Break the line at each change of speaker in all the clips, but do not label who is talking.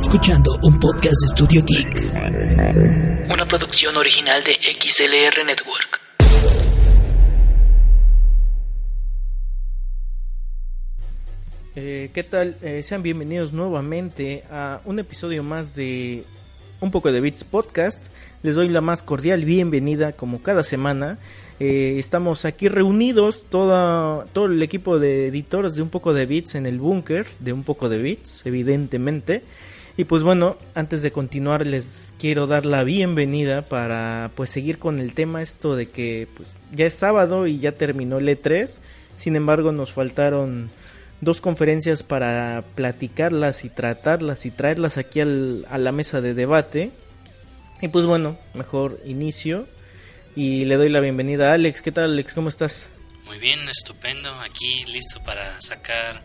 escuchando un podcast de Studio Geek. Una producción original de XLR Network.
Eh, ¿Qué tal? Eh, sean bienvenidos nuevamente a un episodio más de Un poco de Beats Podcast. Les doy la más cordial bienvenida como cada semana. Eh, estamos aquí reunidos toda, todo el equipo de editores de Un poco de Beats en el búnker de Un poco de Beats, evidentemente. Y pues bueno, antes de continuar les quiero dar la bienvenida para pues seguir con el tema esto de que pues, ya es sábado y ya terminó el E3. Sin embargo, nos faltaron dos conferencias para platicarlas y tratarlas y traerlas aquí al, a la mesa de debate. Y pues bueno, mejor inicio y le doy la bienvenida a Alex. ¿Qué tal Alex? ¿Cómo estás?
Muy bien, estupendo. Aquí listo para sacar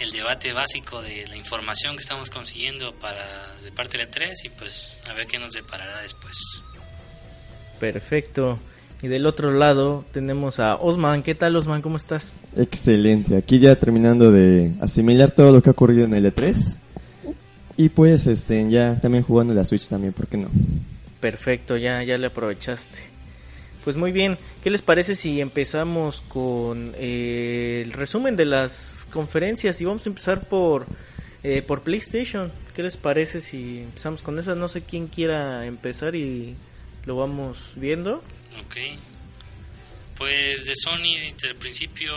el debate básico de la información que estamos consiguiendo para de parte de 3 y pues a ver qué nos deparará después.
Perfecto. Y del otro lado tenemos a Osman. ¿Qué tal, Osman? ¿Cómo estás?
Excelente. Aquí ya terminando de asimilar todo lo que ha ocurrido en el E3. Y pues este, ya también jugando la Switch también, ¿por qué no?
Perfecto, ya, ya le aprovechaste. Pues muy bien, ¿qué les parece si empezamos con eh, el resumen de las conferencias? Y vamos a empezar por, eh, por PlayStation. ¿Qué les parece si empezamos con esas? No sé quién quiera empezar y lo vamos viendo.
Ok. Pues de Sony, desde el principio,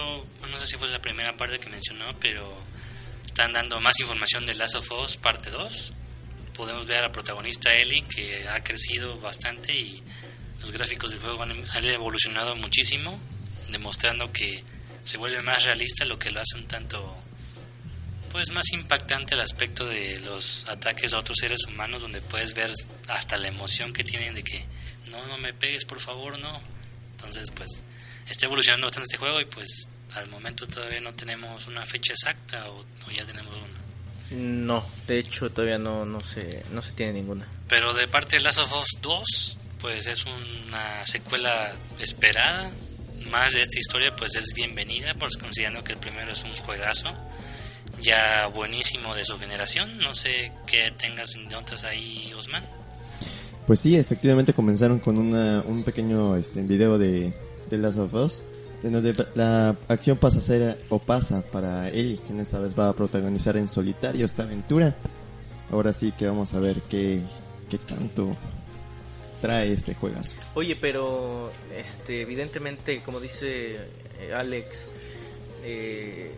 no sé si fue la primera parte que mencionó, pero están dando más información de Last of Us parte 2. Podemos ver a la protagonista Ellie, que ha crecido bastante y los gráficos del juego han, han evolucionado muchísimo, demostrando que se vuelve más realista, lo que lo hace un tanto pues más impactante el aspecto de los ataques a otros seres humanos, donde puedes ver hasta la emoción que tienen de que no, no me pegues, por favor, no. Entonces, pues, está evolucionando bastante este juego y pues al momento todavía no tenemos una fecha exacta o, o ya tenemos una.
No, de hecho todavía no, no, se, no se tiene ninguna.
Pero de parte de Last of Us 2, pues es una secuela esperada. Más de esta historia, pues es bienvenida, pues considerando que el primero es un juegazo ya buenísimo de su generación. No sé qué tengas notas ahí, Osman.
Pues sí, efectivamente comenzaron con una, un pequeño este, video de, de Last of Us, en donde la acción pasa a ser o pasa para Ellie, quien esta vez va a protagonizar en solitario esta aventura. Ahora sí que vamos a ver qué, qué tanto trae este juegazo.
Oye, pero este, evidentemente, como dice Alex, eh,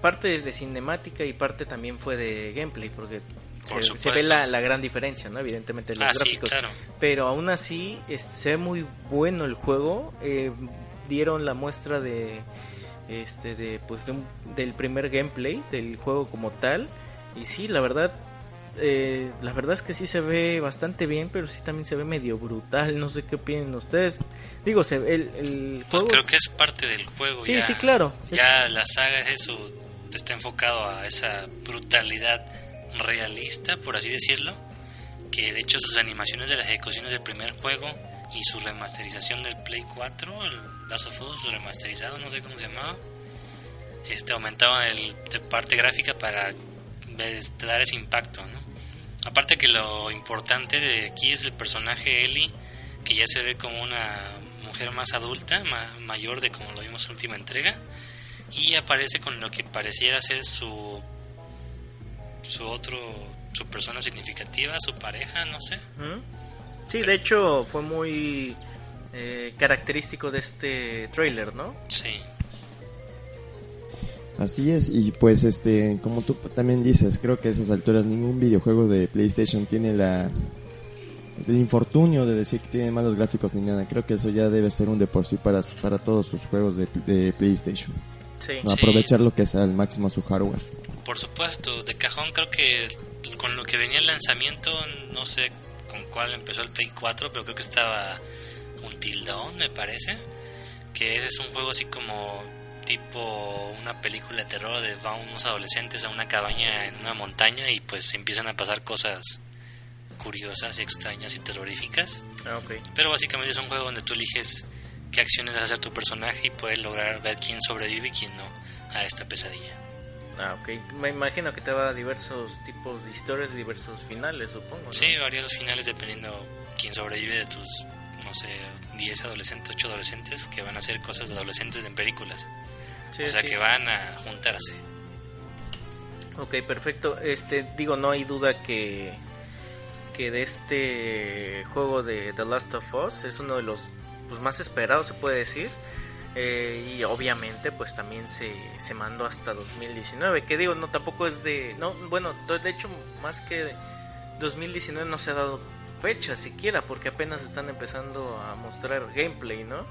parte de cinemática y parte también fue de gameplay, porque
Por
se, se ve la, la gran diferencia, ¿no? Evidentemente los
Ah, sí,
gráficos.
claro.
Pero aún así este, se ve muy bueno el juego. eh, dieron la muestra de este de pues de un- del primer gameplay del juego como tal y sí, la verdad eh, la verdad es que sí se ve bastante bien, pero sí también se ve medio brutal. No sé qué opinen ustedes. Digo, se, el, el
Pues
juego
creo que es parte del juego.
Sí,
ya,
sí, claro.
Ya la saga es eso, está enfocado a esa brutalidad realista, por así decirlo. Que de hecho sus animaciones de las ejecuciones del primer juego y su remasterización del Play 4, el Last of Us remasterizado, no sé cómo se llamaba, este, aumentaban el, de parte gráfica para ves- dar ese impacto, ¿no? Aparte que lo importante de aquí es el personaje Ellie, que ya se ve como una mujer más adulta, ma- mayor de como lo vimos en la última entrega, y aparece con lo que pareciera ser su su otro su persona significativa, su pareja, no sé.
¿Mm? Sí, de hecho fue muy eh, característico de este trailer, ¿no?
Sí.
Así es, y pues este, como tú también dices, creo que a esas alturas ningún videojuego de PlayStation tiene la el infortunio de decir que tiene malos gráficos ni nada. Creo que eso ya debe ser un de por sí para, para todos sus juegos de, de PlayStation.
Sí.
No, Aprovechar lo que es al máximo su hardware.
Por supuesto, de cajón creo que con lo que venía el lanzamiento, no sé con cuál empezó el Play 4, pero creo que estaba un tildón, me parece. Que es un juego así como tipo una película de terror de van unos adolescentes a una cabaña en una montaña y pues empiezan a pasar cosas curiosas y extrañas y terroríficas.
Ah, ok.
Pero básicamente es un juego donde tú eliges qué acciones hacer tu personaje y puedes lograr ver quién sobrevive y quién no a esta pesadilla.
Ah, ok. Me imagino que te va a diversos tipos de historias, diversos finales, supongo. ¿no?
Sí, varían los finales dependiendo quién sobrevive de tus, no sé, 10 adolescentes, 8 adolescentes que van a hacer cosas de adolescentes en películas.
Sí,
o sea
sí.
que van a juntarse.
Ok, perfecto. Este, digo, no hay duda que, que de este juego de The Last of Us es uno de los pues, más esperados, se puede decir. Eh, y obviamente, pues también se, se mandó hasta 2019. Que digo, no, tampoco es de. no Bueno, to- de hecho, más que 2019 no se ha dado fecha siquiera, porque apenas están empezando a mostrar gameplay, ¿no?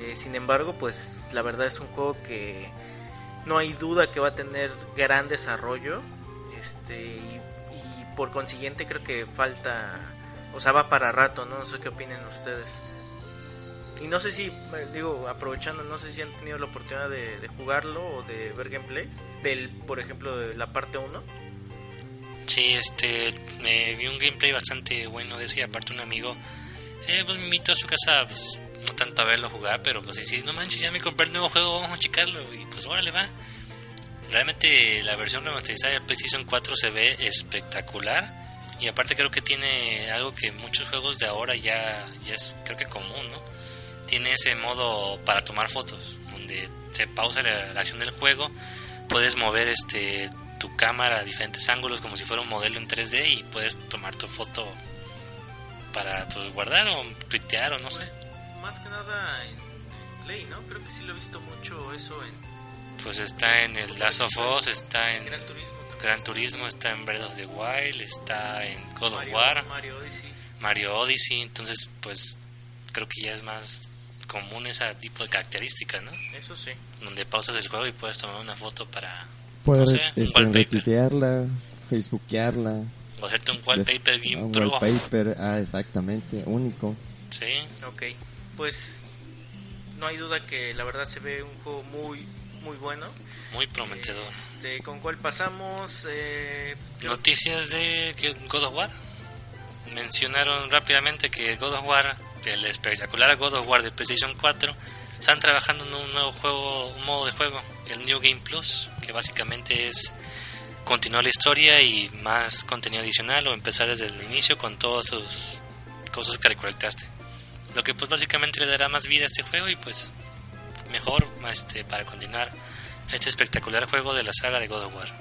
Eh, sin embargo, pues la verdad es un juego que no hay duda que va a tener gran desarrollo este y, y por consiguiente creo que falta o sea va para rato no, no sé qué opinen ustedes y no sé si eh, digo aprovechando no sé si han tenido la oportunidad de, de jugarlo o de ver gameplays del por ejemplo de la parte 1
Sí, este, me vi un gameplay bastante bueno de ese y aparte un amigo eh, pues me invitó a su casa, pues, no tanto a verlo jugar, pero pues sí, sí, no manches, ya me compré el nuevo juego, vamos a checarlo y pues órale va. Realmente la versión remasterizada de PlayStation 4 se ve espectacular y aparte creo que tiene algo que muchos juegos de ahora ya, ya es creo que común, ¿no? Tiene ese modo para tomar fotos, donde se pausa la, la acción del juego, puedes mover este tu cámara a diferentes ángulos como si fuera un modelo en 3D y puedes tomar tu foto para pues guardar o tuitear o no sé.
más que nada en, play no creo que sí lo he visto mucho eso en
Pues está en el Last of Us, está en
turismo
Gran Turismo, está en Breath of the Wild, está en God of War,
Odyssey
Mario Odyssey, entonces pues creo que ya es más común ese tipo de características, ¿no?
eso sí
Donde pausas el juego y puedes tomar una foto para
Poder
No sé, un
este,
wallpaper.
retuitearla, facebookearla,
o hacerte un wallpaper
des-
bien
un
pro.
Ah, wallpaper, ah, exactamente, único.
Sí,
Ok, pues no hay duda que la verdad se ve un juego muy, muy bueno.
muy prometedor.
Este, ¿Con cuál pasamos? Eh, yo-
Noticias de que- God of War. Mencionaron rápidamente que God of War, el espectacular God of War de PlayStation 4, están trabajando en un nuevo juego, un modo de juego, el New Game Plus, que básicamente es continuar la historia y más contenido adicional o empezar desde el inicio con todas tus cosas que recolectaste. Lo que pues básicamente le dará más vida a este juego y pues mejor este, para continuar este espectacular juego de la saga de God of War.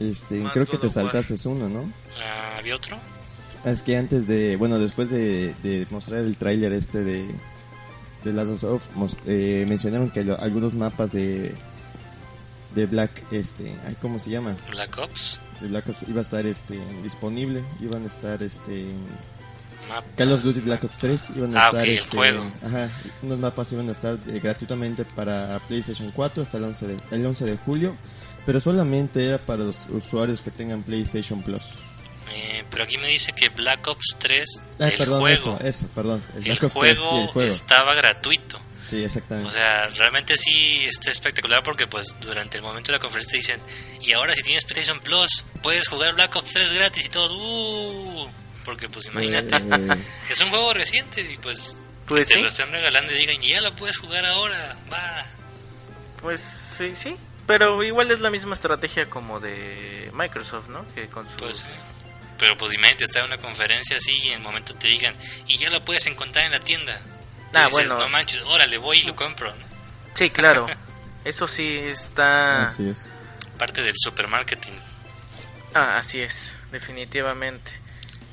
Este,
Más
creo que
God
te
of War.
saltaste uno, ¿no?
Ah, ¿Había otro?
Es que antes de, bueno, después de, de mostrar el tráiler este de, de Last of Us, mos- eh, mencionaron que lo- algunos mapas de, de Black, este, ay, ¿cómo se llama?
Black Ops,
De Black Ops iba a estar este, disponible, iban a estar este,
mapas,
Call of Duty Black Ops 3, iban a
Ah,
estar
ok, el
este,
juego.
ajá, unos mapas iban a estar eh, gratuitamente para PlayStation 4 hasta el 11 de, el 11 de julio, pero solamente era para los usuarios que tengan PlayStation Plus.
Eh, pero aquí me dice que Black Ops 3,
Ah,
el
perdón,
juego,
eso, eso, perdón.
el
Black Ops 3,
juego
sí, el juego. Ah.
estaba gratuito.
Sí, exactamente.
O sea, realmente sí está espectacular porque pues durante el momento de la conferencia te dicen, y ahora si tienes PlayStation Plus, puedes jugar Black Ops 3 gratis y todo. ¡Uh! Porque pues imagínate,
Eh,
es un juego reciente y pues,
pues
te
sí,
lo están regalando y digan, ya lo puedes jugar ahora, va.
pues sí, sí. Pero igual es la misma estrategia como de Microsoft, ¿no? Que con sus-
Pues, pero pues imagínate estar en una conferencia así y en el momento te digan, y ya lo puedes encontrar en la tienda. Tú
Ah,
dices,
bueno.
No manches, órale, voy y lo compro. ¿no?
Sí, claro. Eso sí está...
Así es.
Parte del supermarketing.
Ah, así es, definitivamente.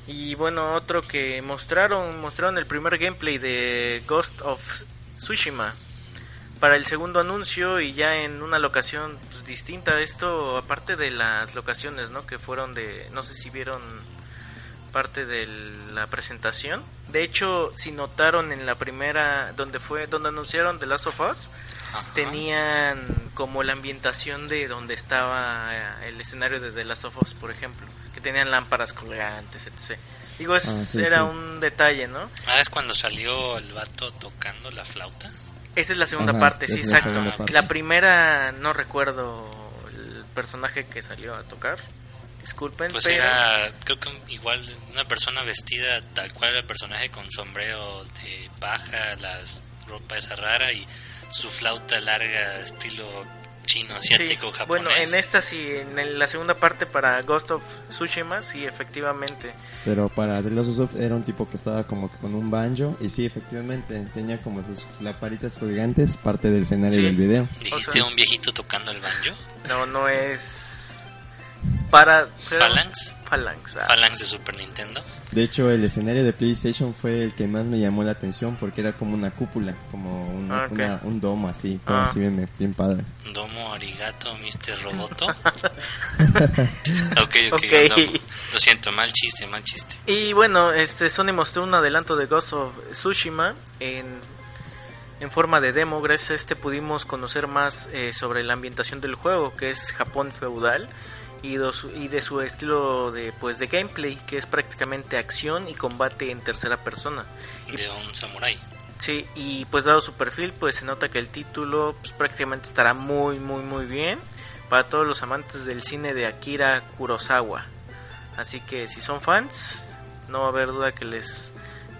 Y bueno, otro que mostraron, mostraron el primer gameplay de Ghost of Tsushima para el segundo anuncio y ya en una locación pues, distinta a esto, aparte de las locaciones, ¿no? Que fueron de, no sé si vieron parte de la presentación. De hecho, si notaron en la primera, donde fue, donde anunciaron The Last of Us,
Ajá.
tenían como la ambientación de donde estaba eh, el escenario de The Last of Us, por ejemplo, que tenían lámparas colgantes, etc. Digo, es-
Ah, sí,
era
sí.
un detalle, ¿no?
Ah, es cuando salió el vato tocando la flauta.
Esa es la segunda
Ajá,
parte, sí,
es la
exacto.
segunda parte.
La primera no recuerdo el personaje que salió a tocar. Disculpen,
Pues
pero
era, creo que un- igual una persona vestida tal cual el personaje con sombrero de paja, las ropa esa rara y su flauta larga estilo chino, asiático, japonés.
Bueno, en esta sí, en el- la segunda parte para Ghost of Tsushima, sí, efectivamente.
Pero para The Last of Us era un tipo que estaba como que con un banjo. Y sí, efectivamente, tenía como sus laparitas colgantes, parte del escenario
Sí.
del video.
¿Dijiste
O sea-
un viejito tocando el banjo?
No, no es. Para.
¿Phalanx?
Phalanx. ah.
Phalanx de Super Nintendo.
De hecho, el escenario de PlayStation fue el que más me llamó la atención porque era como una cúpula, como una-
Ah, ok.
una- un domo así, todo
Ah.
así bien, bien padre.
Domo Arigato Mr. Roboto. ok, ok.
Ok.
Domo. Lo siento, mal chiste, mal chiste.
Y bueno, este Sony mostró un adelanto de Ghost of Tsushima en, en forma de demo. Gracias a este pudimos conocer más eh, sobre la ambientación del juego, que es Japón feudal, y, do- su- y de su estilo de, pues, de gameplay, que es prácticamente acción y combate en tercera persona.
De un samurái.
Sí, y pues dado su perfil, pues se nota que el título pues, prácticamente estará muy, muy, muy bien para todos los amantes del cine de Akira Kurosawa. Así que si son fans, no va a haber duda que les,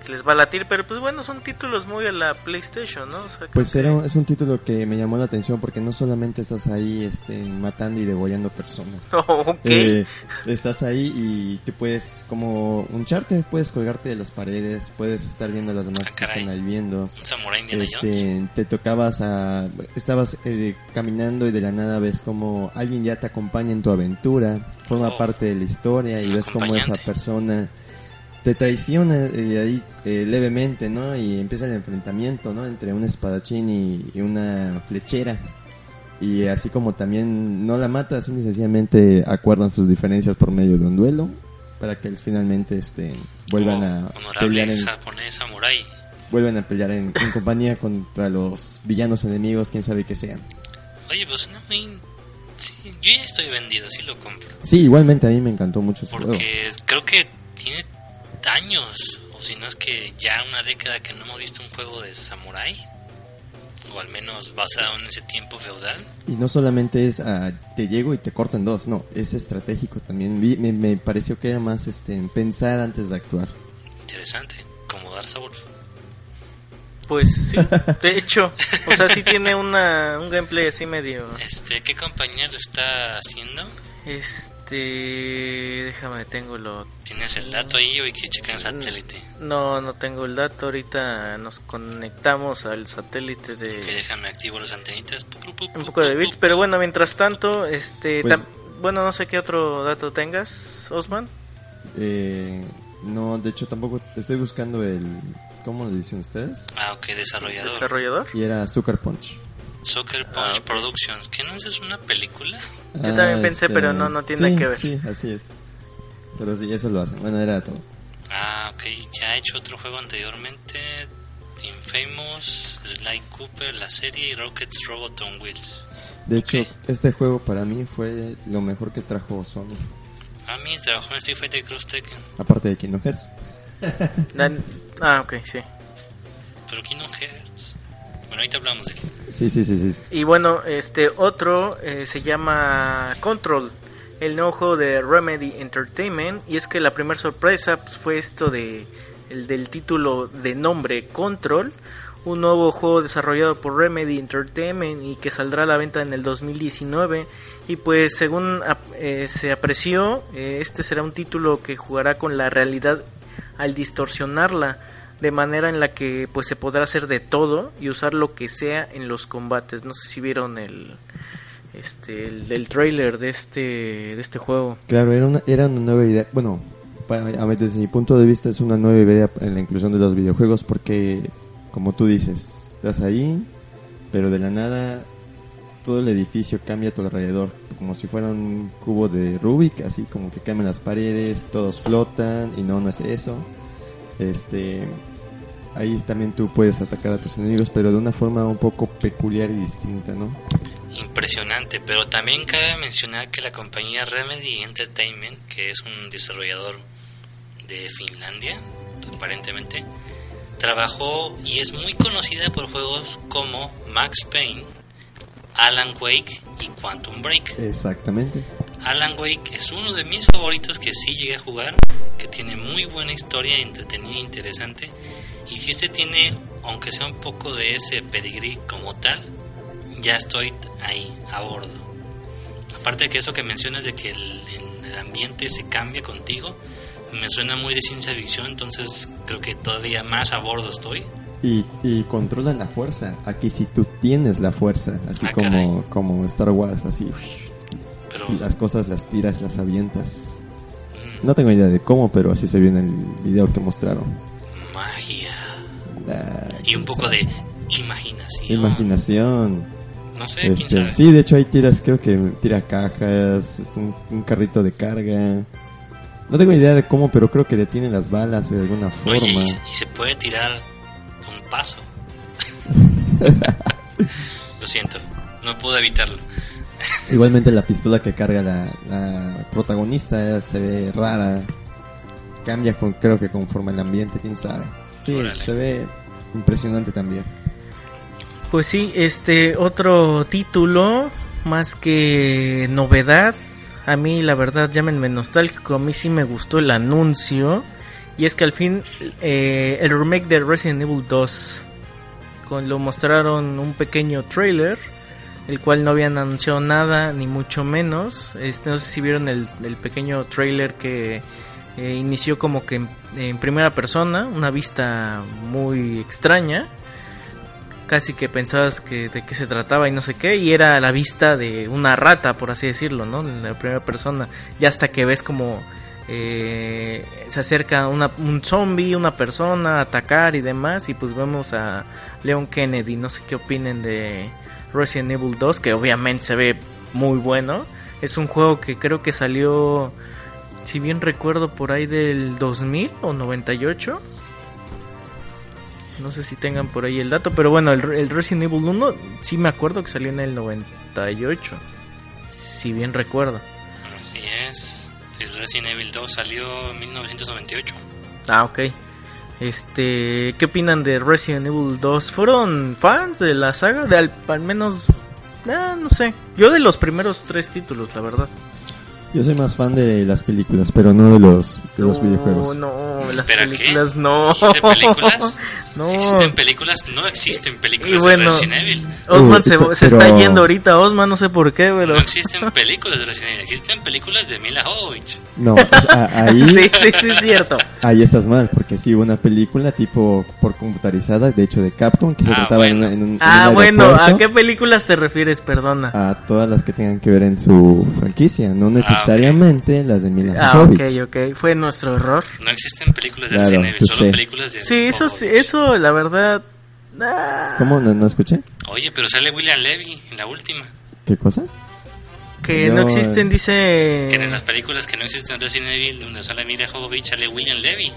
que les va a latir, pero pues bueno, son títulos muy a la PlayStation, ¿no? O sea, creo
Pues
que-
era, un- es un título que me llamó la atención porque no solamente estás ahí este, matando y degollando personas.
Oh, ok.
Eh, estás ahí y tú puedes, como un charter, puedes colgarte de las paredes, puedes estar viendo a las demás
Ah,
que
caray.
están ahí viendo.
Un samurái Indiana Jones.
Este, te tocabas a... Estabas eh, caminando y de la nada ves como alguien ya te acompaña en tu aventura, forma
Oh.
parte de la historia y
Un
ves como esa
acompañante.
persona te traiciona eh, ahí eh, levemente, ¿no? Y empieza el enfrentamiento, ¿no? Entre un espadachín y, y una flechera. Y así como también no la mata, así sencillamente acuerdan sus diferencias por medio de un duelo para que finalmente este, vuelvan
Oh,
a pelear
Honorable
en,
japonés samurái.
vuelven a pelear en, en compañía contra los villanos enemigos, quién sabe que sean.
Oye, pues no me... Sí, yo ya estoy vendido, sí lo compro.
Sí, igualmente a mí me encantó mucho ese juego.
Porque creo que tiene años, o si no es que ya una década que no hemos visto un juego de samurái, o al menos basado en ese tiempo feudal.
Y no solamente es ah, te llego y te corto en dos, no, es estratégico también. Vi- me, me pareció que era más este, pensar antes de actuar.
Interesante, como Dark Souls.
Pues sí, de hecho, o sea, sí tiene una, un gameplay así medio...
Este, ¿Qué compañía lo está haciendo?
Este... Déjame, tengo lo...
¿Tienes el dato ahí o hay que checar el satélite?
No, no tengo el dato. Ahorita nos conectamos al satélite
Que
de
déjame activo las antenitas. Pu, pu, pu,
un
pu,
poco de
pu,
bits.
pu.
Pero bueno, mientras tanto, este,
Pues-
tam- bueno, no sé qué otro dato tengas, Osman.
Eh, no, de hecho tampoco estoy buscando el... ¿Cómo le dicen ustedes?
Ah, ok, desarrollador.
Desarrollador.
Y era Sucker Punch.
Soccer Punch
Ah, ok.
Productions. ¿Qué no es una película?
Yo también pensé, pero no, no tiene
Ah, este, sí,
que ver.
Sí, así es. Pero sí, eso lo hacen. Bueno, era todo.
Ah, ok, ya he hecho otro juego anteriormente. Infamous, Sly Cooper, la serie y Rockets Robot on Wheels.
De hecho,
Ok.
este juego para mí fue lo mejor que trajo Sony.
A mí Ah, trabajó en Street Fighter Cross Tekken,
Aparte de Kingdom Hearts.
Dan- Ah, ok, sí.
pero Kingdom Hearts. Bueno, ahorita hablamos de él.
Sí, sí, sí, sí.
Y bueno, este otro eh, se llama Control, el nuevo juego de Remedy Entertainment. Y es que la primera sorpresa pues, fue esto de el del título de nombre Control, un nuevo juego desarrollado por Remedy Entertainment y que saldrá a la venta en el 2019. Y pues según ap- eh, se apreció, eh, este será un título que jugará con la realidad al distorsionarla de manera en la que pues se podrá hacer de todo y usar lo que sea en los combates. No sé si vieron el este el, el trailer de este de este juego.
Claro, era una, era una nueva idea. Bueno, para, a ver, desde mi punto de vista es una nueva idea en la inclusión de los videojuegos porque, como tú dices, estás ahí, pero de la nada todo el edificio cambia a tu alrededor, como si fuera un cubo de Rubik, así como que cambian las paredes, todos flotan y no, no es eso. Este, ahí también tú puedes atacar a tus enemigos, pero de una forma un poco peculiar y distinta, ¿no?
Impresionante, pero también cabe mencionar que la compañía Remedy Entertainment, que es un desarrollador de Finlandia, aparentemente, trabajó y es muy conocida por juegos como Max Payne, Alan Wake y Quantum Break.
Exactamente.
Alan Wake es uno de mis favoritos que sí llegué a jugar, que tiene muy buena historia, entretenida, interesante. Y e si este tiene aunque sea un poco de ese pedigrí como tal, ya estoy ahí, a bordo. Aparte de que eso que mencionas de que el, el ambiente se cambia contigo, me suena muy de ciencia ficción, entonces creo que todavía más a bordo estoy.
Y, y controla la fuerza. Aquí si tú tienes la fuerza, así
Ah, caray.
como, como Star Wars, así
Pero
las cosas las tiras, las avientas.
mm,
No tengo idea de cómo, pero así se vio en el video que mostraron.
magia.
La-
Y un poco de imaginación.
imaginación.
No sé, Eh, quién
Este,
sabe.
sí, de hecho hay tiras, creo que tira cajas, este, un, un carrito de carga. No tengo idea de cómo, pero creo que detiene las balas de alguna forma.
Oye, y se, y se puede tirar un paso. Lo siento, no pude evitarlo.
Igualmente la pistola que carga la, la protagonista eh, se ve rara. Cambia con, creo que conforme el ambiente, quién sabe. Sí,
Órale.
se ve impresionante también.
Pues sí, este otro título más que novedad. A mí la verdad llámenme nostálgico, a mí sí me gustó el anuncio. Y es que al fin eh, el remake de Resident Evil 2 con, lo mostraron un pequeño trailer, el cual no habían anunciado nada, ni mucho menos. Este, no sé si vieron el, el pequeño trailer que eh, inició como que en, en primera persona, una vista muy extraña. Casi que pensabas que de qué se trataba y no sé qué, y era la vista de una rata, por así decirlo, ¿no? En la primera persona, ya hasta que ves como eh, se acerca una- un zombie, una persona a atacar y demás, y pues vemos a, Leon Kennedy. No sé qué opinen de Resident Evil 2, que obviamente se ve muy bueno. Es un juego que creo que salió, si bien recuerdo, por ahí del 2000 o 98. No sé si tengan por ahí el dato, pero bueno, el, el Resident Evil 1 sí me acuerdo que salió en el 98. Si bien recuerdo.
Así es. El Resident Evil 2 salió en 1998.
Ah, ok. Este, ¿qué opinan de Resident Evil 2? ¿Fueron fans de la saga? De al, al menos, ah, no sé. Yo de los primeros tres títulos, la verdad.
Yo soy más fan de las películas, pero no de los, de los videojuegos.
No, las
Espera, ¿qué?
películas no.
¿Existen películas?
No.
¿Existen películas? No existen películas
Oh. Y bueno,
de Resident Evil.
Osman
Uy,
se,
pero-
se está
pero-
yendo ahorita, Osman, no sé por qué, pero...
No existen películas de Resident Evil. Existen películas de Mila Jovovich.
No, o sea, ahí,
Sí, sí, sí, es cierto.
ahí estás mal, porque sí hubo una película tipo por computarizada, de hecho de Capcom, que se
Ah,
trataba en
bueno.
una- en, un, en
Ah,
un
bueno, ¿a
aeropuerto. Ah,
qué películas te refieres? Perdona.
a todas las que tengan que ver en su franquicia, no necesariamente las de Mila
Ah, ok,
Jovovich.
ok. Fue nuestro error.
No existen películas de
Claro,
Resident Evil,
yo
solo
sé.
películas de
pues Sí,
Mila
eso, sí,
Jovovich.
eso, la verdad... ah,
¿Cómo no, no escuché?
Oye, pero sale William Levy en la última.
¿Qué cosa?
Que
Yo,
no existen,
eh,
dice...
Que en las películas que no existen de Resident Evil, donde sale Mira Jovovich, sale William Levy,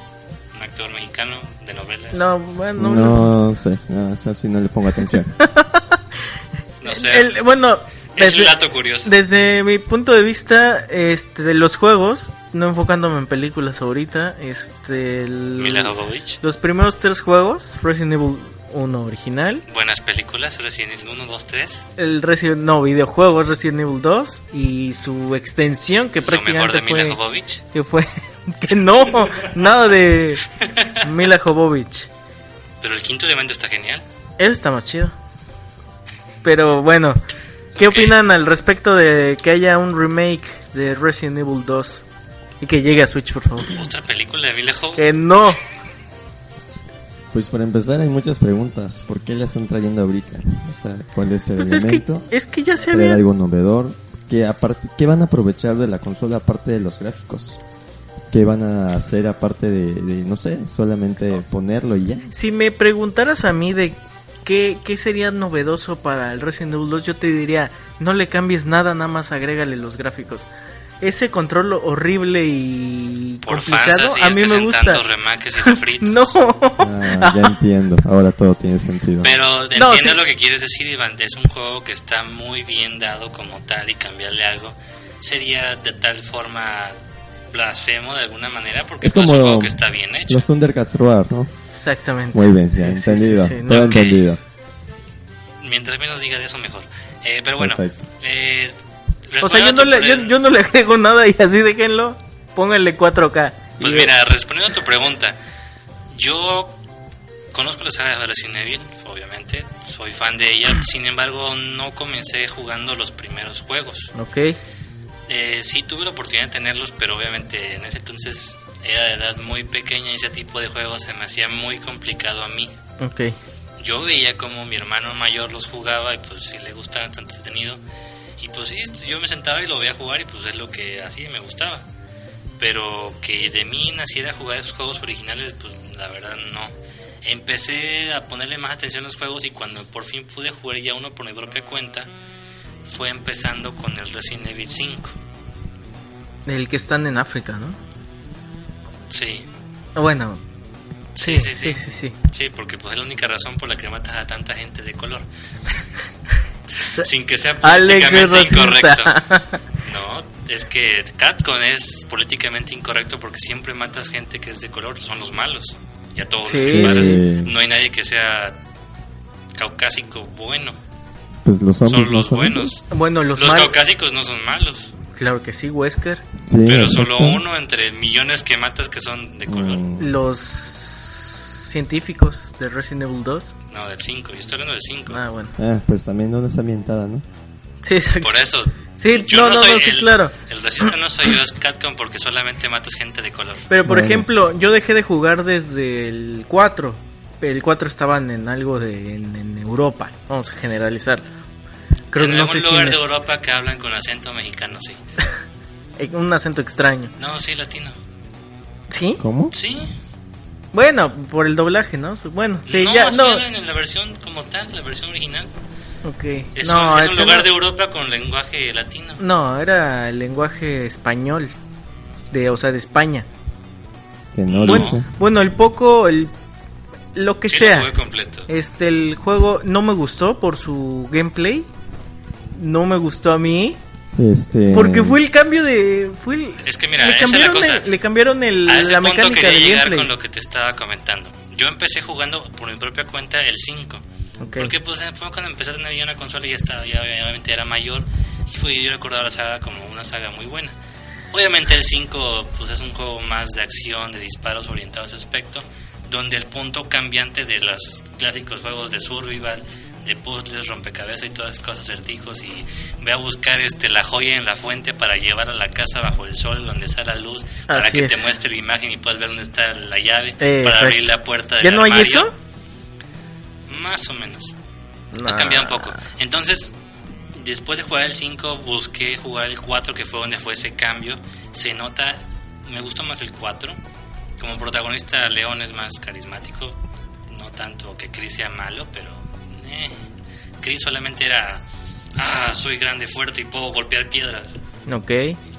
un actor mexicano de novelas. No,
No, bueno,
No,
no.
sé, no, eso sí no le pongo atención.
sé,
El- bueno,
es
desde,
un dato curioso.
desde mi punto de vista este, de los juegos, no enfocándome en películas ahorita, este, el-
Mila Jovovich.
los primeros tres juegos, Resident Evil 1 original,
Buenas películas, Resident Evil 1, 2, 3.
el Resident, no, videojuegos Resident Evil 2 y su extensión que
Lo mejor
prácticamente
de Mila
fue...
Jovovich.
Que fue... que no, nada de Mila Jovovich.
Pero el quinto elemento está genial.
Él está más chido. Pero bueno, ¿qué
Ok.
opinan al respecto de que haya un remake de Resident Evil 2 y que llegue a Switch, por favor?
Otra película de Mila Jovovich.
Que no.
Pues para empezar hay muchas preguntas. ¿Por qué la están trayendo ahorita? O sea, ¿cuál es el
Pues es que,
elemento?
es que ya se
¿Traer
había.
algo novedor? ¿Qué, aparte, ¿Qué van a aprovechar de la consola aparte de los gráficos? ¿Qué van a hacer aparte de, de, no sé, solamente ponerlo y ya?
Si me preguntaras a mí de qué, qué sería novedoso para el Resident Evil 2, yo te diría: no le cambies nada, nada más agrégale los gráficos. Ese control horrible y
Por fans
complicado
así
a
es
mí
que
me
hacen
gusta.
tantos remaques y refritos.
No,
Ah, ya entiendo, ahora todo tiene sentido.
Pero
No,
entiendo
sí.
lo que quieres decir, Iván. Es un juego que está muy bien dado como tal y cambiarle algo sería de tal forma blasfemo de alguna manera porque
Es
pues, es un
como
juego que está bien hecho.
Los Thundercats Roar, ¿no?
exactamente.
Muy bien, ya,
Sí, sí, sí,
entendido,
sí, no.
todo
Ok.
entendido.
Mientras menos diga de eso, mejor. Eh, pero bueno,
Perfecto.
eh,
O sea, yo
respondiendo
no,
a tu
le, yo,
pre-
yo no le agrego nada y así déjenlo. Pónganle 4K.
Pues
Y-
mira, respondiendo a tu pregunta, yo Conozco la saga de Resident Evil, obviamente, soy fan de ella, sin embargo no comencé jugando los primeros juegos.
Ok.
Eh, sí tuve la oportunidad de tenerlos, pero obviamente en ese entonces era de edad muy pequeña y ese tipo de juegos se me hacía muy complicado a mí.
Ok.
Yo veía como mi hermano mayor los jugaba y pues si le gustaba, está entretenido. Y pues sí, yo me sentaba y lo veía jugar y pues es lo que así me gustaba. Pero que de mí naciera jugar esos juegos originales, pues la verdad no. Empecé a ponerle más atención a los juegos y cuando por fin pude jugar ya uno por mi propia cuenta, fue empezando con el Resident Evil 5.
El que están en África, ¿no? Ah,
Sí,
Bueno.
Sí, sí, sí.
sí, sí.
sí, porque pues es la única razón por la que matas a tanta gente de color. Sin que sea
Alex es
políticamente incorrecto.
racista.
No, es que Catcon es políticamente incorrecto porque siempre matas gente que es de color, son los malos. Y a todos
Sí.
los disparas.
Sí.
No hay nadie que sea caucásico bueno.
Pues los hombres
Son
no
los buenos.
Bueno, los,
Los
mal-
caucásicos no son malos,
Claro que sí, Wesker.
Sí,
pero solo
exacto.
uno entre millones que matas que son de color.
Mm,
Los científicos de Resident Evil 2.
No, del 5. Yo estoy hablando del 5.
Ah, bueno.
Ah, pues también no está ambientada, ¿no?
Sí, exacto.
Por eso.
Sí, no, no, no, sí,
el,
claro.
El racista no soy yo, es Catcom porque solamente matas gente de color.
Pero por
Bueno.
ejemplo, yo dejé de jugar desde el 4. El 4 estaban en algo de en, en Europa. Vamos a generalizar. Creo
en
que no
algún
sé si
lugar
en,
de Europa que hablan con acento mexicano, sí.
en eh, un acento extraño.
No, sí, latino.
¿Sí?
¿Cómo?
Sí.
Bueno, por el doblaje, ¿no? Su- Bueno, sí,
no,
ya
sí
no.
hablan en la versión como tal, la versión original.
Ok.
Es,
no,
un, es un
este
lugar
no-
de Europa con lenguaje latino.
No, era el lenguaje español. De, o sea, de España.
Que no
Bueno,
dice.
bueno, el poco, el lo que
Sí, lo
sea.
jugué completo.
Este, el juego no me gustó por su gameplay. No me gustó a mí.
Este...
Porque fue el cambio de. Fue el-
Es que mira,
le
esa es la
cambiaron,
cosa.
el, le cambiaron el-
A ese
la
punto
mecánica
quería
del
llegar
gameplay.
con lo que te estaba comentando. Yo empecé jugando por mi propia cuenta el 5.
Ok.
Porque pues eh, fue cuando empecé a tener yo una consola y ya estaba, ya obviamente era mayor y fui yo recordaba la saga como una saga muy buena. Obviamente el 5 pues es un juego más de acción, de disparos orientado a ese aspecto, donde el punto cambiante de los clásicos juegos de survival, de puzzles, rompecabezas y todas esas cosas, certijos y ve a buscar este la joya en la fuente para llevarla a la casa bajo el sol donde está la luz para
Así
que
es.
te muestre la imagen y puedas ver dónde está la llave
Eh,
para
exacto.
abrir la puerta del
¿Ya no hay
armario.
eso?
Más o menos.
Nah.
Ha cambiado un poco. Entonces, después de jugar el 5, busqué jugar el 4, que fue donde fue ese cambio. Se nota, me gustó más el 4. Como protagonista, León es más carismático. No tanto que Chris sea malo, pero. eh, Chris solamente era. Ah, soy grande, fuerte y puedo golpear piedras.
Ok.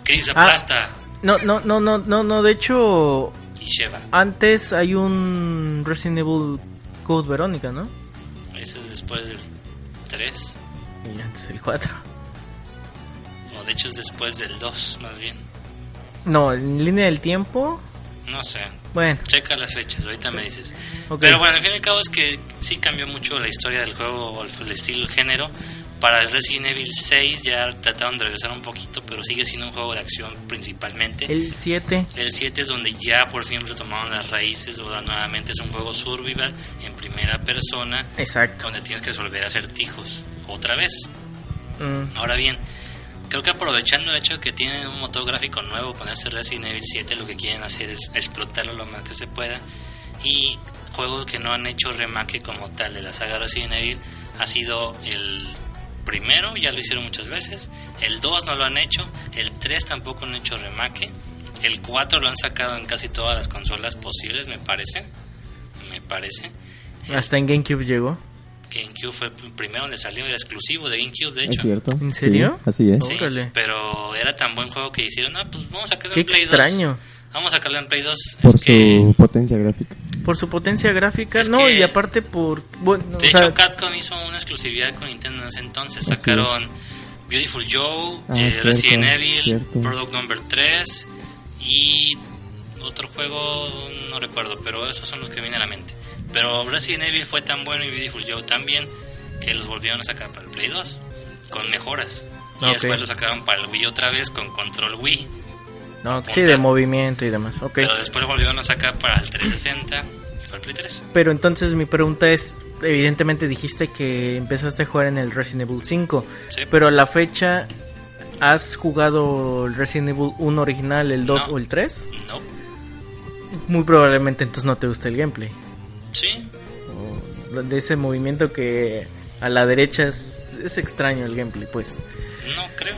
Chris
Ah.
aplasta.
No, no, no, no, no, no. De hecho,
Y Sheva.
antes hay un Resident Evil Code Verónica, ¿no?
Ese es después del 3.
Y antes el 4.
O de hecho, es después del 2, más bien.
No, en línea del tiempo.
No sé,
Bueno,
Checa las fechas, ahorita me dices.
Ok.
Pero bueno, al fin y al cabo es que sí cambió mucho la historia del juego, o el, el estilo, el género. Para el Resident Evil 6 ya trataron de regresar un poquito, pero sigue siendo un juego de acción principalmente. El,
el 7.
7 es donde ya por fin retomaron las raíces, ahora nuevamente es un juego survival en primera persona,
Exacto.
donde tienes que resolver acertijos otra vez.
Mm,
Ahora bien, creo que aprovechando el hecho de que tienen un motor gráfico nuevo con este Resident Evil 7, lo que quieren hacer es explotarlo lo más que se pueda. Y juegos que no han hecho remake como tal de la saga Resident Evil ha sido el primero, ya lo hicieron muchas veces, el 2 no lo han hecho, el 3 tampoco han hecho remake, el 4 lo han sacado en casi todas las consolas posibles, me parece. Me parece.
Hasta en GameCube llegó.
GameCube fue el primero donde salió, era exclusivo de GameCube, de
Es
hecho.
cierto.
¿En
Sí,
serio?
así es.
Sí,
Órale.
pero era tan buen juego que hicieron, ah, pues vamos a sacarlo
Qué
en Play
extraño.
2. Vamos a sacarlo en Play 2.
Por
es que,
su potencia gráfica.
Por su potencia gráfica,
Es
no,
que-
y aparte por. Bueno,
de
o
hecho,
sea,
Capcom hizo una exclusividad con Nintendo en ese entonces.
Así
Sacaron Beautiful Joe,
Ah,
eh,
cierto,
Resident Evil,
cierto.
Product Number 3 y otro juego, no recuerdo, pero esos son los que me vienen a la mente. Pero Resident Evil fue tan bueno y Beautiful Joe también que los volvieron a sacar para el Play 2 con mejoras. Y
Ah, Ok.
después lo sacaron para el Wii otra vez con Control Wii.
no, sí, de movimiento y demás. Ok.
Pero después lo volvieron a sacar para el 360. Para Play 3.
Pero entonces mi pregunta es, evidentemente dijiste que empezaste a jugar en el Resident Evil 5,
Sí.
pero a la fecha, ¿has jugado el Resident Evil 1 original, el 2
No.
o el 3?
No.
Muy probablemente entonces no te gusta el gameplay.
Sí.
De ese movimiento que a la derecha es, es extraño el gameplay, pues.
No creo.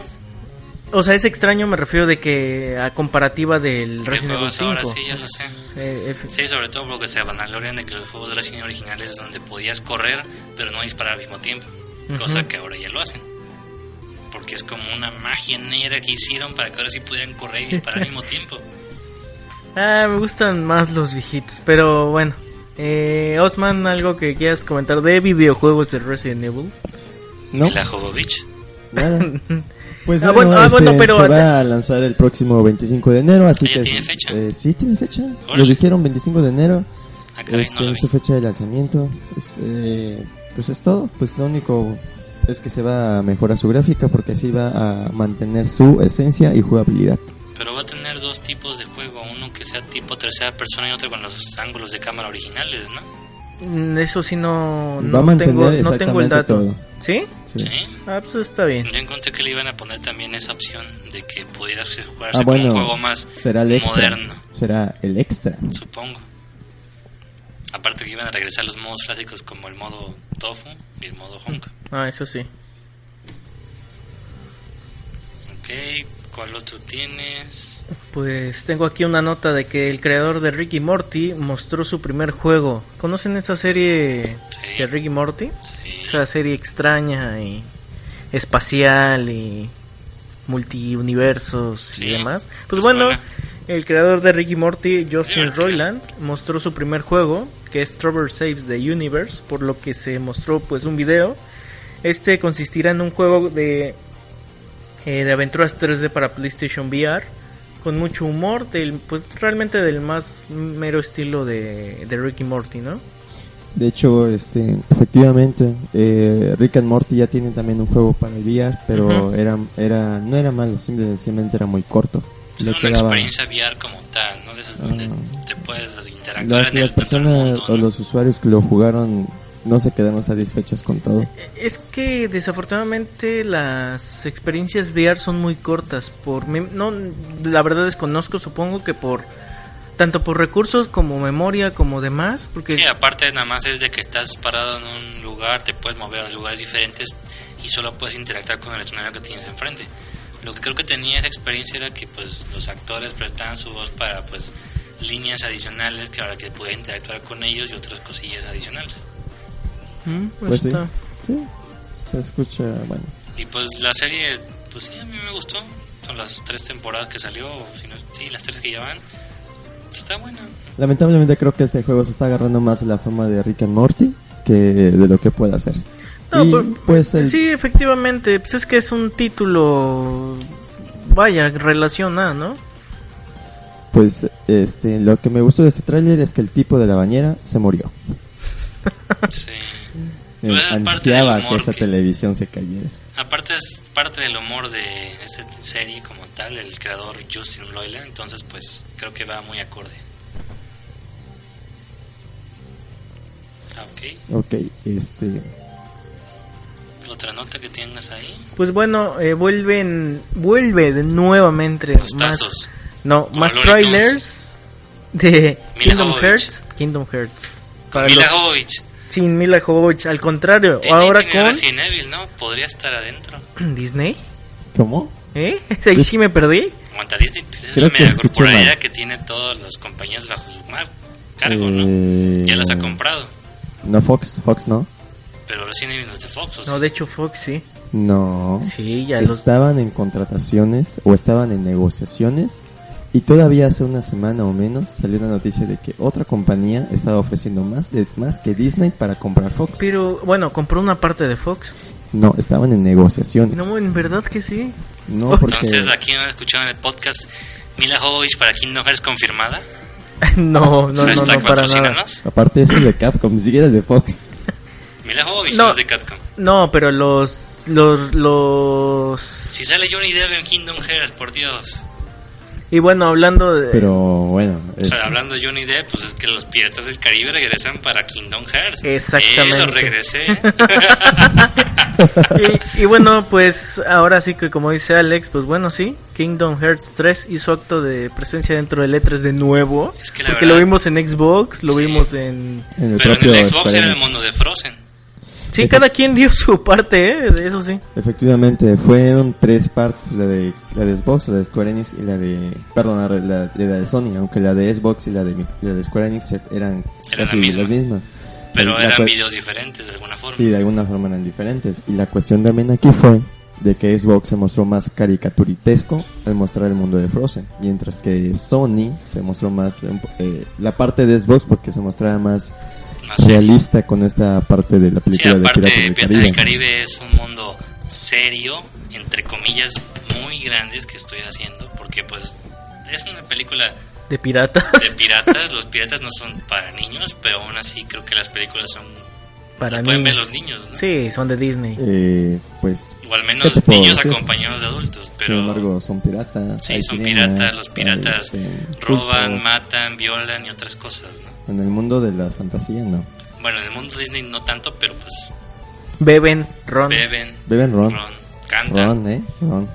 O sea, es extraño, me refiero de que a comparativa del
¿Qué
Resident Evil
juegos
5.
pues, ahora? Sí, ya lo sé.
Eh, eh,
Sí, sobre todo porque se vanaglorian de que los juegos de Resident Evil originales es donde podías correr, pero no disparar al mismo tiempo. Cosa
Ujú.
que ahora ya lo hacen. Porque es como una magia negra que hicieron para que ahora sí pudieran correr y disparar al mismo tiempo.
Ah, me gustan más los viejitos, pero bueno. Eh, Osman, algo que quieras comentar de videojuegos de Resident Evil.
No,
Y la Jovovich.
nada. Pues
Ah,
no,
bueno, ah,
este,
bueno, pero-
se va a lanzar el próximo 25 de enero, así
¿Ya
que
tiene fecha?
eh, sí tiene fecha.
Órale.
Lo dijeron 25 de enero.
Ah, caray,
este,
no lo
en
vi.
su fecha de lanzamiento. Este, pues es todo. Pues lo único es que se va a mejorar su gráfica porque así va a mantener su esencia y jugabilidad.
Pero va a tener dos tipos de juego, uno que sea tipo tercera persona y otro con los ángulos de cámara originales, ¿no?
Mm, Eso sí no,
va a
no
mantener
tengo, no
exactamente
tengo el dato.
todo.
¿Sí?
Sí.
Sí.
Ah, pues está bien.
Yo encontré que le iban a poner también esa opción de que pudiera jugarse
Ah,
como
bueno,
un juego más
Será el extra.
moderno,
Será el extra.
supongo. Aparte que iban a regresar los modos clásicos como el modo Tofu y el modo Honka.
Ah, eso sí.
Ok, ¿cuál otro tienes?
Pues tengo aquí una nota de que el creador de Ricky Morty mostró su primer juego. ¿Conocen esa serie
Sí.
de Ricky Morty?
Sí.
Esa serie extraña y espacial y multiuniversos
Sí,
y demás. Pues
pues
bueno,
suena.
el creador de Ricky Morty, Justin
Divertido.
Roiland, mostró su primer juego, que es Trover Saves the Universe, por lo que se mostró pues un video. Este consistirá en un juego de, eh, de aventuras 3D para PlayStation VR. Con mucho humor, del, pues realmente del más mero estilo de, de Ricky Morty, ¿no?
De hecho, este, efectivamente, eh, Rick and Morty ya tiene también un juego para el VR, pero
Ujú.
era, era, no era malo, simplemente era muy corto.
Es una
Le quedaba-
experiencia VR como tal, ¿no? De esas donde te puedes interactuar
Ah. las,
en el
las
otro mundo,
personas o
¿no?
los usuarios que lo jugaron no se quedaron satisfechas con todo.
Es que desafortunadamente las experiencias VR son muy cortas. Por mem- no, la verdad desconozco, supongo que por tanto por recursos como memoria como demás, porque
Sí, aparte nada más es de que estás parado en un lugar, te puedes mover a lugares diferentes y solo puedes interactuar con el escenario que tienes enfrente. Lo que creo que tenía esa experiencia era que pues los actores prestaban su voz para pues líneas adicionales que ahora que puedes interactuar con ellos y otras cosillas adicionales.
Mm, pues
Pues sí,
está.
sí, se escucha, bueno,
Y pues la serie, pues sí, a mí me gustó. Son las tres temporadas que salió, o si no, sí, las tres que ya van. Está buena.
lamentablemente creo que este juego se está agarrando más la forma de Rick and Morty que de lo que puede hacer.
No,
Y,
pero-
pues el-
Sí, efectivamente, pues es que es un título vaya, relación A, ¿no?
Pues este, lo que me gustó de este tráiler es que el tipo de la bañera se murió.
Sí.
Eh,
Pues es parte
ansiaba
del
que
humor
esa
que-
televisión se cayera.
Aparte es parte del humor de esta serie como tal, el creador Justin Roiland, entonces pues creo que va muy acorde. Ah, Ok,
Ok, este,
otra nota que tengas ahí.
Pues bueno, eh, vuelven vuelve de- nuevamente
Los
más
tazos.
no,
Como
más
Looney Tunes.
trailers de
Mila
Kingdom
Jovovich.
Hearts, Kingdom Hearts. Para
Mila
los-
Jovovich.
Sin Mila Jovovich, al contrario,
Disney
ahora
tiene
con
Resident Evil, ¿no? Podría estar adentro.
Disney,
¿cómo?
¿eh? Ahí sí me perdí.
Aguanta, Disney pues, es
Creo
la
que
mega
escuché
corporativa
mal.
que tiene todas las compañías bajo su mar, cargo, ¿no?
Eh,
Ya las
Mm.
ha comprado,
No, Fox, Fox no.
pero Resident Evil no es de Fox, o sea,
No, de hecho Fox sí.
No.
Sí, ya los
estaban en contrataciones o estaban en negociaciones y todavía hace una semana o menos salió una noticia de que otra compañía estaba ofreciendo más de más que Disney para comprar Fox.
pero bueno, compró una parte de Fox.
No, estaban en negociaciones.
No, en verdad que sí.
No, porque
Entonces, aquí han escuchado en el podcast Mila Jovovich para Kingdom Hearts confirmada.
no, no, no, no,
Hashtag
para nada.
patrocínanos.
aparte eso es de Capcom, ni siquiera es de Fox.
Mila Jovovich
No.
no. es de Catcom.
No, pero los los los
Si sale Johnny Depp en Kingdom Hearts, por Dios.
Y bueno, hablando de...
Pero
Eh,
bueno,
O
Este.
sea, hablando de Johnny Depp, pues es que los piratas del Caribe regresan para Kingdom Hearts.
Exactamente.
Eh, los regresé.
y, y bueno, pues ahora sí que como dice Alex, pues bueno, sí, Kingdom Hearts 3 hizo acto de presencia dentro del E3 de nuevo.
Es que la
porque
verdad-
lo vimos en Xbox, lo
Sí.
vimos en...
en el
pero en
propio
el Xbox
Square
era el
Enix.
mundo de Frozen.
Sí, cada quien dio su parte, ¿eh? de eso sí.
Efectivamente, fueron tres partes, la de, la de Xbox, la de Square Enix y la de... Perdón, la, la- la de Sony, aunque la de Xbox y la de, la de Square Enix eran
Era la
casi
misma.
las mismas.
Pero
La
eran
cue-
videos diferentes de alguna forma.
Sí, de alguna forma eran diferentes. Y la cuestión también aquí fue de que Xbox se mostró más caricaturitesco al mostrar el mundo de Frozen, mientras que Sony se mostró más eh, eh, la parte de Xbox porque se mostraba más
Más serio.
realista con esta parte de la
Sí,
película de
aparte,
Piratas del
Piratas del
Caribe.
Caribe es un mundo serio, entre comillas, muy grandes que estoy haciendo, porque pues es una película
De piratas.
de piratas, los piratas no son para niños, pero aún así creo que las películas son...
Para
las pueden ver
niños.
los niños, ¿no?
Sí, son de Disney.
Eh, pues
O al
¿Qué te
menos
puedo
niños
decir?
acompañados de adultos, pero...
sin embargo son piratas.
Sí,
hay
son
sirenas,
piratas, los
hay,
piratas
este,
roban,
pulpos.
matan, violan y otras cosas, ¿no?
En el mundo de las fantasías, no.
Bueno, en el mundo Disney no tanto, pero pues
Beben ron.
beben,
Beben ron.
ron, cantan.
Ron, eh. Ron.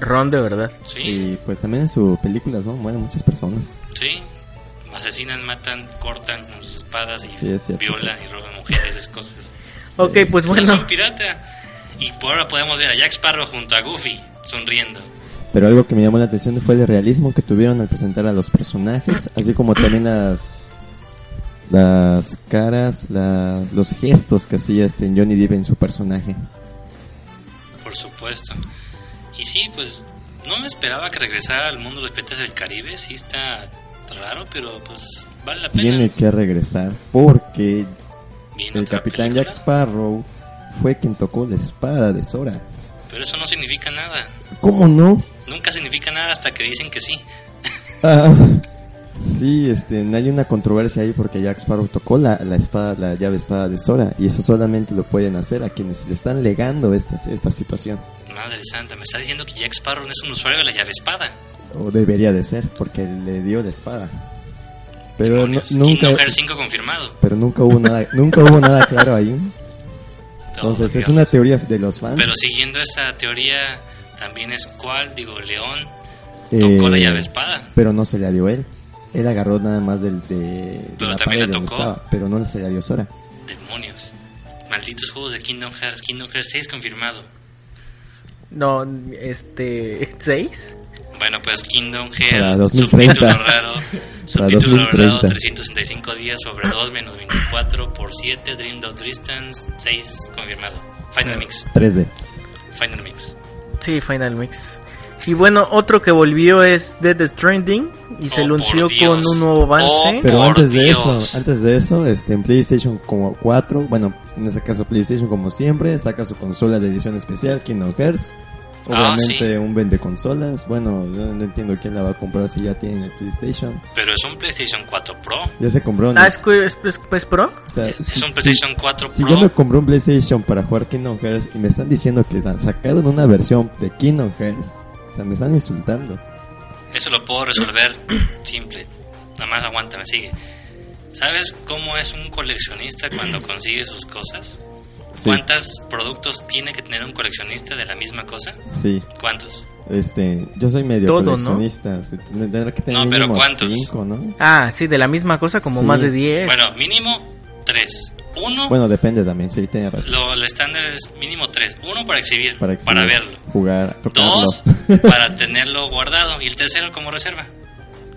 Ron de verdad.
Sí,
Y pues también en su película ¿no? mueren muchas personas.
sí. Asesinan, matan, cortan con sus espadas y
Sí, es cierto,
violan y roban mujeres, esas cosas.
Ok, pues
O sea,
bueno.
son pirata. Y por ahora podemos ver a Jack Sparrow junto a Goofy sonriendo.
Pero algo que me llamó la atención fue el realismo que tuvieron al presentar a los personajes, así como también las las caras, la- los gestos que hacía este Johnny Depp en su personaje.
Por supuesto. Y sí, pues no me esperaba que regresara al mundo de los piratas del Caribe. Sí está raro, pero pues vale la pena.
Tiene que regresar porque
Viene
el
otra
capitán
película,
Jack Sparrow fue quien tocó la espada de Sora.
Pero eso no significa nada.
¿Cómo no?
Nunca significa nada hasta que dicen que sí.
Ah, sí, este, hay una controversia ahí porque Jack Sparrow tocó la, la espada, la llave espada de Sora y eso solamente lo pueden hacer a quienes le están legando esta, esta situación.
Madre santa, me está diciendo que Jack Sparrow no es un usuario de la llave espada.
O debería de ser, porque le dio la espada. Pero no-
Demonios.
nunca,
Kingdom Hearts 5 confirmado.
pero nunca hubo nada, nunca hubo nada claro ahí.
Todo,
Entonces es
Dios.
una teoría de los fans.
Pero siguiendo esa teoría, también es cuál, digo, León tocó la
Eh,
llave espada.
Pero no se la dio él. Él agarró nada más del de, de
Pero
la
también la
pared donde
tocó.
estaba, pero no se la dio Sora.
Demonios. Malditos juegos de Kingdom Hearts. Kingdom Hearts 6 confirmado.
No, este. ¿Seis?
Bueno, pues Kingdom
Para
Hearts,
2030.
subtítulo raro, subtítulo
2030.
raro, 365 días sobre 2 menos 24 por 7, Dream of Distance, 6 confirmado. Final Mix,
3D.
Final Mix.
Sí, Final Mix. Y bueno, otro que volvió es Dead Stranding y se
Oh,
anunció
por Dios.
con un nuevo avance.
Oh,
Pero
Por
antes de
Dios.
eso, antes de eso, este, en PlayStation como 4, bueno, en este caso PlayStation como siempre, saca su consola de edición especial, Kingdom Hearts.
Ah,
Obviamente un vende consolas. Bueno, yo no entiendo quién la va a comprar si ya tiene el PlayStation.
Pero es un PlayStation 4 Pro.
Ya se compró. ¿no?
Ah, ¿es, que- es- es- es Pro?
O sea,
Es un PlayStation 4
si yo me
Pro.
compré un PlayStation para jugar Kingdom Hearts y me están diciendo que la- sacaron una versión de Kingdom Hearts, o sea, me están insultando.
Eso lo puedo resolver simple. Nada más aguanta, me sigue. ¿Sabes cómo es un coleccionista cuando consigue sus cosas?
Sí,
¿Cuántos productos tiene que tener un coleccionista de la misma cosa?
sí.
¿Cuántos?
Este, yo soy medio
Todo, ¿no?
coleccionista, así, tendré que tener
No, pero
mínimo
¿cuántos?
cinco, ¿no?
Ah, sí, de la misma cosa, como
Sí.
más de 10.
Bueno, mínimo 3. Uno,
Bueno, depende también, sí, tiene razón.
lo, el estándar es mínimo 3. Uno para exhibir, para,
Para, exhibir,
verlo.
Jugar, tocarlo.
Dos, para tenerlo guardado. Y el tercero como reserva.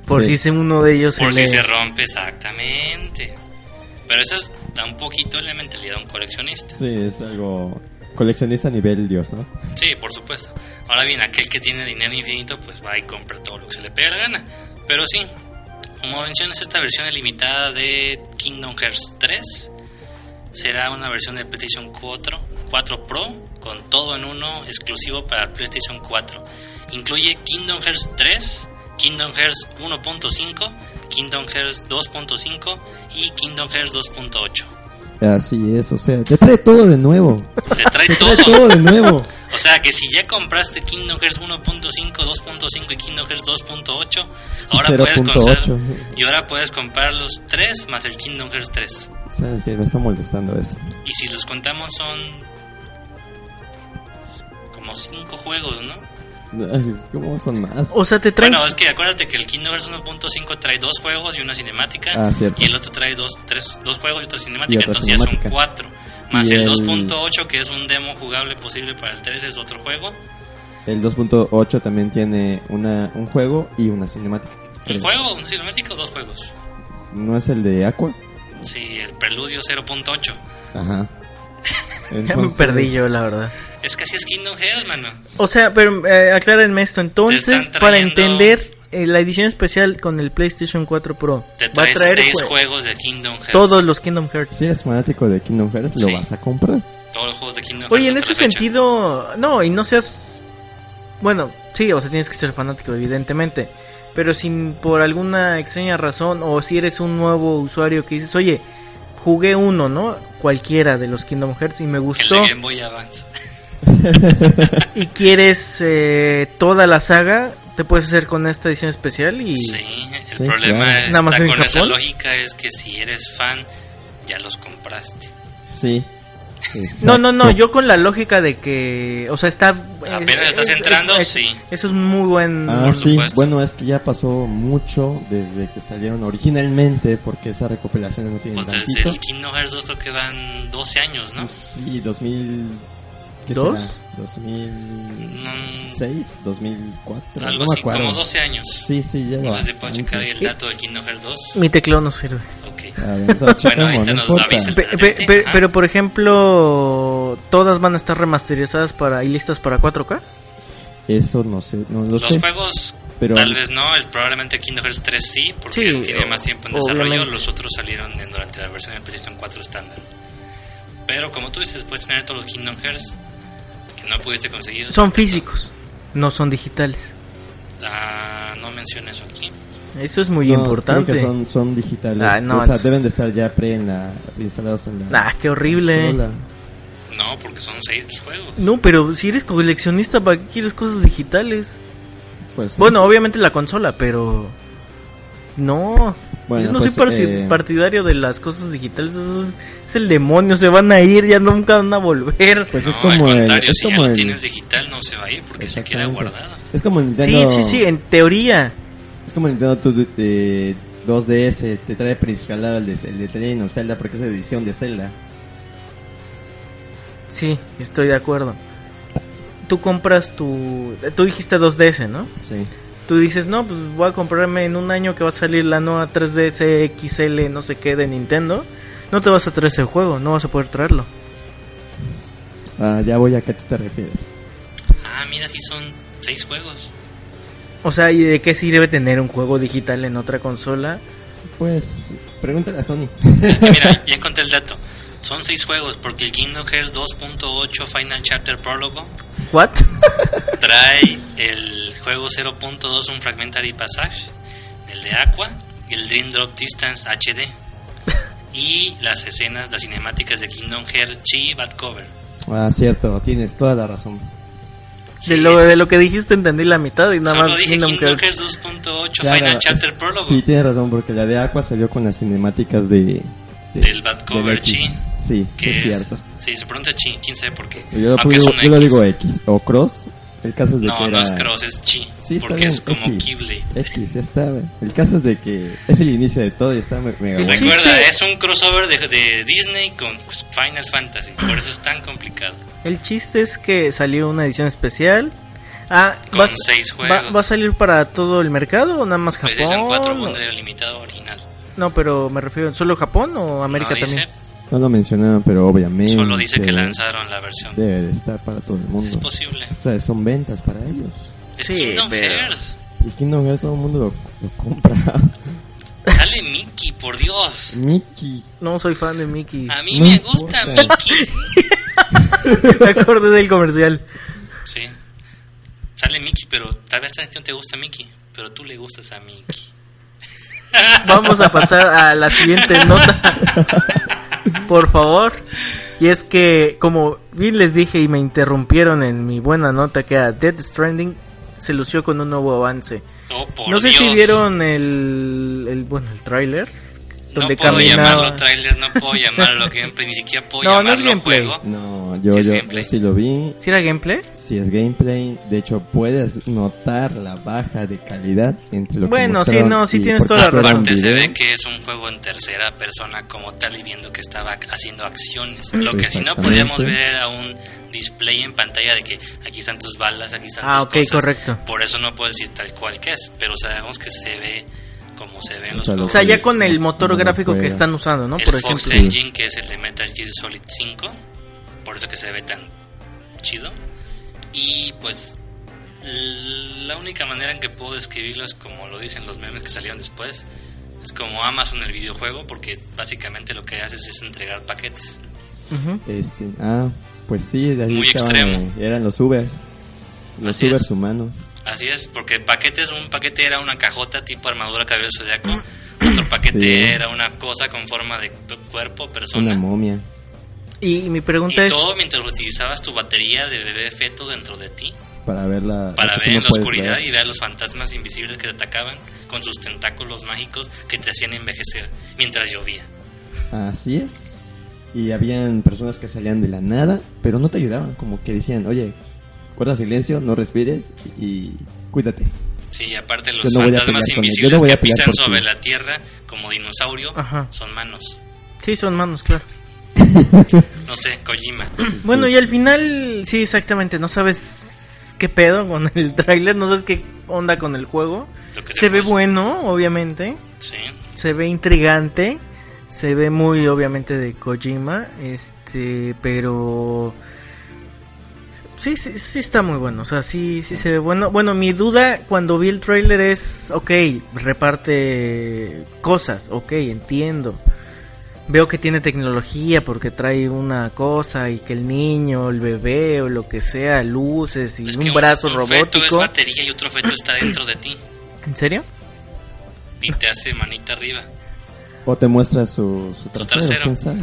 por
sí.
si se- uno de ellos
Por
se
si
le-
se rompe, exactamente. Pero eso es, da un poquito la mentalidad de un coleccionista.
Sí, es algo coleccionista a nivel Dios, ¿no?
Sí, por supuesto. Ahora bien, aquel que tiene dinero infinito, pues va y compra todo lo que se le pega la gana. Pero sí, como mencionas, esta versión limitada de Kingdom Hearts 3 será una versión de PlayStation 4, 4 Pro con todo en uno exclusivo para PlayStation 4. Incluye Kingdom Hearts 3, Kingdom Hearts 1.5, Kingdom Hearts 2.5 y Kingdom Hearts 2.8.
Así es, o sea, te trae todo de nuevo.
Te trae
Te trae
todo.
todo de nuevo.
O sea que si ya compraste Kingdom Hearts 1.5, 2.5 y Kingdom Hearts 2.8, ahora puedes comprar
0.8.
y ahora puedes comprar los 3 más el Kingdom Hearts 3.
Sabes que me está molestando eso.
Y si los contamos son como 5 juegos, ¿no?
Ay, ¿Cómo son más?
O sea, te traen.
Bueno, es que acuérdate que el Kingdom Hearts 1.5 trae dos juegos y una cinemática.
Ah, cierto.
Y el otro trae dos, tres, dos juegos y otra cinemática.
Y otra
entonces ya
cinemática.
son cuatro. Más
Y
el,
el-
2.8, que es un demo jugable posible para el 3, es otro juego.
El 2.8 también tiene una, un juego y una cinemática.
¿Un juego? ¿Una cinemática o dos juegos?
¿No es el de Aqua?
Sí, el Preludio 0.8.
Ajá.
Ya me
Entonces,
perdí yo, la verdad.
Es que así es Kingdom Hearts, mano.
O sea, pero eh, aclárenme esto. Entonces,
Te están
para
trayendo-
entender, eh, la edición especial con el PlayStation 4 Pro
Te
va a
trae
traer
seis
jue-
juegos de Kingdom Hearts.
todos los Kingdom Hearts.
Si eres fanático de Kingdom Hearts,
Sí.
lo vas a comprar.
Todos los juegos de Kingdom Hearts.
Oye, en
hasta
ese
la fecha.
sentido, no, y no seas. Bueno, sí, o sea, tienes que ser fanático, evidentemente. Pero si por alguna extraña razón, o si eres un nuevo usuario que dices, oye, jugué uno, ¿no? Cualquiera de los Kingdom Hearts y me
El
gustó,
de Game Boy Advance.
y quieres eh, toda la saga, te puedes hacer con esta edición especial y.
Sí, el
Sí,
problema
claro.
Nada más
está
en
con esa
Japón.
lógica es que si eres fan, ya los compraste.
Sí.
No,
Exacto.
no, no, yo con la lógica de que, o sea, está...
Apenas estás entrando, sí.
Eso es muy buen...
Ah,
Por
sí.
supuesto.
Bueno, es que ya pasó mucho desde que salieron originalmente, porque esa recopilación no tiene
Pues
tantito.
desde el Kingdom Hearts 2 creo que van 12 años, ¿no?
Sí, 2000. ¿Qué
¿Dos?
será? 2006, 2004.
Mm. Algo
no me
así,
acuerdo.
como 12 años.
Sí, sí, ya
No sé si
bastante.
puedo checar ahí el dato del Kingdom Hearts 2.
Mi teclado no sirve.
Ok.
A ver, lo
Bueno,
checamos,
ahorita
no
nos
importa.
avisa.
Pe- pe- pe- pero, por ejemplo, todas van a estar remasterizadas para y listas para 4K.
Eso no sé, no lo
Los
sé.
juegos,
Pero-
tal vez no, el, probablemente Kingdom Hearts 3 sí, porque
Sí,
tiene
o-
más tiempo en desarrollo.
obviamente.
Los otros salieron en- durante la versión de PlayStation 4 estándar. Pero como tú dices, puedes tener todos los Kingdom Hearts que no pudiste conseguir.
Son físicos, no son digitales.
Ah, no mencioné eso aquí.
Eso es muy
No,
importante.
Creo que son, son digitales.
Ah, no,
o sea,
es-
deben de estar ya pre en la, instalados en la.
Ah, qué horrible.
consola.
No, porque son 6 juegos.
No, pero si eres coleccionista, ¿para qué quieres cosas digitales?
Pues, no
Bueno,
sé.
obviamente la consola, pero... No,
Bueno,
yo no
pues,
soy parti-
eh,
partidario de las cosas digitales. Eso es, es el demonio, se van a ir, ya nunca van a volver.
Pues
no,
es como
al
el.
contrario,
Es
si ya
como
lo
el-
tienes digital no se va a ir porque se queda
Exactamente.
guardado.
Es como el
Sí,
Nintendo.
sí, sí, en teoría.
Es como el Nintendo tu- eh, 2DS. Te trae preinstalado el de, el de Train of Zelda porque es edición de Zelda.
Sí, estoy de acuerdo. Tú compras tu... Tú dijiste 2DS, ¿no?
Sí.
Tú dices, no, pues voy a comprarme en un año que va a salir la nueva 3DS XL, no sé qué, de Nintendo. No te vas a traer ese juego, no vas a poder traerlo.
Ah, ya voy a qué tú te refieres.
Ah, mira, sí son 6 juegos.
O sea, ¿y de qué sirve tener un juego digital en otra consola?
Pues. Pregúntale a Sony.
Mira, ya encontré el dato. Son seis juegos porque el Kingdom Hearts 2.8 Final Chapter Prólogo
¿What?
trae el juego 0.2 un Fragmentary Passage, el de Aqua, el Dream Drop Distance HD y las escenas, las cinemáticas de Kingdom Hearts Chi Bad Cover.
Ah, cierto, tienes toda la razón.
De, lo, de lo que dijiste entendí la mitad y nada
Solo
más...
dije
Kingdom
Kingdom
Hearts.
Hearts 2.8
Claro,
Final
es-
Chapter Prólogo.
Sí, tienes razón, porque la de Aqua salió con las cinemáticas de. de-
Del Bad Cover
X.
Chi.
Sí, sí,
que
es cierto.
Sí, se pronuncia Chi, quién sabe por qué.
Yo lo,
Aunque
pongo-
es una
yo lo
X.
digo X o Cross. El caso es de que
No, no
era-
es Cross, es Chi,
Sí, está
porque
bien,
es como
X.
Keyblade.
X, ya está. El caso es de que es el inicio de todo y está me- mega
El
bueno.
Recuerda,
chiste-
es un crossover de, de Disney con Final Fantasy, por eso es tan complicado.
El chiste es que salió una edición especial. Ah,
Con
va,
seis
va-
juegos. Pues
va a salir para todo el mercado o nada más Japón?
PlayStation 4
¿O-
Bundle limitado original.
No, pero me refiero, ¿solo Japón o América
no dice,
también?
No lo mencionaron, pero obviamente.
solo dice que lanzaron la versión.
Debe de estar para todo el
Es
mundo.
posible.
O sea, son ventas para ellos.
Es
Sí,
Kingdom
pero-
Hearts.
Y Kingdom Hearts todo el mundo lo, lo compra.
Sale Mickey, por Dios.
Mickey.
No, soy fan de Mickey.
A mí
No
me gusta
importa.
Mickey.
Me acordé del comercial.
Sí. Sale Mickey, pero tal vez a ti no te gusta Mickey, pero tú le gustas a Mickey.
Vamos a pasar a la siguiente nota. por favor. Y es que, como bien les dije y me interrumpieron en mi buena nota que era Dead Stranding, se lució con un nuevo avance.
Oh, por
No sé
Dios.
si vieron el, el bueno, el tráiler. donde
no puedo
caminaba.
llamarlo trailer, no puedo llamarlo gameplay, ni siquiera puedo
No, no es
llamarlo
gameplay.
juego.
No, yo,
Sí es
yo,
gameplay.
yo sí lo vi.
¿Sí era gameplay?
Si es gameplay, de hecho puedes notar la baja de calidad entre lo que
Bueno,
mostraron
sí, no, sí
y
tienes
porque
toda la
mostraron
razón.
un
Aparte se
video.
ve que es un juego en tercera persona como tal y viendo que estaba haciendo acciones. Lo que si no
Exactamente.
podíamos ver era un display en pantalla de que aquí están tus balas, aquí están
Ah,
tus
ok,
cosas.
correcto.
Por eso no puedo decir tal cual que es, pero sabemos que se ve como se ve en los
O sea, lo
O
juegos.
sea, ya con el motor
No
gráfico que
juegas.
están usando, ¿no?
el
Por
Fox
ejemplo.
Engine que es el de Metal Gear Solid 5 por eso que se ve tan chido y pues l- la única manera en que puedo describirlo es como lo dicen los memes que salieron después es como Amazon el videojuego porque básicamente lo que haces es entregar paquetes
Ujú.
Este, ah, pues sí, de ahí
Muy
estaban,
extremo.
eh, eran los Ubers. Los
Así
Ubers
es.
humanos.
así es porque paquetes un paquete era una cajota tipo armadura cabello zodiaco otro paquete
Sí.
era una cosa con forma de p- cuerpo persona
Una momia.
Y mi pregunta
y
es...
todo mientras utilizabas tu batería de bebé feto dentro de ti
Para verla.
para
lo que
ver
tú
en la
no puedes
oscuridad
ver.
y ver a los fantasmas invisibles que te atacaban con sus tentáculos mágicos que te hacían envejecer mientras llovía.
Así es. Y habían personas que salían de la nada, pero no te ayudaban. Como que decían, oye, guarda silencio, no respires y cuídate.
Sí, y aparte
Yo
los
no voy a pelear
fantasmas
con él, yo
invisibles
no voy
que
a pelear
pisan
por ti.
sobre la tierra como dinosaurio
Ajá.
son manos.
Sí, son manos, claro.
No sé, Kojima.
Bueno, y al final, sí, exactamente, no sabes qué pedo con el tráiler, no sabes qué onda con el juego.
Lo que te
Se ve
gusta.
bueno, obviamente,
Sí.
se ve intrigante, se ve muy obviamente de Kojima, este, pero sí, sí, sí está muy bueno, o sea, sí, sí se ve bueno. Bueno, mi duda cuando vi el tráiler es, ok, reparte cosas, ok, entiendo. Veo que tiene tecnología porque trae una cosa y que el niño, el bebé o lo que sea, luces y
Es
un
que
brazo
un feto es
robótico.
batería y otro feto está dentro de ti
¿En serio?
y te hace manita arriba.
O te muestra su, su
Su
trasero,
trasero.
quién sabe.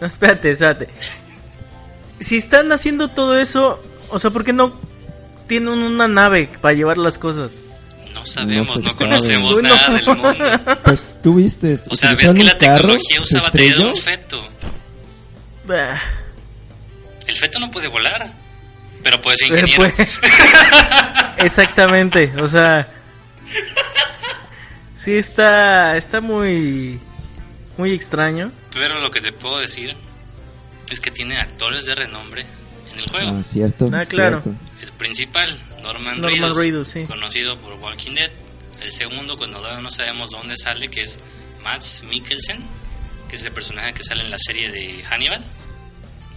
No, espérate, espérate. Si están haciendo todo eso, o sea, ¿por qué no tienen una nave para llevar las cosas?
No sabemos,
se
no,
sabe.
conocemos
Bueno.
nada del mundo.
Pues tú viste.
O sea, ves
utilizaron
que
un
la
carro,
tecnología
se
usa batería de
estrelló.
un feto.
Bah,
El feto no puede volar, pero puede ser
pero
ingeniero.
pues- exactamente, o sea, sí está, está muy, muy extraño.
Pero lo que te puedo decir es que tiene actores de renombre en el juego.
Ah, cierto.
Ah, claro.
cierto.
El principal, Norman,
Norman
Reedus,
Reedus, sí.
conocido por Walking Dead. El segundo, cuando todavía no sabemos dónde sale, que es Max Mikkelsen, que es el personaje que sale en la serie de Hannibal.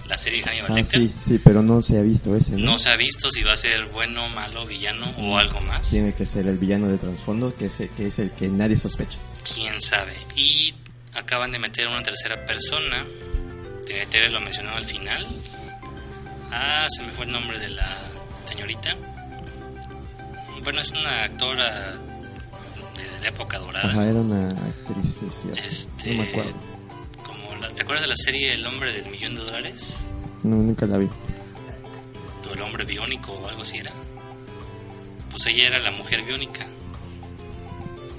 La serie de Hannibal
Ah,
Lecter.
sí, sí, pero no se ha visto ese, ¿no?
No se ha visto si va a ser bueno, malo, villano o algo más.
Tiene que ser el villano de trasfondo, que es, el- que es el que nadie sospecha.
quién sabe. Y acaban de meter una tercera persona. Tenía que lo mencionado al final. Ah, se me fue el nombre de la señorita. Bueno, es una actora de la época dorada.
Ajá, era una actriz, es cierto.
Ah. Este,
No me acuerdo.
Como la- ¿Te acuerdas de la serie El hombre del millón de dólares?
No, nunca la vi.
O el hombre biónico o algo así era. Pues ella era la mujer biónica.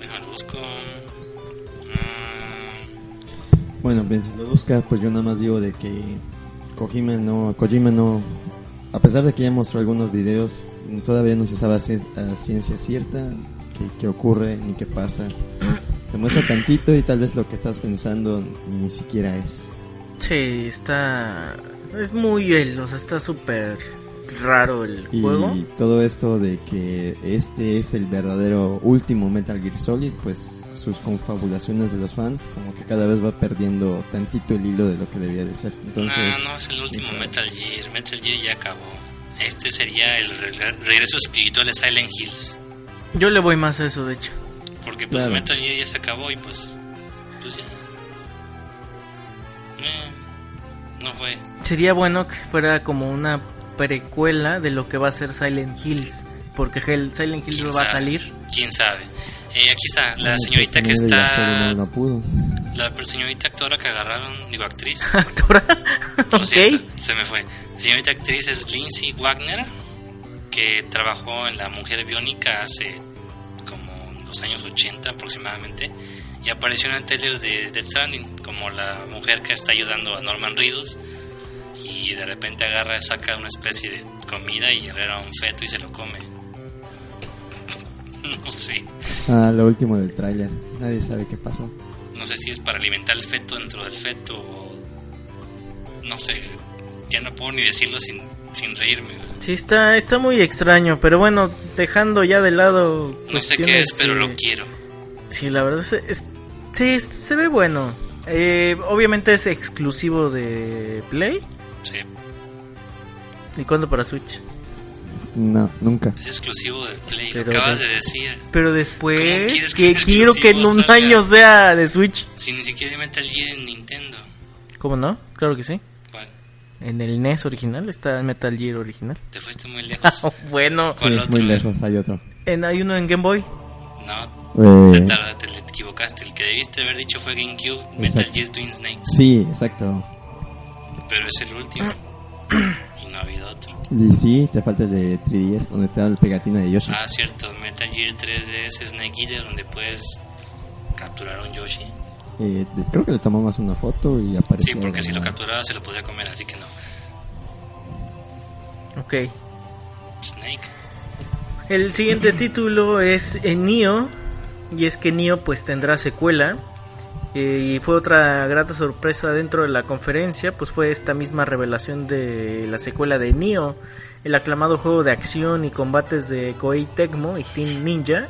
Déjame lo busco. Mm,
Bueno, mientras lo busca, pues yo nada más digo de que Kojima no, Kojima no, a pesar de que ya mostró algunos videos, todavía no se sabe a cien- a ciencia cierta qué, qué ocurre ni qué pasa. Te muestra tantito y tal vez lo que estás pensando ni siquiera es.
Sí, está, es muy, él, o sea, está súper raro el
Y
juego.
todo esto de que este es el verdadero último Metal Gear Solid, pues sus confabulaciones de los fans como que cada vez va perdiendo tantito el hilo de lo que debía de ser. Entonces,
Ah, no, no es el último Metal Gear. Metal Gear ya acabó. Este sería el re- regreso espiritual de Silent Hills.
Yo le voy más a eso, de hecho.
Porque pues
Claro.
Metal Gear ya se acabó y pues. Pues ya. Eh, no fue.
Sería bueno que fuera como una precuela de lo que va a ser Silent Hills, porque Hel- Silent Hills
¿Quién
no va a
sabe?
salir.
Quién sabe. Eh, aquí está la
Ay,
señorita
pues,
que
mira, ya solo
está.
no lo pudo.
la señorita actora que agarraron, digo actriz,
Actora.
Lo
ok.
siento, se me fue. La señorita actriz es Lindsay Wagner, que trabajó en La Mujer Biónica hace como los años 80 aproximadamente, y apareció en el trailer de Death Stranding como la mujer que está ayudando a Norman Reedus, y de repente agarra, saca una especie de comida y herrera un feto y se lo come. No sé,
Ah, lo último del tráiler. Nadie sabe qué pasó.
no sé si es para alimentar el feto dentro del feto o... No sé, ya no puedo ni decirlo sin, sin reírme.
Sí, está, está muy extraño, pero bueno, dejando ya de lado.
No sé qué es,
cuestiones
pero
de-
lo quiero.
Sí, la verdad, es, es- sí, es- se ve bueno. Eh, obviamente es exclusivo de Play.
Sí,
¿Y cuándo para Switch?
No, nunca.
es exclusivo de Play.
Pero
lo acabas
de-
de... decir.
Pero
¿Cómo
después,
quieres
que
que
quiero que en
exclusivo
un
salga?
año sea de Switch.
Si ni siquiera mete el Gear en Nintendo.
¿Cómo no? Claro que sí.
¿Cuál?
En el NES original está el Metal Gear original.
Te fuiste muy lejos.
bueno,
Sí,
¿Cuál
es
otro?
muy lejos, hay otro.
en, hay uno en Game Boy.
No, te
Eh,
tardaste, te equivocaste. El que debiste haber dicho fue GameCube
Exacto.
Metal Gear Twin Snakes.
sí, exacto.
Pero es el último. y no ha habido otro.
Y sí, te falta el de 3DS, donde te da la pegatina de Yoshi.
Ah, cierto. Metal Gear 3DS Snake Eater, donde puedes capturar a un Yoshi.
Eh, de- creo que le tomamos una foto y apareció.
Sí, porque si lo
la-
capturaba se lo podía comer, así que no.
Ok.
Snake.
El siguiente título es eh, Nioh. Y es que Nioh pues tendrá secuela. eh, y fue otra grata sorpresa dentro de la conferencia. Pues fue esta misma revelación de la secuela de Nioh. El aclamado juego de acción y combates de Koei Tecmo y Team Ninja.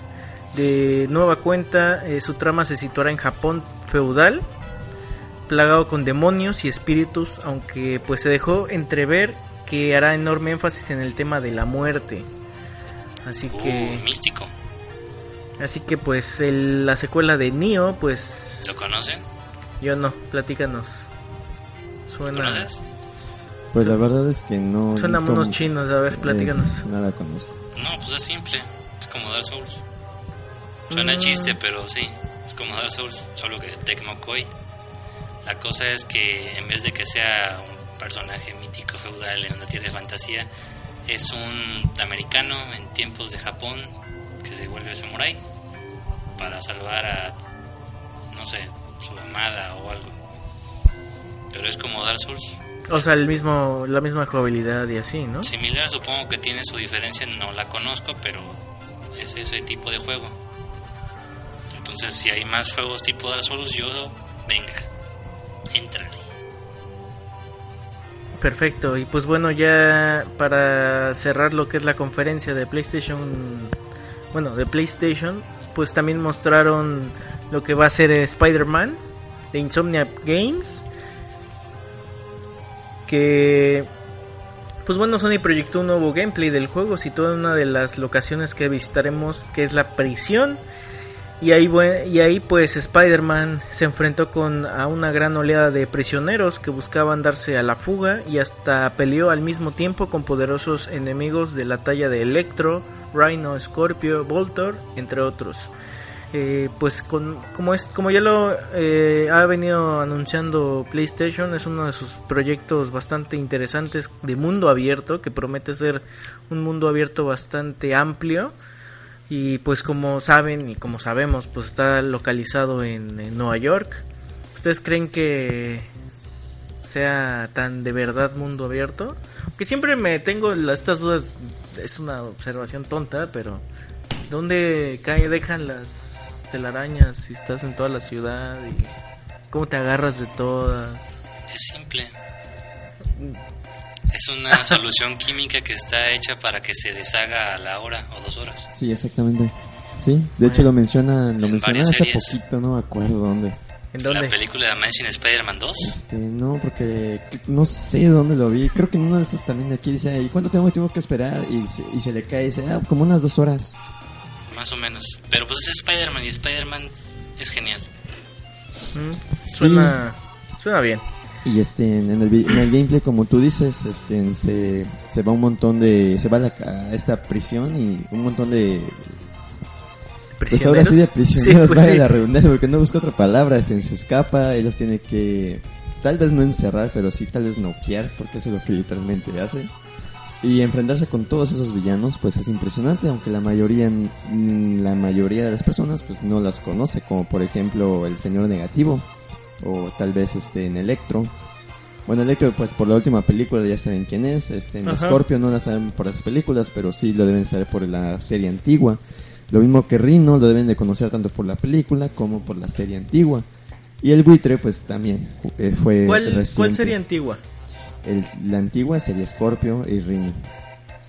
De nueva cuenta, eh, su trama se situará en Japón feudal. plagado con demonios y espíritus, aunque pues se dejó entrever que hará enorme énfasis en el tema de la muerte. Así
Uh,
que,
místico.
así que pues el- la secuela de Nio, pues
¿Lo conocen?
yo no, platícanos.
¿Lo
Suena,
conoces?
Pues la verdad es que no.
suena a
nunca-
unos chinos, a ver,
eh,
platícanos.
nada conozco.
No, pues es simple. Es como Dark Souls. Suena
Mm.
chiste, pero sí. Es como Dark Souls, solo que de Tecmo Koi. La cosa es que en vez de que sea un personaje mítico feudal en una tierra de fantasía, es un americano en tiempos de Japón que se vuelve samurái para salvar a, no sé, su amada o algo. Pero es como Dark Souls.
O sea, el mismo, la misma jugabilidad y así, ¿no?
Similar supongo que tiene su diferencia, no la conozco, pero es ese tipo de juego. Entonces, si hay más juegos tipo Dark Souls, yo, venga, entrale.
Perfecto, y pues bueno, ya para cerrar lo que es la conferencia de PlayStation, bueno, de PlayStation, pues también mostraron lo que va a ser eh, Spider-Man de Insomnia Games, que pues bueno, Sony proyectó un nuevo gameplay del juego situado en una de las locaciones que visitaremos, que es la prisión. Y ahí, bue- y ahí pues Spider-Man se enfrentó con a una gran oleada de prisioneros que buscaban darse a la fuga y hasta peleó al mismo tiempo con poderosos enemigos de la talla de Electro, Rhino, Scorpio, Voltor, entre otros. Eh, pues con- como, es, como ya lo eh, ha venido anunciando PlayStation, es uno de sus proyectos bastante interesantes de mundo abierto, que promete ser un mundo abierto bastante amplio. Y pues como saben y como sabemos, pues está localizado en, en Nueva York. ¿Ustedes creen que sea tan de verdad mundo abierto? Que siempre me tengo la- estas dudas, es una observación tonta, pero ¿dónde cae, dejan las telarañas si estás en toda la ciudad? ¿Y ¿Cómo te agarras de todas?
Es simple. Es una solución química que está hecha para que se deshaga a la hora o dos horas.
Sí, exactamente. Sí, de hecho lo mencionan, lo
En
mencionan
varias
hace
series.
poquito, no me acuerdo dónde.
¿En
La
dónde?
película de Amazing Spider-Man 2.
Este, no, porque no sé dónde lo vi. Creo que en uno de esos también de aquí dice, ¿y cuánto tengo, tengo que esperar? Y se, y se le cae y dice, ah, como unas dos horas.
Más o menos. Pero pues es Spider-Man y Spider-Man es genial.
Mm, Suena, suena bien.
Y este, en en el, vi- en el gameplay, como tú dices, este, se, se va un montón de, se va a, la- a esta prisión y un montón de Pues ahora sí de prisioneros,
Sí, pues
vale
sí.
la redundancia, porque no busca otra palabra, este, se escapa, él los tiene que, tal vez no encerrar, pero sí tal vez noquear, porque eso es lo que literalmente hace. Y enfrentarse con todos esos villanos, pues es impresionante, aunque la mayoría, mm, la mayoría de las personas, pues no las conoce, como por ejemplo el señor negativo, o tal vez este en Electro. Bueno, Electro, pues por la última película ya saben quién es, este, en
Ajá.
Scorpio no la saben por las películas, pero sí lo deben saber por la serie antigua. Lo mismo que Rino, lo deben de conocer tanto por la película como por la serie antigua. Y el buitre, pues también ju- eh, fue.
¿Cuál, ¿Cuál
reciente.
serie antigua?
El- la antigua sería Scorpio y Rino.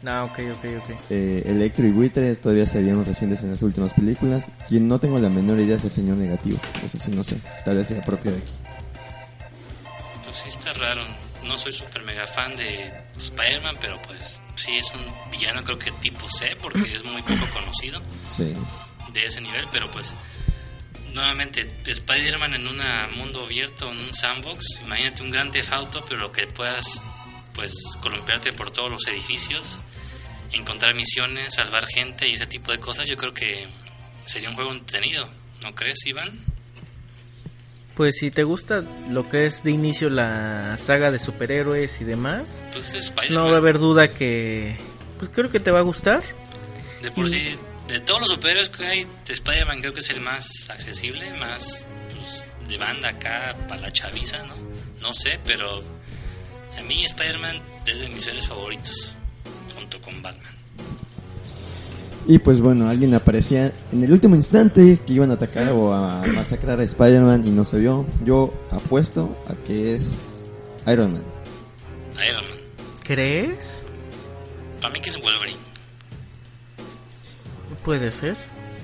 Ah, ok, ok, ok.
Eh, Electro y Buitre todavía serían recientes en las últimas películas. Quien no tengo la menor idea es el señor negativo. Eso sí, no sé. Tal vez sea propio de aquí.
Pues sí está raro. No soy super mega fan de Spider-Man, pero pues sí es un villano creo que tipo C, porque es muy poco conocido
Sí.
de ese nivel, pero pues nuevamente Spider-Man en un mundo abierto, en un sandbox, imagínate un gran auto, pero que puedas pues columpiarte por todos los edificios, encontrar misiones, salvar gente y ese tipo de cosas, yo creo que sería un juego entretenido, ¿no crees, Iván?
Pues si te gusta lo que es de inicio la saga de superhéroes y demás,
Pues Spider-Man.
no va a haber duda que... Pues creo que te va a gustar.
De
Mm.
por sí, de todos los superhéroes que hay, Spider-Man creo que es el más accesible, más pues, de banda acá para la chaviza, ¿no? No sé, pero a mí Spider-Man es de mis seres favoritos, junto con Batman.
Y pues bueno, alguien aparecía en el último instante que iban a atacar o a masacrar a Spider-Man y no se vio. Yo apuesto a que es Iron Man.
Iron Man.
¿Crees?
Para mí que es Wolverine.
Puede ser.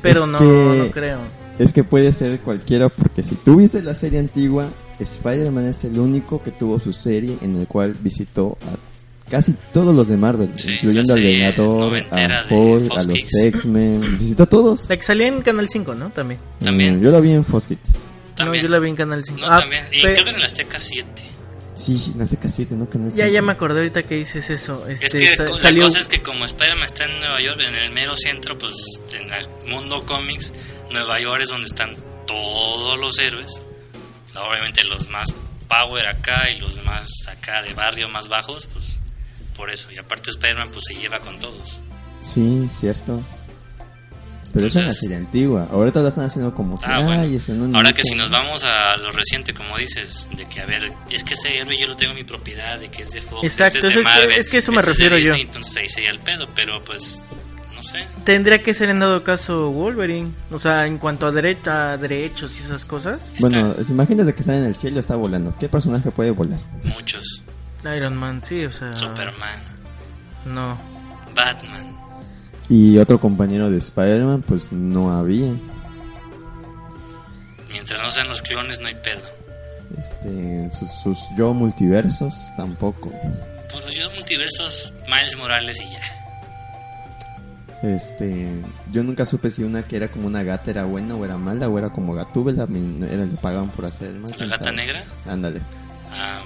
Pero no,
Este-
no creo.
Es que puede ser cualquiera porque si tú viste la serie antigua, Spider-Man es el único que tuvo su serie en el cual visitó a casi todos los de Marvel,
Sí,
incluyendo
la
al
serie
Vengador,
noventera
a
de
Hulk,
Fox
a los
Kids.
X-Men, visitó a todos.
La que salía en Canal 5, ¿no? También.
También.
Mm, Yo la vi en Fox Kids.
También.
No, yo la vi en Canal 5.
No, también. Y
pe-
creo que en el Azteca 7.
Sí, nace casi, ¿no? Canal
Ya,
cinco.
ya me acordé ahorita que dices eso. Este,
Es que
sa-
co-
salió...
la cosa es que como Spider-Man está en Nueva York, en el mero centro, pues en el mundo cómics, Nueva York es donde están todos los héroes. Obviamente los más power acá y los más acá de barrio más bajos, pues por eso. Y aparte Spider-Man pues se lleva con todos.
Sí, cierto. Pero esa es la
Entonces-
serie antigua. Ahorita lo están haciendo como que,
Ah,
"Ay,
bueno.
este, no, no,
Ahora
no,
que si
no".
nos vamos a lo reciente, como dices, de que a ver, es que este héroe yo lo tengo en mi propiedad, de que es de Fox,
Exacto,
este es
eso
de
es-
Marvel,
es que eso me
este es de
refiero yo.
Disney, Entonces ahí sería el pedo, pero pues no sé.
Tendría que ser en dado caso Wolverine. O sea, en cuanto a, dere- a derechos y esas cosas,
Bueno, es- imagínate que está en el cielo, está volando. ¿Qué personaje puede volar?
Muchos.
Iron Man, sí, o sea.
Superman.
No.
Batman.
Y otro compañero de Spider-Man, pues no había.
Mientras no sean los clones, no hay pedo.
Este, sus, sus yo multiversos tampoco.
Por Pues los multiversos, Miles Morales y ya.
Este, yo nunca supe si una que era como una gata era buena o era mala o era como Gatúbela, mi- era le pagaban por hacer más.
La
¿quién
gata
sabe?
negra,
Ándale.
ah,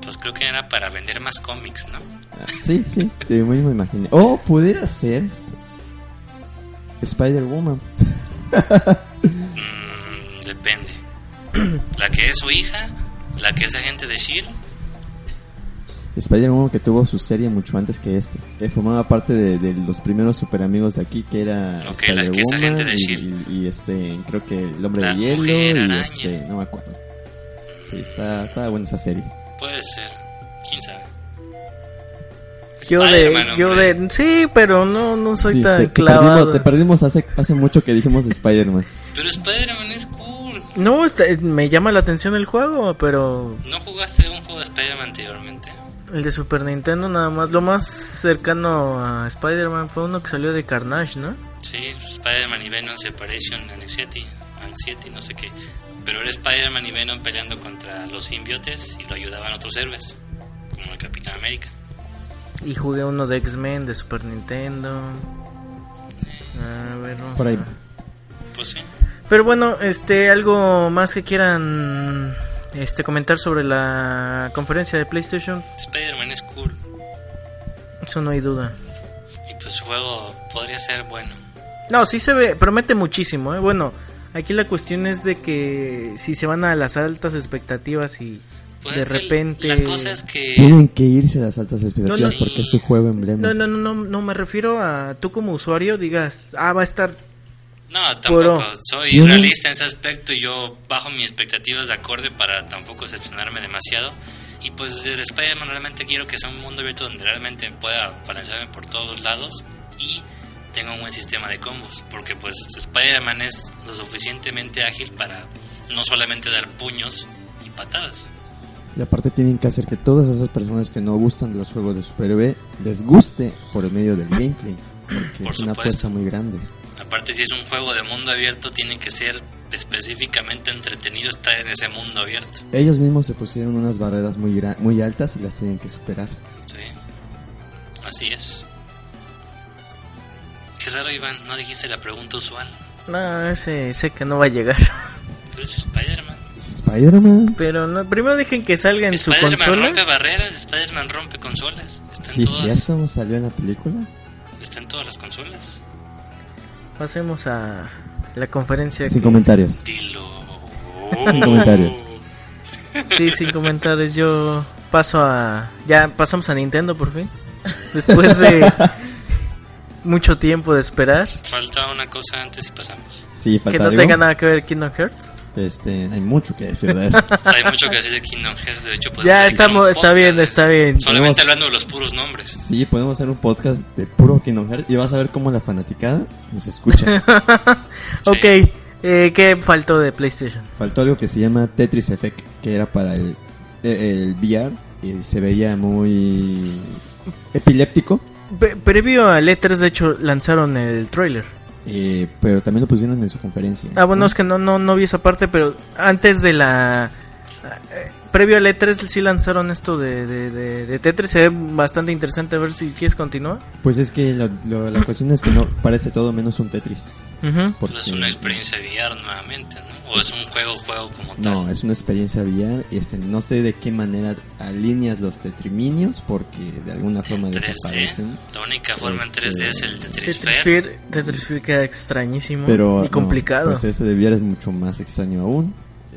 pues creo que era para vender más cómics, ¿no?
Ah, Sí, sí, sí, muy me imaginé. O pudiera ser Spider-Woman.
Mm, depende. la que es su hija, la que es agente de Shield.
Spider-Man que tuvo su serie mucho antes que este. Eh, formaba parte de, de los primeros super amigos de aquí, que era
Ok, la que es
Spider-Woman
agente de
y, y- y, este, creo que el hombre
E La
de hielo
Mujer
y
Araña.
este, no me acuerdo. Sí, está, estaba buena esa serie.
Puede ser, quién sabe.
Yo de,
Spider-Man,
yo
hombre.
de. Sí, pero no, no soy
Sí,
tan
te, te
clavado.
perdimos, te perdimos hace, hace mucho que dijimos de Spider-Man.
Pero Spider-Man es cool.
No, está- me llama la atención el juego, pero
¿No jugaste un juego de Spider-Man anteriormente?
el de Super Nintendo nada más. Lo más cercano a Spider-Man fue uno que salió de Carnage, ¿no?
Sí, Spider-Man y Venom Separation Anxiety, Anxiety, no sé qué. Pero era Spider-Man y Venom peleando contra los simbiotes y lo ayudaban otros héroes, como el Capitán América.
Y jugué uno de X-Men de Super Nintendo. A ver, vamos
Por ahí.
a-
Eh, Pues sí.
Pero bueno, este, algo más que quieran este comentar sobre la conferencia de PlayStation,
Spider-Man es cool.
eso no hay duda.
Y pues su juego podría ser bueno.
No, sí se ve, promete muchísimo, ¿eh? Bueno, aquí la cuestión es de que si se van a las altas expectativas y
Pues
de
es que
repente...
La cosa es que.
Tienen que irse a las altas expectativas
No, no.
porque es su juego emblema.
No, no, no, no, no, me refiero a tú como usuario digas, ah, va a estar...
No, tampoco.
Puro.
Soy
Tienen-
realista en ese aspecto y yo bajo mis expectativas de acorde para tampoco decepcionarme demasiado. Y pues de Spider-Man realmente quiero que sea un mundo abierto donde realmente pueda balancearme por todos lados y tenga un buen sistema de combos. Porque pues Spider-Man es lo suficientemente ágil para no solamente dar puños y patadas.
Y aparte tienen que hacer que todas esas personas que no gustan de los juegos de superhéroe les guste por medio del gameplay. Porque
Por
es una
supuesto.
fuerza muy grande.
Aparte, si es un juego de mundo abierto, tiene que ser específicamente entretenido estar en ese mundo abierto.
Ellos mismos se pusieron unas barreras muy, gra- muy altas y las tienen que superar.
Sí. Así es. Qué raro, Iván, no dijiste la pregunta usual.
No, ese sé que no va a llegar.
Pero es Spider-Man.
Es Spider-Man.
Pero no, primero dejen que salga en su
Spider-Man
consola.
rompe barreras, Spider-Man rompe consolas. Está en,
Sí,
todas,
cierto, salió en la película.
está en todas las consolas.
Pasemos a la conferencia.
Sin
que-
comentarios.
Dilo.
Sin comentarios.
Sí, sin comentarios. Yo paso a. Ya pasamos a Nintendo por fin. Después de mucho tiempo de esperar.
Falta una cosa antes y pasamos.
Sí,
Que
falta
no
algo.
tenga nada que ver Kingdom Hearts.
Este, hay mucho que decir de eso.
Hay mucho que decir de Kingdom Hearts, de hecho podemos
Ya
hacer
estamos,
un
está
podcast
bien,
de-
está bien.
Solamente hablando de los puros nombres.
sí, podemos hacer un podcast de puro Kingdom Hearts y vas a ver cómo la fanaticada nos escucha.
Ok, eh, ¿qué faltó de PlayStation?
Faltó algo que se llama Tetris Effect, que era para el, eh, el VR y se veía muy epiléptico,
Pre- previo al E3, de hecho, lanzaron el trailer.
eh, pero también lo pusieron en su conferencia.
Ah, bueno,
¿no?
es que no, no, no vi esa parte, pero antes de la... eh, Previo al E3 sí lanzaron esto de, de, de, de Tetris, se ve bastante interesante, a ver si quieres continuar.
Pues es que lo- lo- la cuestión es que no parece todo menos un Tetris.
Ujú.
porque-
Es una experiencia VR nuevamente, ¿no? O es un juego, juego como tal.
No, es una experiencia VR. y Este, no sé de qué manera alineas los tetriminios porque de Este, alguna forma
en 3D.
desaparecen.
La única forma en 3D es el Tetris
Tetris
Fair.
Fair, Tetris Fair queda extrañísimo
Pero
y Mm, complicado.
no, pues este de VR es mucho más extraño aún.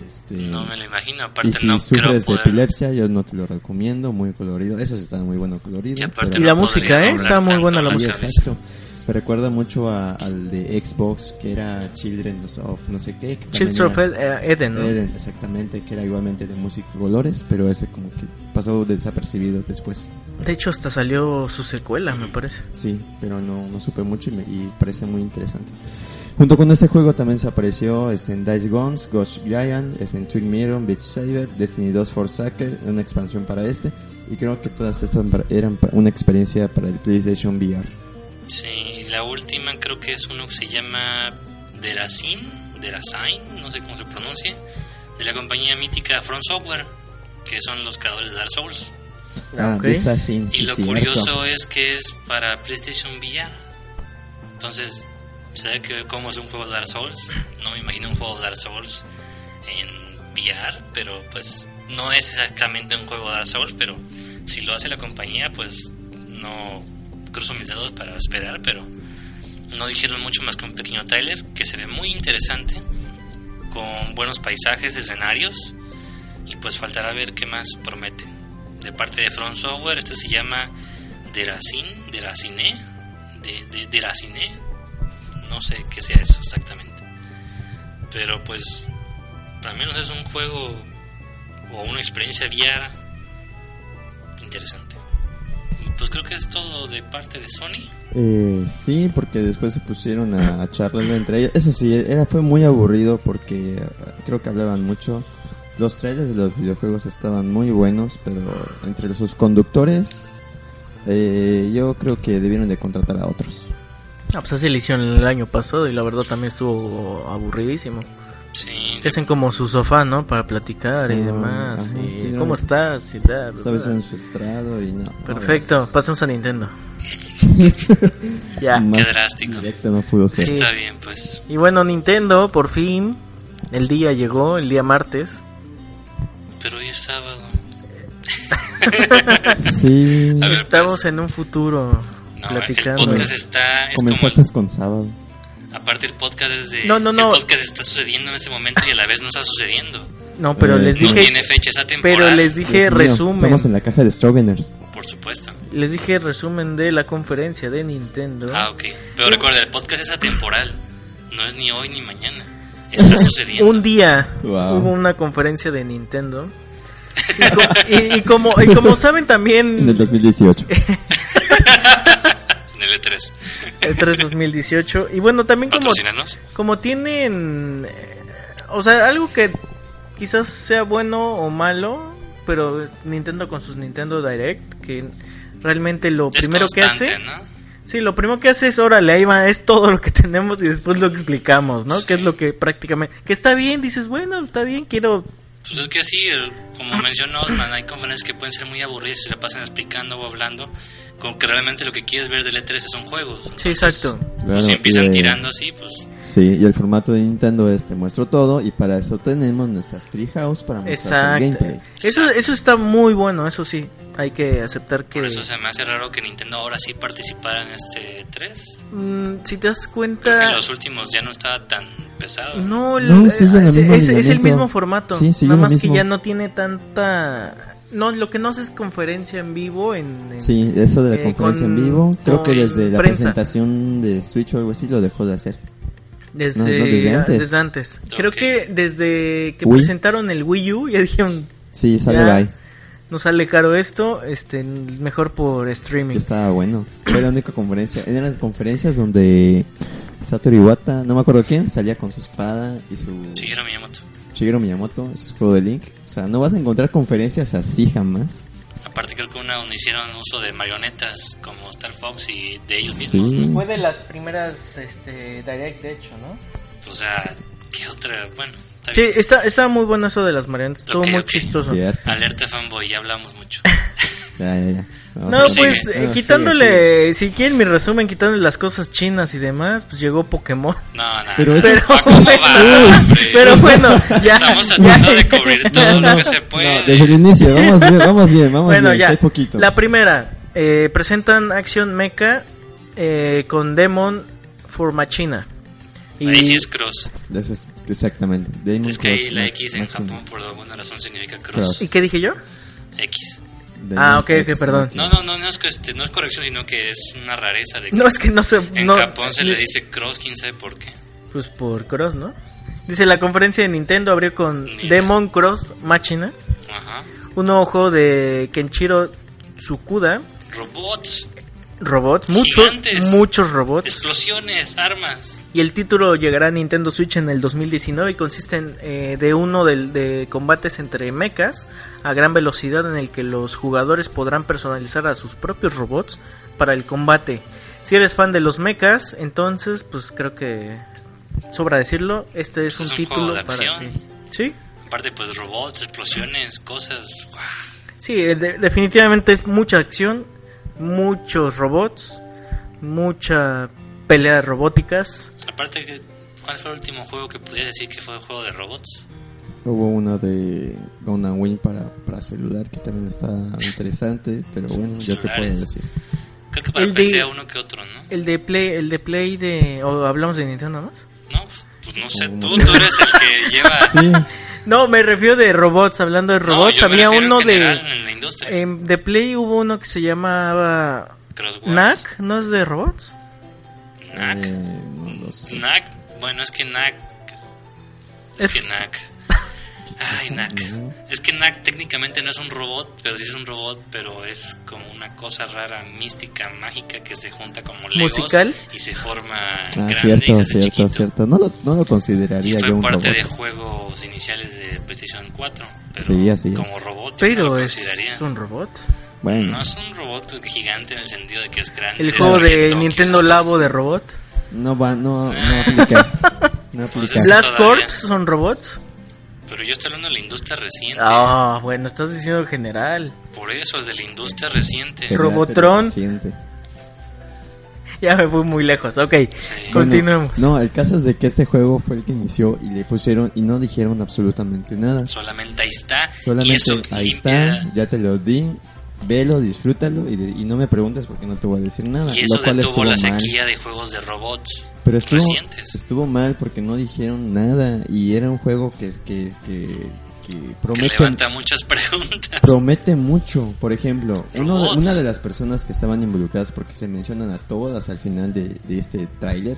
Este,
No me lo imagino,
y
aparte
si
no creo
sufres de
poder.
epilepsia, yo no te lo recomiendo. Muy colorido. Eso está muy bueno colorido.
Y aparte
pero-
Y la
no
música,
podría
¿eh?
doblar
Está muy
tanto
buena la
Sí,
cabeza.
exacto. Me recuerda mucho a- al de Xbox que era Children of no sé qué. que
Children
también
of
era-
Ed- eh, Eden, ¿no?
Eden, exactamente, que era igualmente de música y colores, pero ese como que pasó desapercibido después.
De hecho, hasta salió su secuela, me parece.
Sí, pero no, no supe mucho y, me- y parece muy interesante. Junto con este juego también se apareció este, en Dice Guns, Ghost Giant, este, en Twin Mirror, Beat Saber, Destiny 2 Forsaken, una expansión para este. Y creo que todas estas pa- eran pa- una experiencia para el PlayStation VR.
Sí, y la última creo que es uno que se llama Derasin, Derasin, no sé cómo se pronuncia, de la compañía mítica From Software, que son los creadores de Dark Souls.
Ah,
Ah,
ok.
de esa sí,
Y
sí,
lo
cierto.
curioso es que es para PlayStation VR. Entonces, se ve que como es un juego de Dark Souls, no me imagino un juego de Dark Souls en VR, pero pues no es exactamente un juego de Dark Souls, pero si lo hace la compañía, pues no cruzo mis dedos para esperar, pero no dijeron mucho más que un pequeño tráiler que se ve muy interesante, con buenos paisajes, escenarios, y pues faltará ver qué más promete. De parte de Front Software, este se llama Deracin, Deracine, de, de, Deracine, no sé qué sea eso exactamente. Pero pues, al menos es un juego o una experiencia VR interesante. Y pues creo que es todo de parte de Sony.
Eh, sí, porque después se pusieron a, a charlar entre ellos. Eso sí, era fue muy aburrido porque eh, creo que hablaban mucho. Los trailers de los videojuegos estaban muy buenos, pero entre sus conductores, eh, yo creo que debieron de contratar a otros.
Ah, pues así le hicieron el año pasado y la verdad también estuvo aburridísimo.
Sí,
Te hacen como su sofá, ¿no? Para platicar y
Ah,
demás.
ajá,
y,
sí,
¿Cómo
no.
estás? Y bla, bla,
Sabes,
bla.
en su estrado y no. no,
Perfecto, pasemos a Nintendo. ya.
más
Qué drástico.
Directo no pudo ser.
Sí.
Está bien, pues.
Y bueno, Nintendo, por fin, el día llegó, el día martes.
Pero hoy es sábado.
Sí,
A ver, pues.
Estamos en un futuro
No, el
platicando.
podcast está. Es como
comenzaste con sábado.
Aparte el podcast es de...
No, no, no.
El podcast está sucediendo en este momento y a la vez no está sucediendo.
No, pero
Eh,
les
No
dije,
tiene fecha, esa temporada.
pero les dije
Dios mío,
resumen,
Estamos en la caja de Strogener.
Por supuesto.
les dije resumen de la conferencia de Nintendo.
Ah, ok. Pero recuerda, el podcast es atemporal. No es ni hoy ni mañana. Está sucediendo.
Un día
Wow.
hubo una conferencia de Nintendo. Y, co- y- y como, y como saben
En el
también,
2018.
En el E E3.
el 3 2018. Y bueno, también como,
Patrocínanos.
como tienen. eh, O sea, algo que quizás sea bueno o malo. Pero Nintendo con sus Nintendo Direct. Que realmente lo
Es
primero que
constante,
hace.
¿no?
Sí, lo primero que hace es, órale, ahí va, es todo lo que tenemos y después lo explicamos, ¿no? Que es lo que prácticamente... Que está bien, dices, bueno, está bien, quiero...
Pues es que sí, el- como mencionó Osman, hay conferencias que pueden ser muy aburridas si se la pasan explicando o hablando, con que realmente lo que quieres ver del E3 son juegos.
Sí,
Entonces,
exacto.
Pues
Claro,
si empiezan
y, eh,
tirando así, pues
Sí, y el formato de Nintendo es te muestro todo y para eso tenemos nuestras Treehouse para mostrar
Exacto.
gameplay.
Eso,
Exacto.
eso está muy bueno, eso sí. Hay que aceptar que...
por eso se me hace raro que Nintendo ahora sí participara en este E3.
Mm, si te das
Creo que en
cuenta...
los últimos ya no estaba tan pesado.
No,
No,
el-
sigue la
es,
misma
es- es el
lineamiento.
mismo formato.
Sí, sigue
nada
lo
más
mismo.
que ya no tiene tanta... No, lo que no hace es conferencia en vivo en... en-
Sí, eso de la
Eh,
conferencia
con-
en vivo, creo que
con
desde la
prensa.
presentación de Switch o algo así lo dejó de hacer.
Desde,
No, no, desde
ah,
antes.
desde antes. Creo
Ok.
que desde que
Wii.
presentaron el Wii U ya dijeron,
Sí, sale
Ya.
bye.
nos sale caro esto, este mejor por streaming.
Estaba bueno. Fue la única conferencia. Eran las conferencias donde Satoru Iwata, no me acuerdo quién, salía con su espada y su
Shigeru Miyamoto.
Shigeru Miyamoto, su juego de Link. O sea, no vas a encontrar conferencias así jamás.
Aparte creo que una donde hicieron uso de marionetas como Star Fox y de ellos
Sí.
mismos, ¿no?
de las primeras este, Direct, de hecho, ¿no?
O sea, ¿qué otra? Bueno, está
Sí,
bien.
está, está muy bueno eso de las marionetas, estuvo
Ok,
muy
ok.
chistoso.
Cierto.
Alerta fanboy, ya hablamos mucho.
Ya, ya, ya.
No,
sí.
pues
sigue.
eh,
Ah,
quitándole, si quieren mi resumen, quitándole las cosas chinas y demás, pues llegó Pokémon.
No, no,
Pero
no.
eso
Pero,
es-
Ah, ¿cómo va, hombre?
pero bueno, ya.
Eh, Estamos
ya.
tratando de cubrir todo lo que se puede.
No, desde el inicio, vamos bien, vamos bien, vamos
Bueno,
bien,
ya.
hay poquito.
La primera, eh, presentan Action Mecha eh, con Demon for Machina.
Ahí sí es cross.
Eso es- exactamente. Demon
Es que ahí
Cross,
la
no-
X en
no-
Japón por alguna razón significa
Cross.
cross.
¿Y qué dije yo?
X.
Demon
Ah, ok,
Cross,
ok, perdón.
No, no, no, no es, que este, no es corrección, sino que es una rareza de
No, es que no se...
En
no-
Japón se le dice cross, quién sabe por qué.
Pues por Cross, ¿no? Dice, la conferencia de Nintendo abrió con
Ni idea.
Demon Cross Machina,
Ajá.
un nuevo juego de Kenshiro Tsukuda,
Robots,
robots, muchos,
Gigantes.
muchos robots,
explosiones, armas.
y el título llegará a Nintendo Switch en el 2019 y consiste en, eh, de uno del- de combates entre mechas a gran velocidad en el que los jugadores podrán personalizar a sus propios robots para el combate. Si eres fan de los mechas, entonces pues creo que sobra decirlo, este es
Es
un,
un
título
juego de
para
acción.
ti. Sí.
Aparte, pues robots, explosiones, cosas. Guau.
Sí, eh, de- definitivamente es mucha acción, muchos robots, mucha pelea de robóticas.
Aparte, que- ¿cuál fue el último juego que podía decir que fue juego de robots?
Hubo uno de Gone and Win para, para celular que también está interesante, pero bueno, ya que
Celulares.
pueden decir.
Creo que para
El de-
PC uno que otro, ¿no?
El de Play, el de Play de... ¿O hablamos de Nintendo nada más?
No, pues no sé,
Oh.
tú, tú eres el que lleva...
Sí,
No, me refiero de robots, hablando de robots.
No, yo me
había
refiero en
uno
general
de...
En la industria.
em, de Play hubo uno que se llamaba...
Crosswords.
¿Knack? ¿No es de robots?
Knack.
eh, no lo
Mm.
sé.
Knack. Bueno, es que Knack. Es que Knack. Ay, Knack. Es que Knack técnicamente no es un robot, pero sí es un robot, pero es como una cosa rara, mística, mágica que se junta como Legos
¿Musical?
y se forma
Ah,
grande y se
cierto,
hace
cierto,
chiquito.
cierto. No lo, no lo
Y
consideraría
fue
yo un
parte
robot.
de juegos iniciales de PlayStation 4, pero
Sí, así es.
como robot yo no
Pero
lo
es
consideraría.
un robot.
Bueno,
No es un robot gigante en el sentido de que es grande.
El
es
juego de
reggaetón, que
Nintendo
esas cosas.
Labo de robot.
no va, no, no aplica. No aplica.
Entonces-
Blast
Todavía.
Corps son robots.
Pero yo estoy hablando de la industria reciente.
Ah, bueno, estás diciendo general.
Por eso, de la industria reciente.
Pero
Robotron.
lo siente.
Ya me fui muy lejos, ok.
Sí.
Con- Continuemos.
Bueno, no, el caso es de que este juego fue el que inició y le pusieron y no dijeron absolutamente nada.
Solamente ahí está. y
Solamente
eso
ahí
limpia.
está, ya te lo di. velo, disfrútalo y, de- y no me preguntes porque no te voy a decir nada.
Y eso
Ah, lo cual
detuvo
estuvo
la
mal.
sequía de juegos de robots
Pero estuvo,
recientes.
estuvo mal porque no dijeron nada y era un juego que, que, que, que
Que
promete,
levanta muchas preguntas.
promete mucho. Por ejemplo, uno de-
Robots.
una de las personas que estaban involucradas, porque se mencionan a todas al final de, de este tráiler,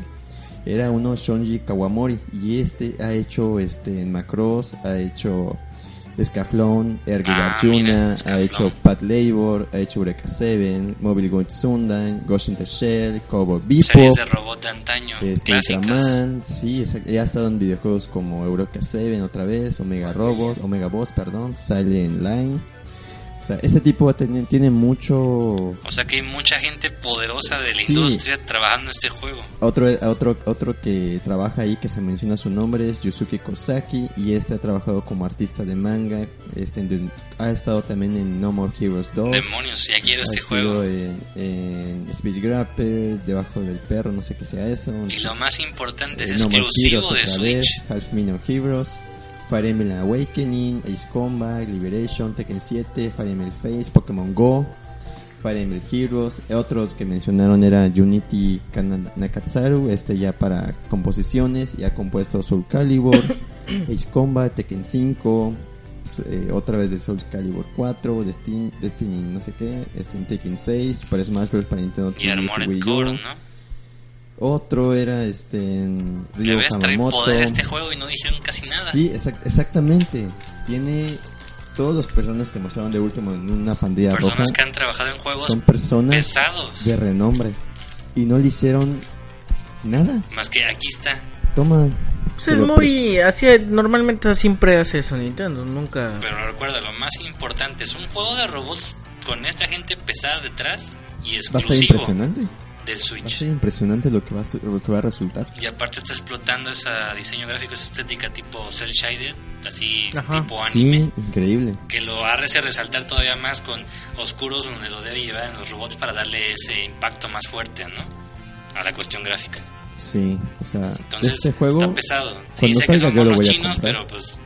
era uno Shonji Kawamori y este ha hecho este en Macross, ha hecho Scaflón, Ergi
Ah, mira,
Arjuna, ha
Scaflón.
hecho Pat Labor, ha hecho Eureka 7, Mobile Gold Sundan, Ghost in the Shell, Cowboy Bebop,
Series de robot de antaño,
este,
clásicas.
Ultraman, sí, exacto. ya ha estado en videojuegos como Euroca 7 otra vez, Omega Robots, Omega Boss, perdón, Silent Line. O sea, este tipo tiene, tiene mucho...
O sea que hay mucha gente poderosa de la
Sí.
industria trabajando en este juego.
Otro, otro, otro que trabaja ahí, que se menciona su nombre, es Yusuke Kosaki, y este ha trabajado como artista de manga, este, en- ha estado también en No More Heroes 2.
Demonios, ya quiero
ha
este
sido
juego.
En, en Speed Grapper, Debajo del Perro, no sé qué sea eso.
Y lo más importante es
Eh, No More
exclusivo
Heroes
de
otra vez,
Switch.
Half Million Heroes, Fire Emblem Awakening, Ace Combat, Liberation, Tekken 7, Fire Emblem Face, Pokémon Go, Fire Emblem Heroes. Otros que mencionaron era Unity Kana- Nakatsaru, este ya para composiciones, ya ha compuesto Soul Calibur, Ace Combat, Tekken 5. s- eh, otra vez de Soul Calibur 4, Destiny, Destiny no sé qué, este, Tekken 6, para Smash Bros. para Nintendo 3DS
Y Armored
Wii U.
Core, ¿no?
Otro era este en
Ya
Ryo
ves, trae
Hamamoto.
poder este juego y no dijeron casi nada.
Sí, exact- exactamente. Tiene todos los personas que mostraron de último en una pandilla
Personas que
roja
han trabajado en juegos
son personas
pesados.
de renombre y no le hicieron nada.
Más que aquí está.
Toma.
Pues
te
es
lo
muy. Hacía, normalmente siempre hace eso Nintendo, nunca.
Pero recuerda, lo más importante es un juego de robots con esta gente pesada detrás y
pre- Va a ser
exclusivo
impresionante.
del
Va a
Switch.
ser impresionante lo que va a, su- lo que va a resultar.
Y aparte está explotando esa diseño gráfico, esa estética tipo cel shaded, así
Ajá.
tipo anime.
Sí, increíble.
que lo hace resaltar todavía más con oscuros donde lo debe llevar en los robots para darle ese impacto más fuerte, ¿no? A la cuestión gráfica.
Sí, o sea,
Entonces,
este juego
está pesado. Sí, sé que
salga
son
yo lo
monos
voy a
chinos,
comprar.
pero pues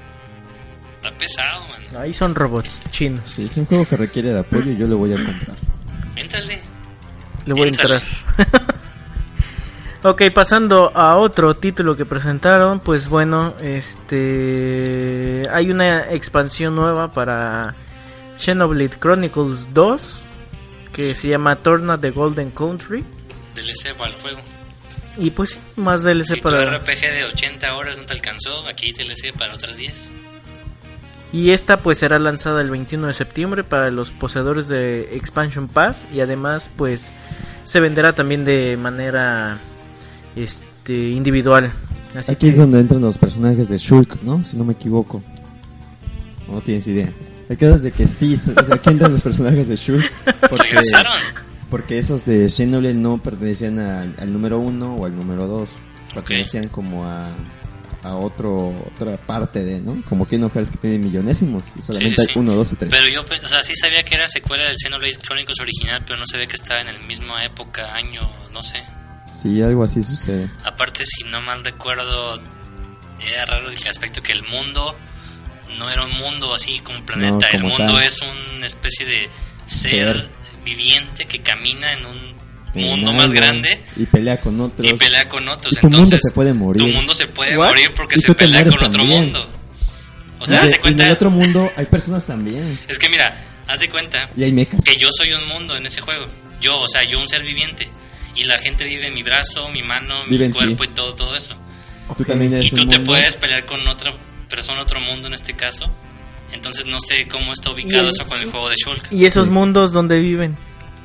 está pesado, man.
Ahí son robots chinos.
sí, es un juego que requiere de apoyo y yo lo voy a comprar.
Éntrale.
Le voy a
Éntrale.
entrar. ok, pasando a otro título que presentaron, pues bueno, este hay una expansión nueva para Xenoblade Chronicles 2 que se llama Torna de Golden Country
DLC para el juego.
y pues sí, más DLC
si tu
para
RPG de 80 horas no te alcanzó, aquí hay DLC para otras 10.
y esta pues será lanzada el 21 de septiembre para los poseedores de Expansion Pass y además pues se venderá también de manera este individual. Así
Aquí
que
es donde entran los personajes de Shulk, ¿no? Si no me equivoco. No tienes idea. El caso es de que sí, es- es- aquí entran los personajes de Shulk. Porque,
Regresaron.
porque esos de Xenoblade no pertenecían a- al número uno o al número dos. Pertenecían como a, a otro, otra parte de, ¿no? Como que no Hearts que tiene millonésimos. Y solamente
Sí, sí, sí.
hay uno, dos y tres.
Pero yo, pues, o sea, sí sabía que era secuela del Xenoblade Chronicles original, pero no sabía que estaba en el mismo época, año, no sé.
Sí, algo así sucede.
Aparte, si no mal recuerdo, era raro el aspecto que el mundo no era un mundo así como un planeta.
No,
el
como
mundo
tal.
es una especie de ser,
Ser.
viviente que camina en un
Eh,
mundo
nada,
más grande
Y pelea con otros.
y pelea con otros.
Y tu mundo
Entonces,
se puede morir.
Tu mundo se puede
What?
morir porque
Y
se
tú te
pelea
mueres
con otro
también.
mundo. O
Y
sea,
de-
haz de
y en el
cuenta.
otro mundo hay personas también.
Es que mira, haz de cuenta
Y hay mechas.
que yo soy un mundo en ese juego. Yo, o sea, yo un ser viviente. Y la gente vive en mi brazo, mi mano,
Vive
mi
en ti.
cuerpo y todo, todo eso.
Tú también eres
y tú
un
te
mundo.
puedes pelear con otra persona, otro mundo en este caso. Entonces no sé cómo está
Y
ubicado
el-
eso con el juego de Shulk.
y esos
Sí.
mundos donde viven.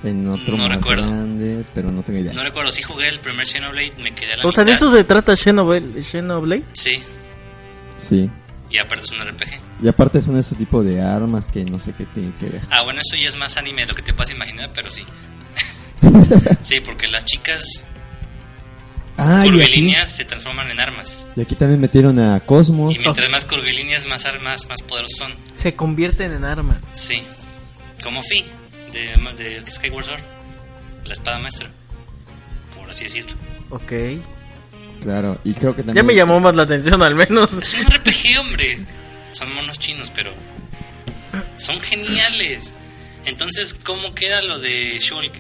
En otro
No
más
recuerdo.
grande, pero no tengo idea.
No recuerdo, si jugué el primer Xenoblade, me quedé a la
O sea,
mitad.
de eso se trata Xenoblade. Xenoblade?
Sí,
Sí.
y aparte es un RPG.
Y aparte son ese tipo de armas que no sé qué tienen que ver.
Ah, bueno, eso ya es más anime de lo que te puedas imaginar, pero sí. sí, porque las chicas
Ah, y aquí,
curvilíneas se transforman en armas.
y aquí también metieron a
Oh,
Cosmos.
Y mientras más curvilíneas, más armas, más poderosos son.
Se convierten en armas.
Sí, como Fi de, de Skyward Sword, la espada maestra, por así decirlo.
Ok.
Claro, y creo que también.
Ya me llamó más la atención al menos.
Es un RPG, hombre. Son monos chinos, pero son geniales. Entonces, cómo queda lo de Shulk.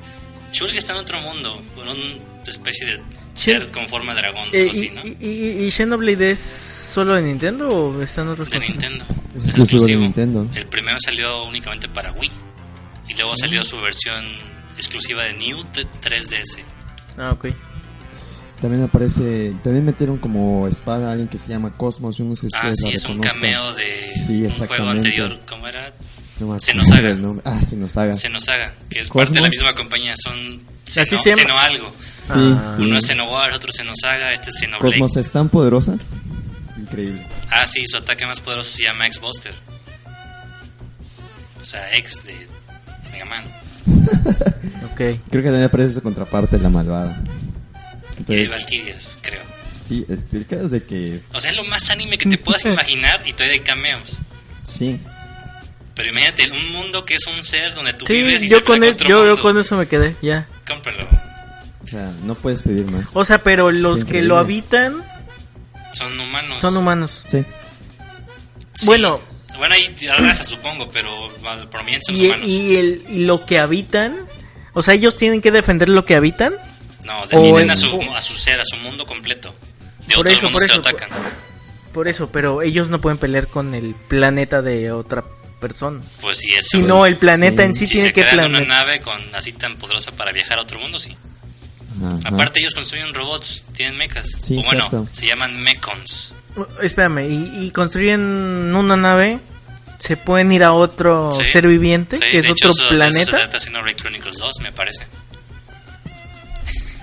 Shulk está en otro mundo, con una especie de ser
Sí.
con forma de dragón,
Eh,
algo así, pues ¿no?
y, y, y- y Xenoblade es solo de Nintendo o están otros?
de
consolas?
Nintendo.
Es exclusivo de Nintendo.
El primero salió únicamente para Wii. Y
Mm.
luego salió su versión exclusiva de New T- 3DS.
Ah, ok.
También aparece, también metieron como espada a alguien que se llama Cosmos, yo no sé si
Ah,
ustedes la
sí, es un
reconozcan.
cameo de
Sí,
un juego
exactamente.
anterior. ¿Cómo era?
No me acuerdo
Xenosaga.
el nombre. Ah, Xenosaga.
Xenosaga, que es
Cosmos.
parte de la misma compañía. Son
Así
Xeno,
se llama.
Xeno algo.
Sí,
Ah.
sí.
Uno es Xenowar, otro Xenosaga, este es Xenoblade.
Cosmos es tan poderosa. Increíble.
Ah, sí, su ataque más poderoso se llama X Buster. O sea, X de Mega Man.
Ok.
Creo que también aparece su contraparte, la malvada.
Y hay
Entonces,
Valkyrias, creo.
sí, este, el caso es de que
O sea, es lo más anime que te puedas imaginar y todavía hay cameos.
sí,
Pero imagínate, un mundo que es un ser donde tú vives
Sí,
y
yo
se
con,
pone
es-
otro
yo, yo
mundo.
con eso me quedé, ya.
Cómpralo.
o sea, no puedes pedir más.
O sea, pero los
Sí,
que lo
increíble.
habitan
Son humanos.
son humanos.
Sí,
Sí.
Bueno.
Bueno, hay razas, supongo, pero bueno, por mí son
Y,
humanos.
y el, y lo que habitan, o sea, ellos tienen que defender lo que habitan.
No, defienden
en-
a, su,
o-
a su ser, a su mundo completo. De
Por
otros
eso, por
mundos que lo
eso, por-
atacan.
Por eso, pero ellos no pueden pelear con el planeta de otra persona.
Pues sí, eso.
Si no, el planeta
sí.
en sí
si
tiene
se
que
crean
planear.
una nave con así tan poderosa para viajar a otro mundo, sí.
Ajá.
Aparte ellos construyen robots, tienen mechas.
Sí,
o bueno,
exacto.
se llaman mechons.
Uh, Espérame, y, y construyen una nave, se pueden ir a otro
Sí.
ser viviente,
Sí,
que es
de
otro
hecho, eso- de Eso se
planeta.
trata Xenoblade Chronicles 2, me parece.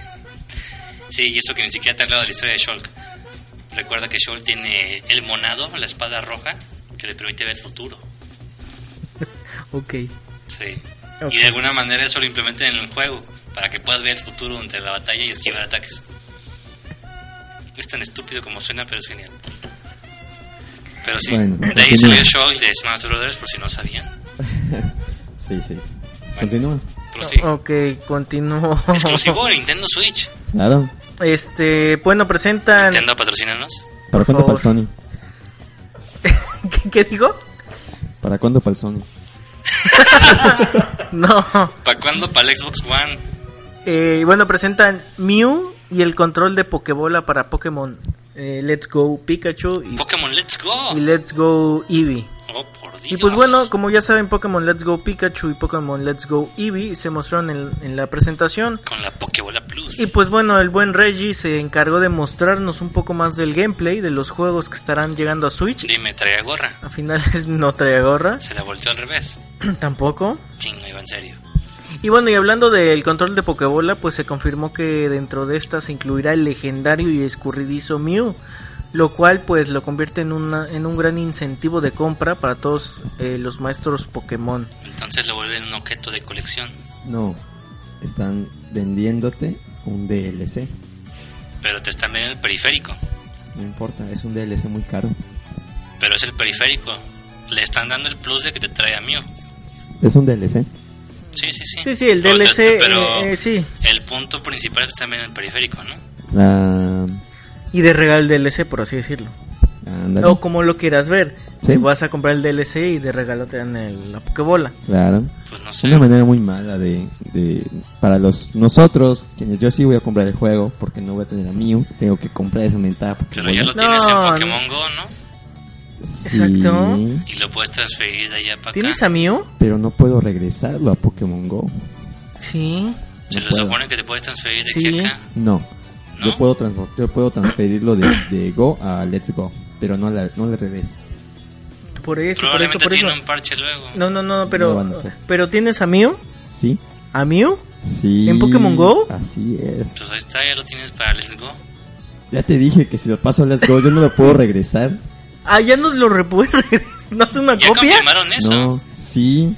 sí, y eso que ni siquiera te he hablado de la historia de Shulk. Recuerda que Shulk tiene el monado, la espada roja, que le permite ver el futuro.
Ok.
Sí.
Ok.
Y de alguna manera eso lo implementan en el juego, para que puedas ver el futuro durante la batalla y esquivar ataques. Es tan estúpido como suena, pero es genial. Pero sí,
Bueno,
de ahí
continúa.
salió Shock de Smash Brothers, por si no sabían.
Sí, sí. Continúa.
Pero sí,
Ok, continúo.
exclusivo de Nintendo Switch.
Claro.
Este, bueno, presentan.
Nintendo patrocínanos.
¿Para
Por
cuándo para
favor.
el Sony?
¿Qué, qué digo?
¿Para cuándo para el Sony?
No.
¿Para cuándo? Para el Xbox One.
Eh, bueno, presentan Mew y el control de Pokébola para Pokémon. Eh, let's go Pikachu y,
Pokémon Let's Go.
y Let's go Eevee.
Oh, por Dios.
Y pues bueno, como ya saben, Pokémon Let's Go Pikachu y Pokémon Let's Go Eevee se mostraron en- en la presentación.
Con la Pokébola Plus.
Y pues bueno, el buen Reggie se encargó de mostrarnos un poco más del gameplay de los juegos que estarán llegando a Switch.
Dime, traía gorra.
A finales no trae gorra,
Se la volteó al revés.
tampoco.
Chingo, iba en serio.
Y bueno, y hablando del control de Pokébola, pues se confirmó que dentro de esta se incluirá el legendario y escurridizo Mew, lo cual pues lo convierte en, una, en un gran incentivo de compra para todos eh, los maestros Pokémon.
Entonces lo vuelven un objeto de colección.
No. Están vendiéndote un DLC.
Pero te están viendo el periférico.
No importa, es un DLC muy caro.
Pero es el periférico. Le están dando el plus de que te trae a Mew.
Es un DLC.
Sí, sí, sí.
Sí, sí, el
Pero te-
DLC,
pero
eh, eh, sí.
el punto principal es que están viendo el periférico, ¿no?
Ah,
Y de regalo el DLC, por así decirlo.
ándale.
O como lo quieras ver.
Sí.
Si Vas a comprar el DLC y de regalo te dan el- la Pokébola.
Claro.
Pues no
Es
sé.
una manera muy mala de, de- Para los nosotros, quienes yo sí voy a comprar el juego, porque no voy a tener a Mew, tengo que comprar esa mentada
Pero
Pokébola.
ya lo tienes en
No,
Pokémon Go, ¿no?
Sí,
Exacto.
Y lo puedes transferir de allá para acá.
¿Tienes a Mew?
Pero no puedo regresarlo a Pokémon Go.
Sí.
Se
No
lo
puedo.
supone que te puedes transferir de
Sí.
aquí a acá.
No.
¿No?
Yo, puedo transfor- yo puedo transferirlo de, de Go a Let's Go, pero no, a la, no al revés.
Por eso, por eso,
Probablemente
por eso.
tiene un parche luego.
No, no, no,
No
pero,
van a hacer.
pero ¿tienes a Mew?
Sí,
¿A Mew?
sí.
¿En Pokémon Go?
Así es.
Pues ahí está, ya lo tienes para Let's Go.
Ya te dije que si lo paso a Let's Go, yo no lo puedo regresar.
Ah, ya nos lo repuestas. ¿No hace una
¿Ya
copia?
confirmaron eso?
No, sí.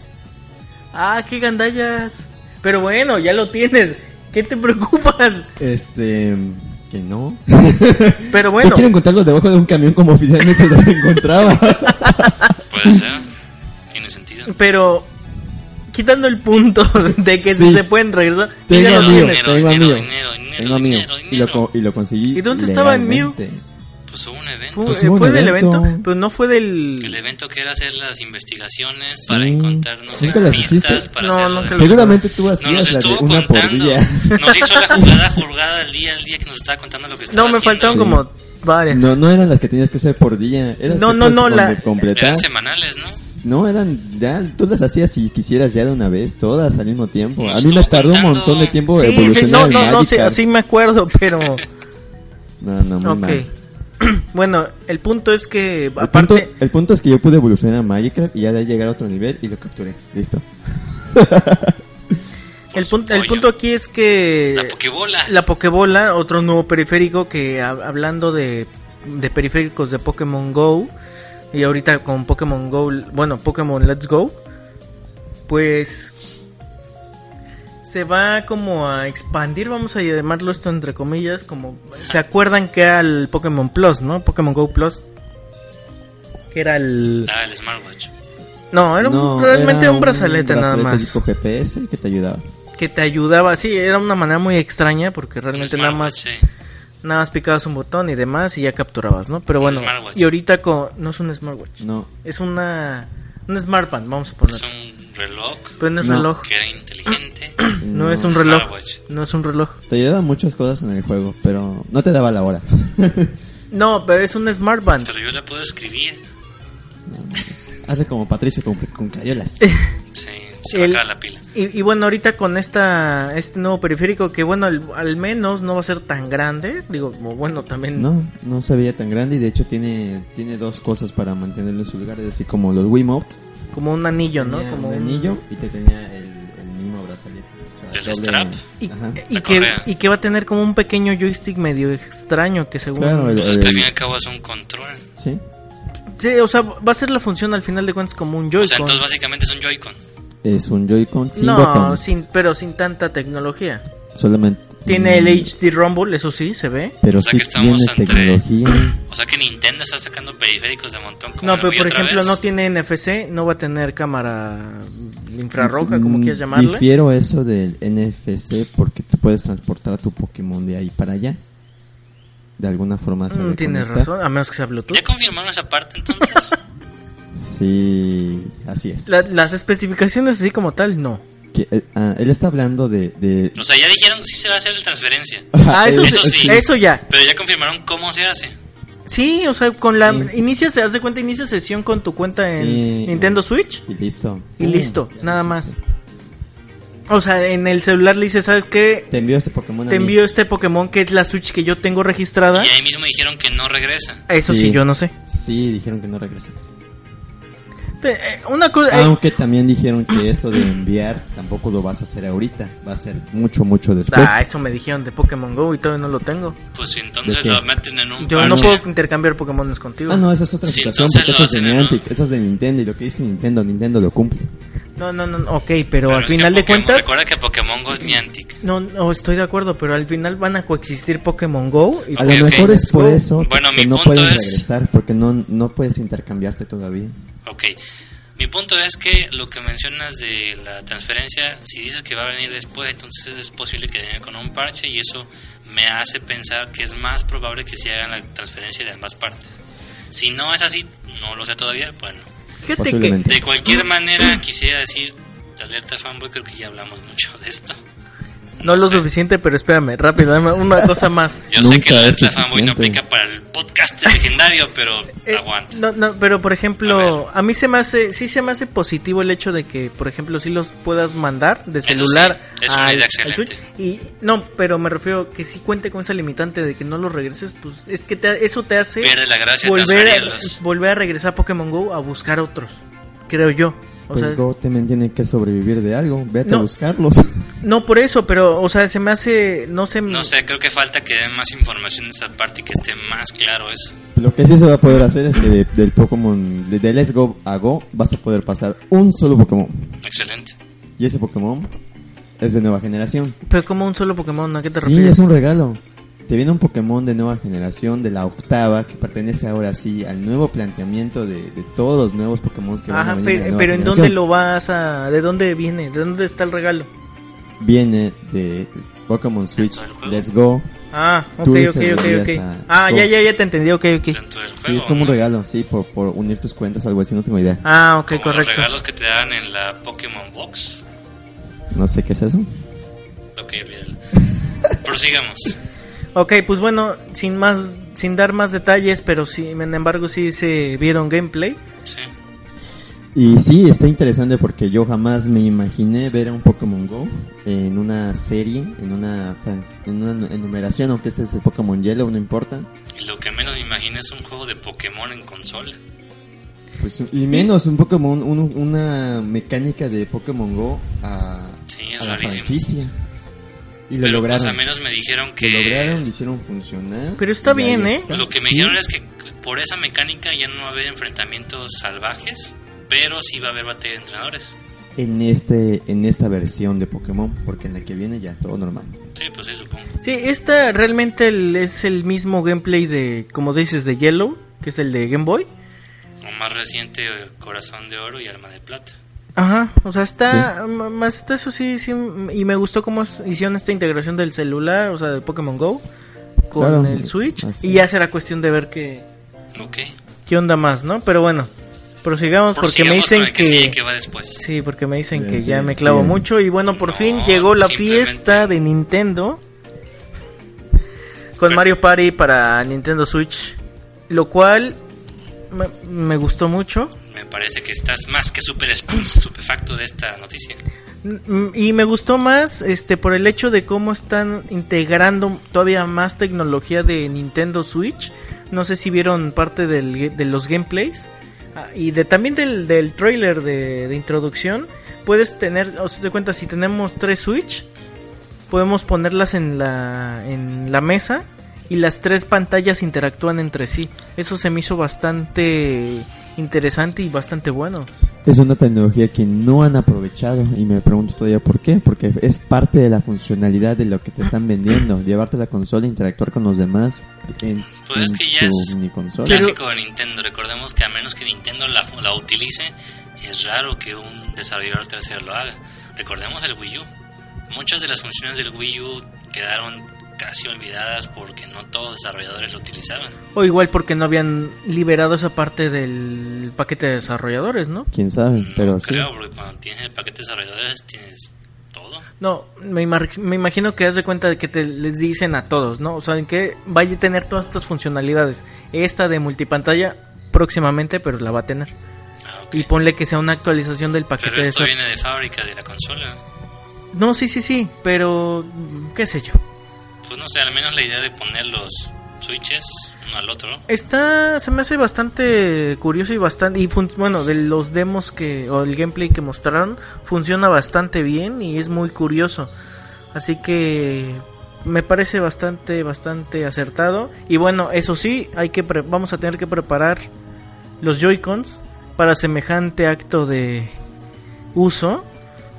Ah, qué gandallas. Pero bueno, ya lo tienes. ¿Qué te preocupas?
Este. Que no.
Pero
Yo
bueno,
quiero encontrarlo debajo de un camión como oficialmente se lo encontraba.
Puede ser. Tiene sentido.
pero quitando el punto de que
Sí.
si se pueden regresar, tú
Tengo
ya
a
lo
Mew,
tienes.
dinero,
tengo a
dinero,
Mew.
dinero, dinero,
Tengo a Mew.
dinero,
Y lo,
dinero.
co- y lo conseguí.
¿Y dónde estaba el Mew?
legalmente.
Pues Pues hubo un evento.
Fue,
Pues
eh,
hubo un
fue del evento,
evento.
pero no fue
El
del...
evento que era hacer las investigaciones
Sí.
para encontrar, no sé,
¿Nunca las
pistas
hiciste?
para
No,
hacerlo.
no
de-
creo.
Seguramente tú
No, nos
hacías la de
estuvo
una por
contando.
día.
Nos hizo la jugada jugada al día, al día que nos estaba contando lo que estaba
No, me
haciendo.
faltaron
Sí.
como varias.
No, no eran las que tenías que hacer por día. Eran las
No,
que
no,
puedes
no,
com-
la-
completar.
Eran semanales, ¿no?
No, eran ya, tú las hacías si quisieras ya de una vez, todas al mismo tiempo.
Nos
A mí me
estuvo
tardó un
contando.
montón de tiempo
Sí,
evolucionar
sí, no,
en
no, no, sí,
Magikarp.
así me acuerdo, pero...
No, no, muy
ok.
mal.
bueno, el punto es que,
El punto,
aparte...
el punto es que yo pude evolucionar a Magikarp y ya de ahí llegar a otro nivel y lo capturé. Listo.
Por
El, punto, el
supuesto.
punto aquí es
Eh,
que...
La pokebola.
La Pokébola, otro nuevo periférico que hab- hablando de, de periféricos de Pokémon Go y ahorita con Pokémon Go, bueno, Pokémon Let's Go, pues se va como a expandir, vamos a llamarlo esto entre comillas, como se acuerdan que era el Pokémon Plus, ¿no? Pokémon Go Plus que era el
Ah, el smartwatch.
no, Ah, era un-
No,
realmente
era
un brazalete, nada más
tipo GPS que te ayudaba.
que te ayudaba, sí, era una manera muy extraña porque realmente
Un
nada
smartwatch,
más
sí.
Nada más picabas un botón y demás y ya capturabas, ¿no? Pero
Un
bueno,
smartwatch.
y ahorita con... No es un smartwatch.
No.
Es una... Un smartband, vamos a poner.
Es un reloj
Pero no es
No.
reloj.
que era inteligente.
No, es
no.
un reloj.
Mm, Smartwatch.
No es un reloj.
Te ayudaba muchas cosas en el juego, pero no te daba la hora.
No, pero es un smartband.
Pero yo la puedo escribir.
Hazle como Patricio con, con crayolas.
Sí, se me
El-
acaba la pila.
Y, y bueno, ahorita con esta este nuevo periférico que bueno, al, al menos no va a ser tan grande. Digo, como, bueno, también...
No, no se veía tan grande y de hecho tiene, tiene dos cosas para mantenerlo en su lugar, es decir, como los Wiimote,
Como un anillo, ¿no?
tenía
Como
un
un-
anillo y te tenía el, el mismo brazalete. O sea,
El strap.
Y,
Ajá.
y
La
que,
correa.
y que va a tener como un pequeño joystick medio extraño que según...
Claro, el-
Pues es que al
el-
fin y al cabo es un control.
sí.
Sí, o sea, va a ser la función al final de cuentas como un
O
joystick.
sea, entonces básicamente es un Joy-Con.
Es un Joy-Con sin
no,
botones.
sin- pero sin tanta tecnología.
Solamente.
Tiene
Mm,
el HD Rumble, eso sí, se ve.
Pero
O sea
sí
que estamos
tiene
entre-
tecnología.
O sea que Nintendo está sacando periféricos de montón. Como
No,
la
pero
Wii
por
otra
ejemplo
vez.
no tiene NFC, no va a tener cámara infrarroja, como
Mm,
quieras llamarle.
Difiero eso del NFC porque tú puedes transportar a tu Pokémon de ahí para allá. De alguna forma. se ha
Mm,
de
tienes
conectar.
razón, a menos que sea Bluetooth.
¿Ya confirmaron esa parte entonces?
Sí, así es.
La- las especificaciones así como tal, no.
Que, eh, ah, él está hablando de. de-
o sea, ya dijeron que sí se va a hacer la transferencia.
Ah, eso,
eso
sí,
sí.
eso ya.
Pero ya confirmaron cómo se hace.
Sí, o sea, con la
Sí.
inicia se hace cuenta inicia sesión con tu cuenta
Sí.
en Nintendo Switch
Y listo.
y listo,
Ya lo
nada
hiciste.
más. O sea, en el celular le dices, ¿sabes qué?
Te envío este Pokémon. a
Te
mí.
envío este Pokémon que es la Switch que yo tengo registrada.
Y ahí mismo dijeron que no regresa.
Eso sí.
Sí.
yo no sé.
Sí, dijeron que no regresa.
Te- eh, una cosa. eh,
Aunque también dijeron que esto de enviar tampoco lo vas a hacer ahorita. Va a ser mucho, mucho después.
ah, eso me dijeron de Pokémon Go y todavía no lo tengo.
Pues
¿De
entonces
qué?
lo meten en un
Yo
parche.
no puedo intercambiar Pokémones contigo.
Ah, no, esa es otra
Sí,
situación,
entonces
porque
lo
eso es de
hacen, ¿no?
Niantic, eso es de Nintendo y lo que dice Nintendo, Nintendo lo cumple.
no, no, no, ok, pero,
Pero
al
es que
final de
Pokémon-
cuentas.
Recuerda que Pokémon Go es Niantic.
No, no, estoy de acuerdo, pero al final van a coexistir Pokémon Go y
A
Ok,
lo
ok.
mejor es por
Go.
eso
Bueno,
que
mi
no
punto
puedes
es-
regresar, porque no, no puedes intercambiarte todavía.
Ok. Mi punto es que lo que mencionas de la transferencia, si dices que va a venir después, entonces es posible que venga con un parche y eso me hace pensar que es más probable que se hagan la transferencia de ambas partes. Si no es así, no lo sé todavía, bueno.
Fíjate que,
Posiblemente.
De cualquier manera, quisiera decir, alerta fanboy, creo que ya hablamos mucho de esto.
no lo
sé.
suficiente, pero espérame, rápido, dame una cosa más.
Yo sé que
Nunca
la
es
alerta fanboy no
suficiente.
aplica para el podcast legendario, pero
Eh,
aguanta.
No, no, pero por ejemplo,
A
a, mí se me hace, sí se me hace positivo el hecho de que, por ejemplo, sí los puedas mandar de
Eso sí,
celular
es una idea
Switch.
excelente.
Y no, pero me refiero que si cuente con esa limitante de que no los regreses, pues es que te- eso te hace
Pierde la gracia de
volver a,
transferirlos.
volver a regresar a Pokémon Go a buscar otros, creo yo. O
Pues
sea,
Go también tiene que sobrevivir de algo, vete
No.
a buscarlos.
no por eso, pero o sea, se me hace, no sé,
No sé, creo que falta que den más información de esa parte y que esté más claro eso.
Lo que sí se va a poder hacer es que de- del Pokémon, de, de Let's Go a Go, vas a poder pasar un solo Pokémon.
Excelente.
Y ese Pokémon es de nueva generación.
pero es como un solo Pokémon, ¿a qué te
Sí,
refieres?
es un regalo. Te viene un Pokémon de nueva generación, de la octava, que pertenece ahora sí al nuevo planteamiento de, de todos los nuevos Pokémon que van a
Ajá,
venir. en la
pero,
nueva
pero ¿en dónde
generación.
lo vas a, de dónde viene, de dónde está el regalo?
Viene de Pokémon Switch
¿Dentro del juego?
Let's Go,
Ah, ok,
Tú
ok,
se
ok,
lo
ok.
envías a-
Ah, ya,
no.
ya, ya te entendí, ok, ok.
Tanto del juego,
Sí, es como un
¿no?
regalo, sí, por, por unir tus cuentas o algo así, no tengo idea.
Ah, ok,
Como los
correcto.
regalos que te dan en la Pokémon Box.
No sé qué es eso.
Ok, olvídalo. Prosigamos.
Ok, pues bueno, sin más, sin dar más detalles, pero sin embargo sí se vieron gameplay.
Sí.
Y sí, está interesante porque yo jamás me imaginé ver a un Pokémon Go en una serie, en una, fran- en una enumeración, aunque este es el Pokémon Yellow, no importa.
Y lo que menos me imagino es un juego de Pokémon en consola.
Pues, y menos un Pokémon, un- una mecánica de Pokémon Go a,
Sí, es
a la
rarísimo.
franquicia. Y lo
Pero
lograron.
pues al menos me dijeron
Lo lograron,
que...
lo hicieron funcionar.
Pero está
y ahí
bien, ¿eh?
está.
Lo que me
Sí.
dijeron es que por esa mecánica ya no va a haber enfrentamientos salvajes, pero sí va a haber batalla de entrenadores.
en este en esta versión de Pokémon, porque en la que viene ya todo normal.
Sí, pues sí, supongo.
Sí, esta realmente el- es el mismo gameplay de, como dices, de Yellow, que es el de Game Boy.
O más reciente, eh, Corazón de Oro y Alma de Plata.
Ajá, o sea, está, m- más está eso sí, sí, m- y me gustó cómo s- hicieron esta integración del celular, o sea, del Pokémon Go, con
Claro,
el Switch,
así
y ya será cuestión de ver qué,
Ok.
qué onda más, ¿no? Pero bueno, prosigamos porque me
Prosigamos con
dicen
el que sigue, que va después.
Sí, porque me dicen
Bien,
que
sí,
ya me
sí,
clavo
bien.
mucho y bueno, por
No,
fin llegó la
simplemente-
fiesta de Nintendo con
Pero-
Mario Party para Nintendo Switch, lo cual me, me gustó mucho
Me parece que estás más que súper espe- estupefacto de esta noticia.
Mm, y me gustó más este por el hecho de cómo están integrando todavía más tecnología de Nintendo Switch. No sé si vieron parte del ga- de los gameplays ah, y de también del, del trailer de, de introducción. Puedes tener, o sea, te cuenta, si tenemos tres Switch, podemos ponerlas en la, en la mesa y las tres pantallas interactúan entre sí. Eso se me hizo bastante interesante y bastante bueno.
Es una tecnología que no han aprovechado y me pregunto todavía por qué, porque es parte de la funcionalidad de lo que te están vendiendo, llevarte la consola e interactuar con los demás en,
Pues es
en
que ya
su
es
mini consola.
Clásico de Nintendo. Recordemos que a menos que Nintendo la, la utilice, es raro que un desarrollador tercero lo haga. Recordemos el Wii U. Muchas de las funciones del Wii U quedaron casi olvidadas porque no todos los desarrolladores lo utilizaban.
O igual porque no habían liberado esa parte del paquete de desarrolladores, ¿no?
Quién sabe, pero
no
sí.
Mm, creo, porque cuando tienes el paquete de desarrolladores tienes todo.
No, me, imar- me imagino que das de cuenta de que te les dicen a todos, ¿no? O sea, en que vaya a tener todas estas funcionalidades. Esta de multipantalla próximamente, pero la va a tener.
Ah, ok.
Y ponle que sea una actualización del paquete
Pero
de
esto
desarrollo.
viene de fábrica de la consola.
No, sí, sí, sí, pero mm, qué sé yo.
Pues no sé, al menos la idea de poner los switches uno al otro.
Está, se me hace bastante curioso y bastante, y fun- bueno, de los demos que, o el gameplay que mostraron, funciona bastante bien y es muy curioso. Así que me parece bastante, bastante acertado. Y bueno, eso sí, hay que pre- vamos a tener que preparar los Joy-Cons para semejante acto de uso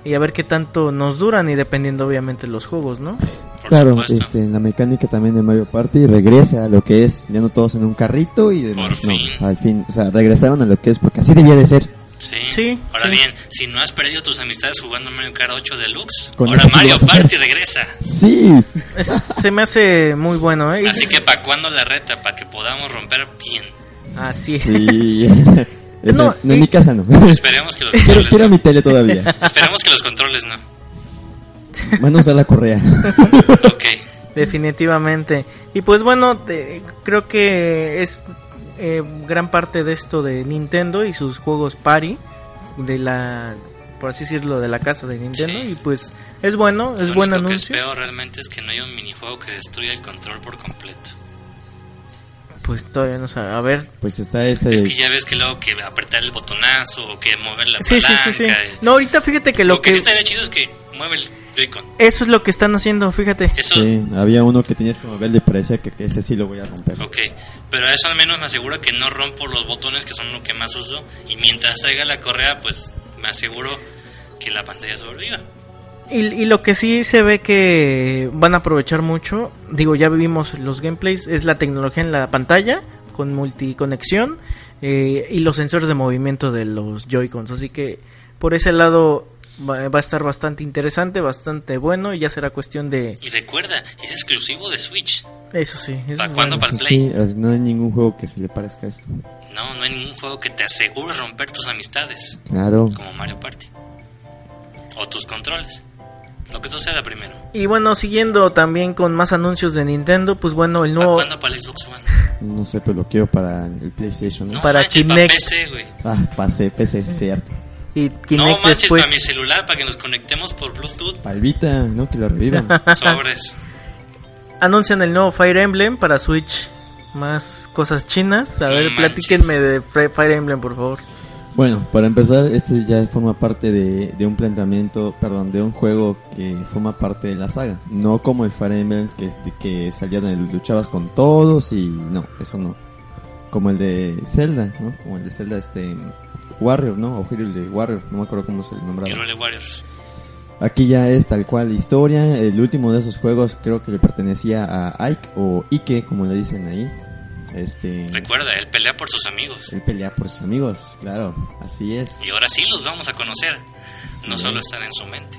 y a ver qué tanto nos duran y dependiendo obviamente los juegos, ¿no?
Por
Claro,
supuesto.
este, en la mecánica también de Mario Party regresa a lo que es, ya no todos en un carrito y demás.
Por
no,
fin.
al fin, o sea, regresaron a lo que es, porque así debía de ser.
Sí.
Sí,
Ahora
sí.
bien, si no has perdido tus amistades jugando Mario Kart 8 Deluxe,
Con
ahora
eso sí
Mario
lo vas a
Party
hacer.
regresa.
Sí,
Es- se me hace muy bueno, ¿eh?
Así que para cuando la reta, para que podamos romper bien.
Así es.
Sí.
No,
no, en
y-
mi casa no.
Esperemos que los
Quiero,
controles
quiero
no.
mi tele todavía.
Esperemos que los controles no.
Van a usar la correa.
Ok.
Definitivamente. Y pues bueno, te- creo que es eh, gran parte de esto de Nintendo y sus juegos party de la, por así decirlo, de la casa de Nintendo.
Sí.
Y pues es bueno, es
Lo
buen
único que
anuncio.
espero realmente es que no haya un minijuego que destruya el control por completo.
Pues todavía no sabe. A ver.
Pues está este.
Es que ya ves que luego que apretar el botonazo o que mover la
Sí, sí,
palanca.
sí, sí.
eh.
No, ahorita fíjate que
lo,
lo
que,
que...
sí estaría chido es que mueve el Joy-Con.
Eso es lo que están haciendo, fíjate.
Eso,
Sí, había uno que tenías que moverle y parecía que, que ese sí lo voy a romper.
Ok, pero eso al menos me aseguro que no rompo los botones que son lo que más uso y mientras traiga la correa pues me aseguro que la pantalla sobreviva.
Y, y lo que sí se ve que van a aprovechar mucho, digo, ya vivimos los gameplays, es la tecnología en la pantalla con multiconexión eh, y los sensores de movimiento de los Joy-Cons. Así que por ese lado va, va a estar bastante interesante, bastante bueno y ya será cuestión de...
Y recuerda, ese es exclusivo de Switch.
Eso sí. Eso
¿Para
es bueno.
cuándo? Para el
Eso
Play.
sí, no hay ningún juego que se le parezca a esto.
No, no hay ningún juego que te asegure romper tus amistades,
Claro.
como Mario Party. O tus controles. Lo que suceda primero.
Y bueno, siguiendo también con más anuncios de Nintendo, pues bueno, el
¿Para
nuevo...
cuándo para el Xbox One?
No sé, pero lo quiero para el PlayStation. ¿no?
No
Para
manches, para
Kinect.
PC, güey.
Ah, pasé, PC, cierto.
Y
No
Kinect
manches,
después...
para mi celular, para que nos conectemos por Bluetooth.
Palvita, ¿no? Que lo revivan.
Sobres.
Anuncian el nuevo Fire Emblem para Switch. Más cosas chinas. A
No
ver,
manches.
platíquenme de Fre- Fire Emblem, por favor.
Bueno, para empezar, este ya forma parte de, de un planteamiento, perdón, de un juego que forma parte de la saga. No como el Fire Emblem que, es de que salía donde luchabas con todos y no, eso no. Como el de Zelda, ¿no? Como el de Zelda, este. Warrior, ¿no? O Hero de Warrior, no me acuerdo cómo se le
Y
nombraba.
Role Warriors.
Aquí ya es tal cual historia. El último de esos juegos creo que le pertenecía a Ike o Ike, como le dicen ahí. Este.
Recuerda, él pelea por sus amigos.
Él pelea por sus amigos, claro, así es.
Y ahora sí los vamos a conocer. No
Sí.
solo estar en su mente.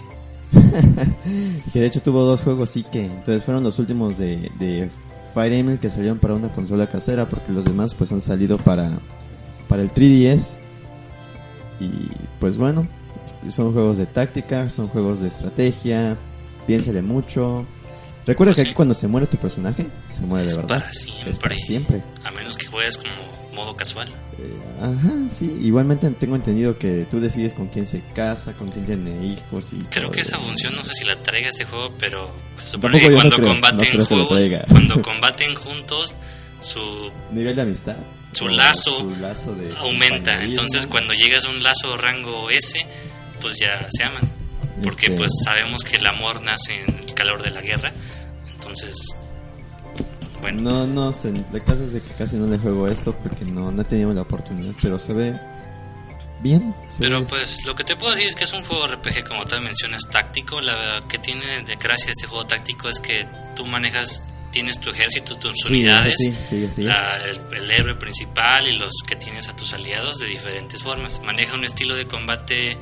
Que de hecho tuvo dos juegos Ike. Entonces fueron los últimos de, de Fire Emblem que salieron para una consola casera, porque los demás pues han salido para, para el 3DS. Y pues bueno, son juegos de táctica, son juegos de estrategia, piénsale mucho. Recuerda
Pues
que
sí.
aquí cuando se muere tu personaje, se muere
Es
de verdad.
para siempre.
Es para siempre.
A menos que juegues como modo casual.
Eh, ajá, sí. Igualmente tengo entendido que tú decides con quién se casa, con quién tiene hijos y
Creo
todo
que esa
eso.
función no sé si la traiga este juego, pero se supone
Tampoco
que
yo no
cuando
creo, no
combaten
creo que lo
juego-
traiga.
cuando combaten juntos, su
Nivel de amistad.
Su
O
lazo
su lazo de
aumenta.
compañerismo.
Entonces cuando llegas a un lazo rango S, pues ya se aman. Porque
Este,
pues sabemos que el amor nace en el calor de la guerra. Entonces, bueno,
No, no sé. El caso es de que casi no le juego a esto porque no, no he tenido la oportunidad. Pero se ve bien. se
Pero
ve-
pues lo que te puedo decir es que es un juego RPG como tal mencionas táctico. La que tiene de gracia este juego táctico es que tú manejas, tienes tu ejército, tus
Sí,
unidades,
Sí, sí, así es.
la- el, el héroe principal y los que tienes a tus aliados de diferentes formas. Maneja un estilo de combate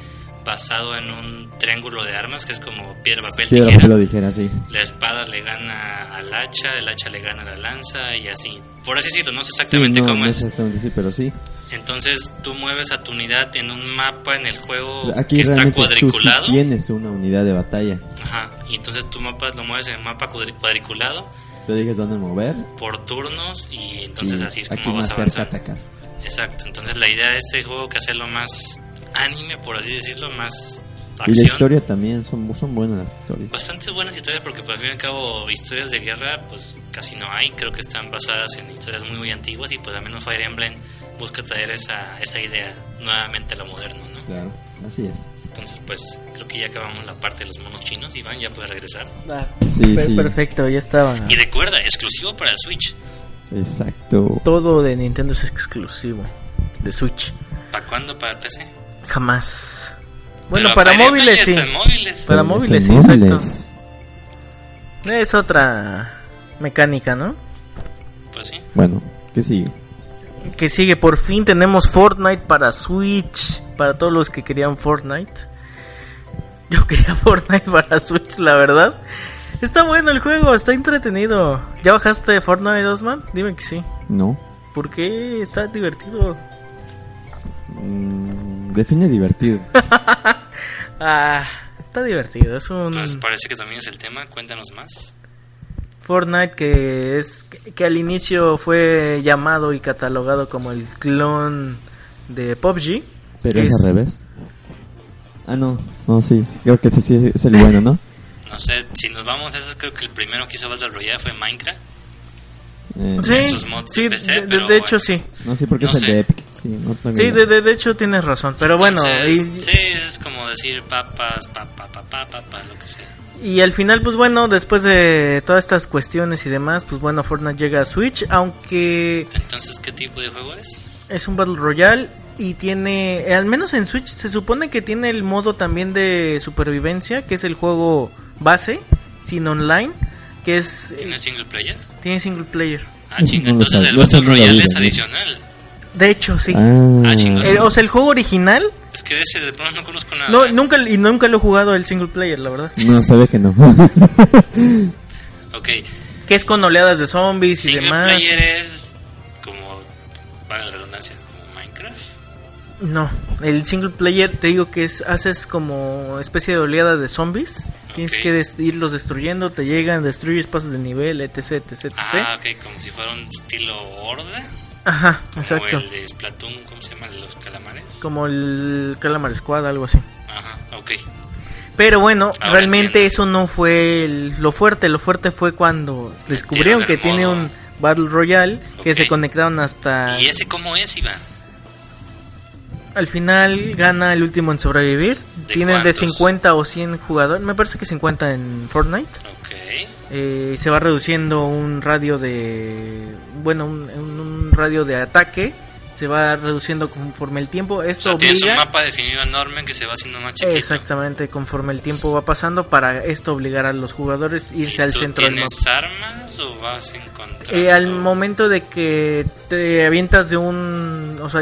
basado en un triángulo de armas que es como piedra, papel,
Sí, de lo
tijera.
que lo dijera, sí.
La espada le gana al hacha, el hacha le gana a la lanza y así. Por así decirlo, no sé
Sí,
exactamente
no,
cómo
no
es.
Exactamente, sí, pero sí.
Entonces tú mueves a tu unidad en un mapa en el juego Oh,
Aquí
que está
realmente tú sí
cuadriculado.
tienes una unidad de batalla.
Ajá, y entonces tu mapa lo mueves en el mapa cuadri- cuadriculado
Tú dices dónde mover.
por turnos y entonces
y
así es
aquí
como vas
más cerca
avanzando.
atacar.
Exacto, entonces la idea de este juego que hacerlo más anime, por así decirlo, más
Y la
acción. Pues,
historia también. Son, son buenas las historias.
Bastantes buenas historias porque pues, al fin y al cabo historias de guerra pues casi no hay, creo que están basadas en historias muy, muy antiguas y pues al menos Fire Emblem busca traer esa, esa idea nuevamente a lo moderno, ¿no?
Claro, así es.
Entonces, pues creo que ya acabamos la parte de los monos chinos. Iván ya puede regresar.
Sí,
Per-
sí.
Perfecto, ya estaba.
Y recuerda, exclusivo para el Switch.
Exacto.
Todo de Nintendo es exclusivo. De Switch.
¿Para cuándo? ¿Para el PC?
Jamás. Bueno,
Pero
para
Fire Emblem
móviles
ya
sí.
está en móviles.
Para
Sí,
móviles,
está en
sí,
móviles.
exacto. Es otra mecánica, ¿no?
Pues
um,
sí.
Bueno, ¿qué sigue?
Que sigue, por fin tenemos Fortnite para Switch. Para todos los que querían Fortnite. Yo quería Fortnite para Switch, la verdad. Está bueno el juego, está entretenido. ¿Ya bajaste Fortnite, Osman? Dime que sí.
No.
¿Por qué? Está divertido.
Mm, define divertido.
Ah, está divertido. Es un
Entonces parece que también es el tema. Cuéntanos más.
Fortnite que es que al inicio fue llamado y catalogado como el clon de PUBG.
Pero
que
es, al revés. Ah, no. No, sí. Creo que este sí es, es el bueno, ¿no?
No sé, si nos vamos a esas, creo que el primero que hizo Battle Royale fue Minecraft.
Eh,
Sí,
esos mods de
sí,
PC,
de, de-
pero
de hecho
bueno.
sí.
No, sí, porque
No
es el
sé.
de Epic. Sí, no,
Sí,
también.
de, de- de hecho tienes razón, pero bueno,
Entonces,
y,
Sí, es como decir papas, papá, papá, papá, lo que sea.
y al final, pues bueno, después de todas estas cuestiones y demás, pues bueno, Fortnite llega a Switch, aunque
Entonces, ¿qué tipo de juego es?
es un Battle Royale y tiene, eh, al menos en Switch, se supone que tiene el modo también de supervivencia, que es el juego base, sin online, que es... eh,
¿Tiene single player?
tiene single player.
Ah, chinga,
No lo
entonces
sabía,
el
no
Battle
sabía, no lo
Royale
vi,
es
¿no?
adicional.
De hecho, sí.
Ah,
Ah, chingos.
Eh, o sea, el juego original,
Es que de ese de plano no conozco nada.
no, nunca, y nunca lo he jugado el single player, la verdad.
No, sabe que no.
Ok, ok.
Que es con oleadas de zombies y
Single
demás.
player es como, para la redundancia, como Minecraft.
No, el single player te digo que es haces como especie de oleada de zombies. Tienes
Ok.
que des- irlos destruyendo, te llegan, destruyes, pasas de nivel, etc, etc, etc.
Ah, ok, como si fuera un estilo horda.
Ajá,
Como
exacto.
el de Splatoon, ¿cómo se llama? El de Los calamares.
Como el Calamar Squad, algo así.
Ajá, ok.
Pero bueno,
Ahora
realmente
entiendo.
eso no fue el- lo fuerte. Lo fuerte fue cuando descubrieron
del
que tiene
modo.
un Battle Royale que
Ok.
se conectaron hasta
¿Y ese cómo es, Iván?
Al final gana el último en sobrevivir.
¿De
Tienen de
cuántos?
50 o 100 jugadores. Me parece que 50 en Fortnite.
Ok.
Eh, se va reduciendo un radio de. Bueno, un, un- un radio de ataque. Se va reduciendo conforme el tiempo.
O
Esto
sea, tienes un
obliga-
mapa definido enorme que se va haciendo más chiquito.
Exactamente, conforme el tiempo va pasando, para esto obligar a los jugadores a
¿Y
irse al
tú
centro del mapa.
¿Tienes armas o vas encontrando?
Eh, al momento de que te avientas de un. O sea,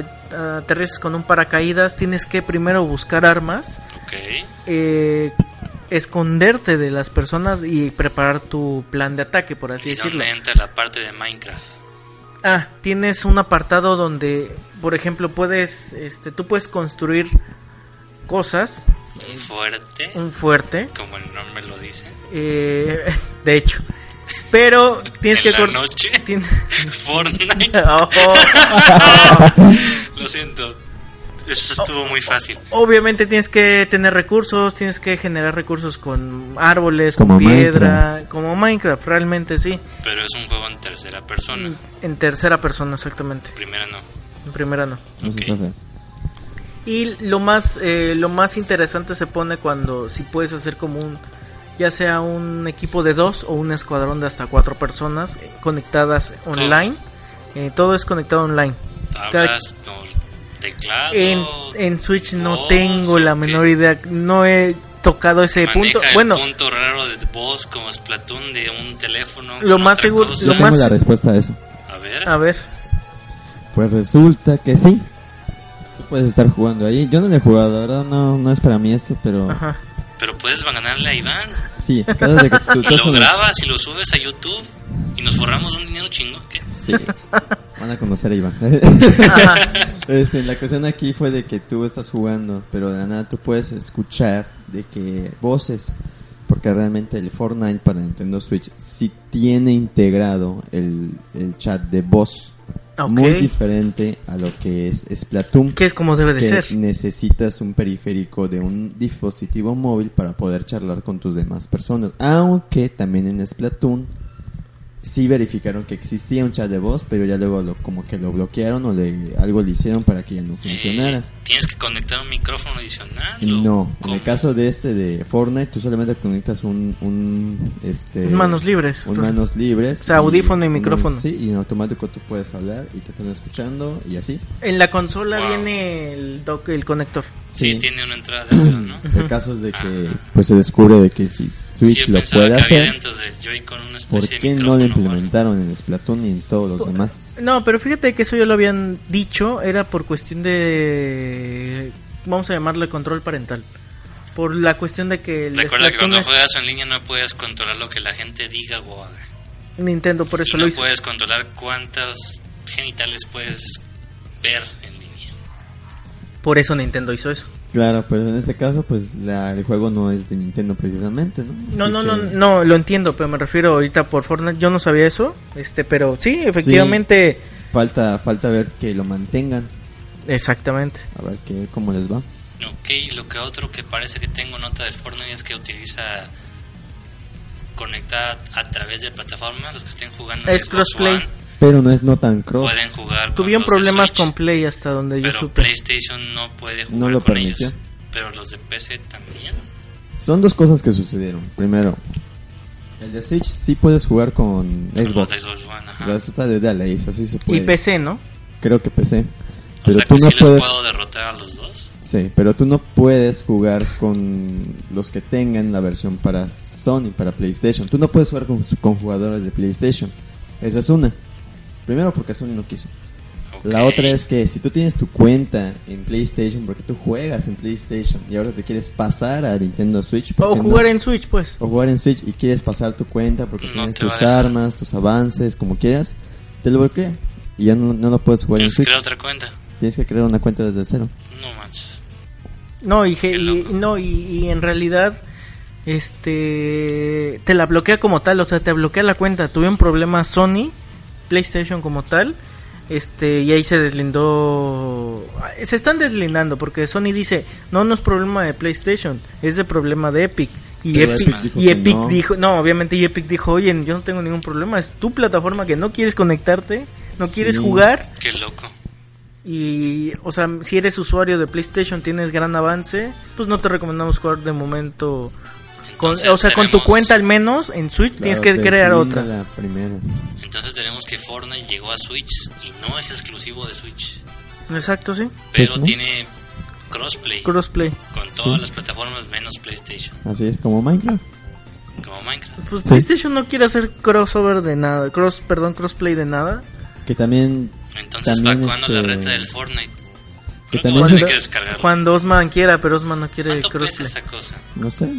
aterrizas con un paracaídas, tienes que primero buscar armas.
Ok.
eh, esconderte de las personas y preparar tu plan de ataque, por así
¿Y
decirlo.
dónde entra la parte de Minecraft?
Ah, tienes un apartado donde, por ejemplo, puedes, este, tú puedes construir cosas,
Un fuerte,
un fuerte,
como el nombre lo dice.
eh, de hecho, pero tienes
en
que
la
cor-
noche,
tien-
Fortnite.
Oh,
lo siento. Eso
Oh.
estuvo muy fácil.
Obviamente tienes que tener recursos, tienes que generar recursos con árboles,
Como
con piedra,
Minecraft.
como Minecraft, realmente sí,
Pero es un juego en tercera persona.
en tercera persona exactamente,
Primera no.
en primera no.
Eso
Ok.
está feo.
Y lo más, eh, lo más interesante se pone cuando si puedes hacer como un, ya sea un equipo de dos o un escuadrón de hasta cuatro personas eh, conectadas online. Eh, todo es conectado online.
Tablas, no, teclado.
En, en Switch no
Dos,
tengo la
Oh, ok.
menor idea, no he tocado ese
maneja
punto.
el
Bueno,
punto raro de voz como Splatoon de un teléfono.
Lo
con
más
otra
seguro-
cosa.
Yo
lo
tengo
más-
la respuesta a eso.
A ver.
a ver,
Pues resulta que sí. Tú puedes estar jugando ahí. Yo no lo he jugado, la verdad no, no es para mí esto, pero
ajá.
Pero puedes ganarle a Iván.
sí. Cada vez que tú
Y
estás
lo
en el-
grabas y lo subes a YouTube. Y nos forramos un dinero chingo. ¿Qué?
Sí. Van a conocer a Iván. este, la cuestión aquí fue de que tú estás jugando, pero de la nada tú puedes escuchar de que voces, porque realmente el Fortnite para Nintendo Switch sí tiene integrado el, el chat de voz.
Ok.
Muy diferente a lo que es Splatoon.
que es como debe de
que
ser.
necesitas un periférico de un dispositivo móvil para poder charlar con tus demás personas. Aunque también en Splatoon sí verificaron que existía un chat de voz, pero ya luego lo- como que lo bloquearon o le, algo le hicieron para que ya no
Eh,
funcionara.
¿Tienes que conectar un micrófono adicional? o
No, en
Eh, cómo?
el caso de este de Fortnite, tú solamente conectas un, un este
Manos libres.
un manos libres,
O sea, audífono y
un-
micrófono.
sí, y en automático tú puedes hablar y te están escuchando y así.
En la consola
Wow.
viene el dock, el conector.
Sí, tiene una entrada de audio, ¿no?
El caso es de que pues se descubre de que si
Sí,
Switch
yo
lo
pensaba
puede
que había
hacer,
dentro del Joy-Con una
¿por
especie
qué
de
no
micrófono
lo
o algo?
implementaron en Splatoon y en todos los demás?
No, pero fíjate que eso ya lo habían dicho, era por cuestión de, vamos a llamarle control parental. Por la cuestión de que el
Recuerda que
Splatoon
cuando
es
juegas en línea no puedes controlar lo que la gente diga o haga.
Nintendo, por eso
Y no
lo hizo.
puedes controlar cuántos genitales puedes ver en línea.
Por eso Nintendo hizo eso.
Claro, pero en este caso pues la- el juego no es de Nintendo precisamente, ¿no?
No,
Así
no,
que-
no, no, lo entiendo, pero me refiero ahorita por Fortnite, yo no sabía eso, este, pero sí, efectivamente,
Falta, falta ver que lo mantengan,
exactamente.
a ver que, cómo les va.
Ok, y lo que otro que parece que tengo nota del Fortnite es que utiliza conectar a través de plataformas. Los que estén jugando en
Es
Xbox
crossplay.
One
Pero no es no tan cross,
pueden jugar con
Tuvieron
los de
problemas
Switch,
con Play hasta donde yo
pero
supe.
PlayStation no puede jugar
No lo
con
permitió.
ellos. Pero los de PC también.
Son dos cosas que sucedieron. Primero, el de Switch sí puedes jugar con
Los de
Xbox.
Xbox One, ajá.
Pero eso está desde la ley, eso sí se
Y
puede.
PC, ¿no?
Creo que PC.
O
Pero
sea
tú
que sí
no
les
puedes
puedo derrotar a los dos.
Sí, pero tú no puedes jugar con los que tengan la versión para Sony, para PlayStation. Tú no puedes jugar con, con jugadores de PlayStation. Esa es una. Primero porque Sony no quiso. La otra es que si tú tienes tu cuenta en PlayStation, porque tú juegas en PlayStation y ahora te quieres pasar a Nintendo Switch.
O
porque no-
jugar en Switch, pues.
o jugar en Switch y quieres pasar tu cuenta porque
No
tienes
te va a
tus
dejar.
armas, tus avances, como quieras, te lo bloquea. Y ya no, no lo puedes jugar en
Tienes que
Switch.
crear otra cuenta.
Tienes que crear una cuenta desde cero.
No manches.
No, y, que- y-
Qué loco.
no, y, y en realidad este te la bloquea como tal, o sea, te bloquea la cuenta. Tuve un problema Sony, PlayStation como tal, este y ahí se deslindó se están deslindando porque Sony dice, "No, no es problema de PlayStation, es de problema de Epic." Y
Pero
Epic,
Epic
dijo
y
que
Epic
no.
dijo, no, obviamente y Epic dijo, oye, yo no tengo ningún problema, es tu plataforma que no quieres conectarte, no quieres
Sí.
jugar,
Qué loco.
y, o sea, si eres usuario de PlayStation, tienes gran avance, pues no te recomendamos jugar de momento. Con, o
Entonces
sea, con tu
tenemos-
cuenta al menos en Switch tienes que
Claro,
crear
deslinda
otra.
La primera.
Entonces tenemos que Fortnite llegó a Switch y no es exclusivo de Switch.
Exacto, sí.
Pero
Pues no.
tiene crossplay
Crossplay.
con todas las plataformas menos PlayStation.
Así es como Minecraft.
Como Minecraft.
Pues PlayStation no quiere hacer crossover de nada, cross, perdón, crossplay de nada.
Que también.
Entonces
También,
va cuando la
este,
reta del Fortnite.
que
Creo que voy
también.
a tener
se-
que descargarlo.
Cuando Osman quiera, pero Osman no quiere
¿Cuánto pesa
crossplay.
esa cosa?
No sé.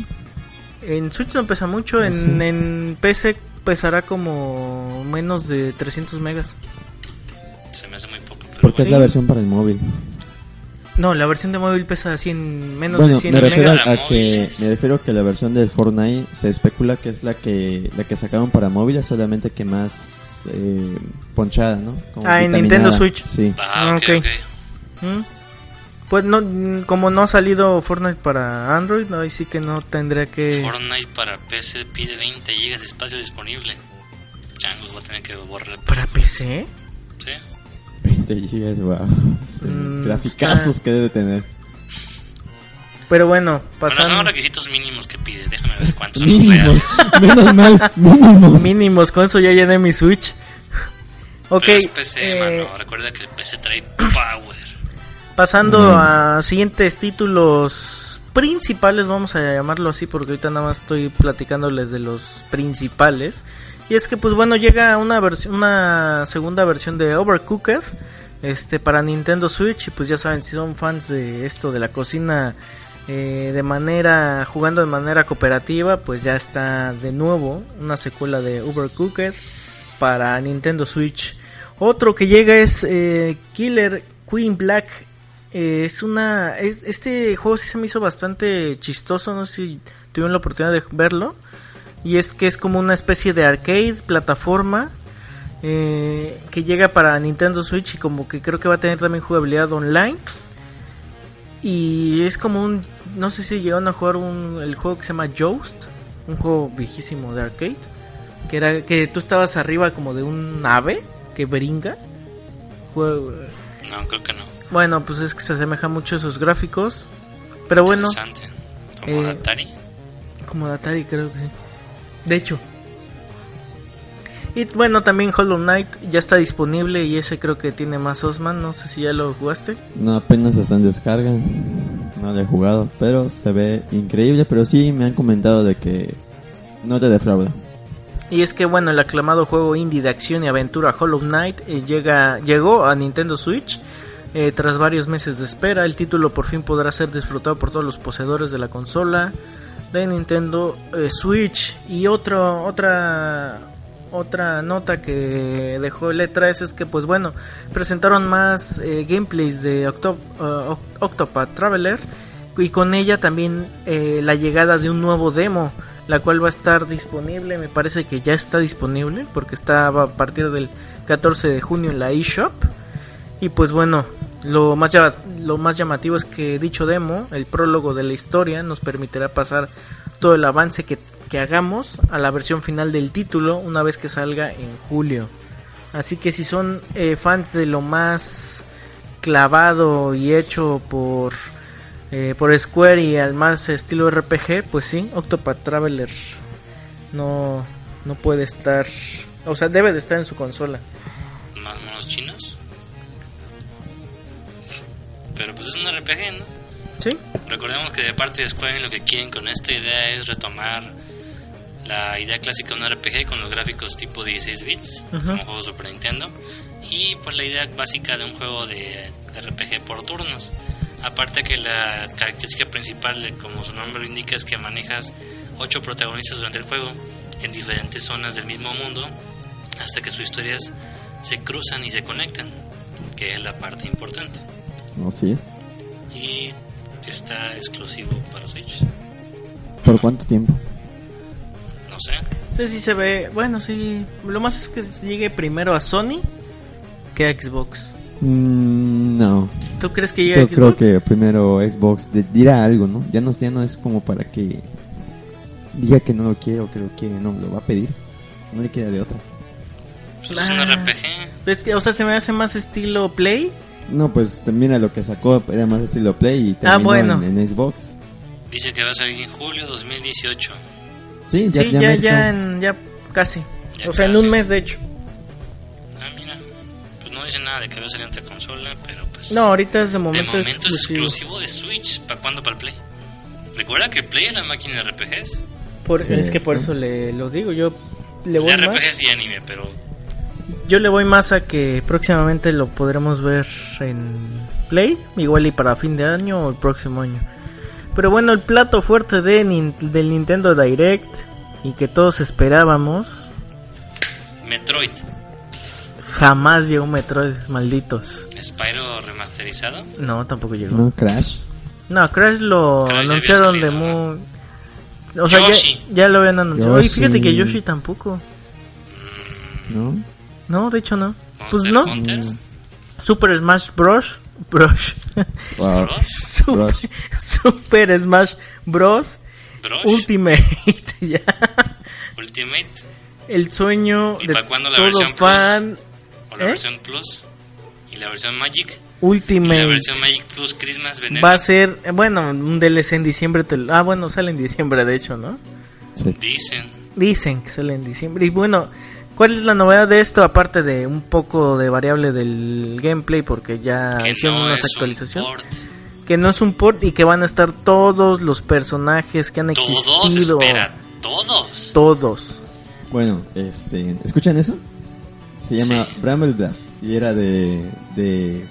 En Switch no pesa mucho, en,
Sí.
en PC pesará como menos de 300 megas.
Se me hace muy poco. Pero
Porque es
bueno.
la versión para el móvil.
No, la versión de móvil pesa 100, menos
bueno,
de 100
me refiero
megas.
megas.
a
Para
que
móviles.
me refiero a que la versión del Fortnite se especula que es la que la que sacaron para móviles, solamente que más eh, ponchada, ¿no? Como
Ah, en
vitaminada.
Nintendo Switch.
Sí.
Ah,
Ah,
ok,
ok.
ok.
Mm. Pues no, mm, como no ha salido Fortnite para Android, no, ahí sí que no tendría que...
Fortnite para PC pide 20 GB de espacio disponible. Changos, voy a tener que borrar.
¿Para PC?
Sí.
20 gigas, wow. Sí,
Mm,
Graficazos
está-
que debe tener.
Pero bueno,
Bueno, son
pasando...
los requisitos mínimos que pide. Déjame ver cuántos son los reales.
Mínimos. Menos mal, mínimos.
Mínimos, con eso ya llené mi Switch. ok,
Pero es PC,
eh,
mano. Recuerda que el PC trae power.
pasando a siguientes títulos principales, vamos a llamarlo así porque ahorita nada más estoy platicándoles de los principales. Y es que pues bueno, llega una, vers- una segunda versión de Overcooker este, para Nintendo Switch. Y pues ya saben, si son fans de esto, de la cocina eh, de manera, jugando de manera cooperativa, pues ya está de nuevo una secuela de Overcooked para Nintendo Switch. Otro que llega es eh, Killer Queen Black. Eh, es una, es- este juego sí se me hizo bastante chistoso, no sé si tuvieron la oportunidad de verlo. Y es que es como una especie de arcade, plataforma, eh, que llega para Nintendo Switch y como que creo que va a tener también jugabilidad online. Y es como un, no sé si llegaron a jugar un, el juego que se llama Joust, un juego viejísimo de arcade, que era que tú estabas arriba como de un ave que brinca. Juego-
No, creo que no.
Bueno, pues es que se asemeja mucho a esos gráficos, pero bueno,
Interesante. Como
Eh,
Atari.
como de Atari creo que sí. De hecho. Y bueno, también Hollow Knight ya está disponible y ese creo que tiene más Osman, no sé si ya lo jugaste.
No, apenas está en descarga. No lo he jugado, pero se ve increíble. Pero sí me han comentado de que no te defrauda.
Y es que bueno, el aclamado juego indie de acción y aventura Hollow Knight eh, llega, llegó a Nintendo Switch eh, tras varios meses de espera. El título por fin podrá ser disfrutado por todos los poseedores de la consola de Nintendo eh, Switch. Y otro, otra, otra nota que dejó el E3 es que pues bueno, presentaron más eh, gameplays de Octo- eh, Oct- Octopath Traveler y con ella también eh, la llegada de un nuevo demo, la cual va a estar disponible, me parece que ya está disponible porque está a partir del 14 de junio en la eShop. Y pues bueno, lo más, llama- lo más llamativo es que dicho demo, el prólogo de la historia, nos permitirá pasar todo el avance que, que hagamos a la versión final del título una vez que salga en julio. Así que si son eh, fans de lo más clavado y hecho por, eh, por Square y al más estilo RPG, pues sí, Octopath Traveler no, no puede estar, o sea, debe de estar en su consola.
Más monos chinos. Pero pues es un RPG, ¿no?
¿Sí?
Recordemos que de parte de Square Enix lo que quieren con esta idea es retomar la idea clásica de un RPG con los gráficos tipo 16 bits,
Ujú.
como juegos Super Nintendo, y pues la idea básica de un juego de, de RPG por turnos. Aparte que la característica principal, de, como su nombre lo indica, es que manejas ocho protagonistas durante el juego en diferentes zonas del mismo mundo hasta que sus historias se cruzan y se conectan, que es la parte importante.
Así es.
Y está exclusivo para Switch.
¿Por cuánto tiempo?
No sé.
Este Sí, sí se ve. Bueno, sí. Lo más es que se llegue primero a Sony que a Xbox.
Mm, no.
¿Tú crees que llegue a
Yo creo
Xbox?
que primero Xbox de- dirá algo, ¿no? Ya no, ya no es como para que diga que no lo quiere o que lo quiere, no, lo va a pedir. No le queda de otra.
Pues es un
Ah.
RPG.
Es que, o sea, se me hace más estilo Play.
No, pues también a lo que sacó era más estilo Play y terminó
Ah, bueno.
en, en Xbox.
Dice que va a salir en julio 2018.
Sí, ya,
sí, ya, ya,
mérito.
en- ya casi.
Ya
o sea, en un
casi.
mes, de hecho.
Ah, mira. Pues no dice nada de que va a salir entre consola, pero pues...
No, ahorita es de
de
momento,
momento es exclusivo de Switch. ¿Para cuándo? ¿Para el Play? Recuerda que Play es la máquina de RPGs.
Por-
Sí.
Es que por eso le los digo. Yo le voy
de
más.
RPGs y anime, pero
Yo le voy más a que próximamente lo podremos ver en Play, igual y para fin de año o el próximo año. Pero bueno, el plato fuerte de Nin- del Nintendo Direct y que todos esperábamos,
Metroid.
jamás llegó Metroid, malditos.
Spyro remasterizado.
No, tampoco llegó. No,
No, Crash.
Crash lo
Crash ya había
anunciaron de
salido,
muy... O sea, ya,
Yoshi.
ya lo habían anunciado. Oye,
Yoshi.
fíjate que Yoshi tampoco.
¿No?
No, de hecho no. Pues
Monster
no.
Hunter.
Super Smash Bros. Bros.
Wow.
Bros.
Super,
Bros.
Super Smash Bros.
Bros.
Ultimate. ya.
Ultimate.
El sueño
¿Y
de
para cuándo la
todo
versión Plus?
fan.
O la
¿Eh?
versión Plus. Y la versión Magic. Y la
Ultimate.
versión Magic Plus Christmas Veneno.
Va a ser, eh, bueno, un DLC en diciembre. te lo- ah, bueno, sale en diciembre, de hecho, ¿no?
Sí.
Dicen.
Dicen que sale en diciembre. Y bueno, ¿cuál es la novedad de esto? Aparte de un poco de variable del gameplay, porque ya
Que
hicieron
no
unas
es un
actualizaciones.
port.
Que no es un port y que van a estar todos los personajes que han
Todos,
existido.
espera. Todos.
Todos.
Bueno, este, ¿escuchan eso? Se llama
Sí.
Bramble Blast y era de, de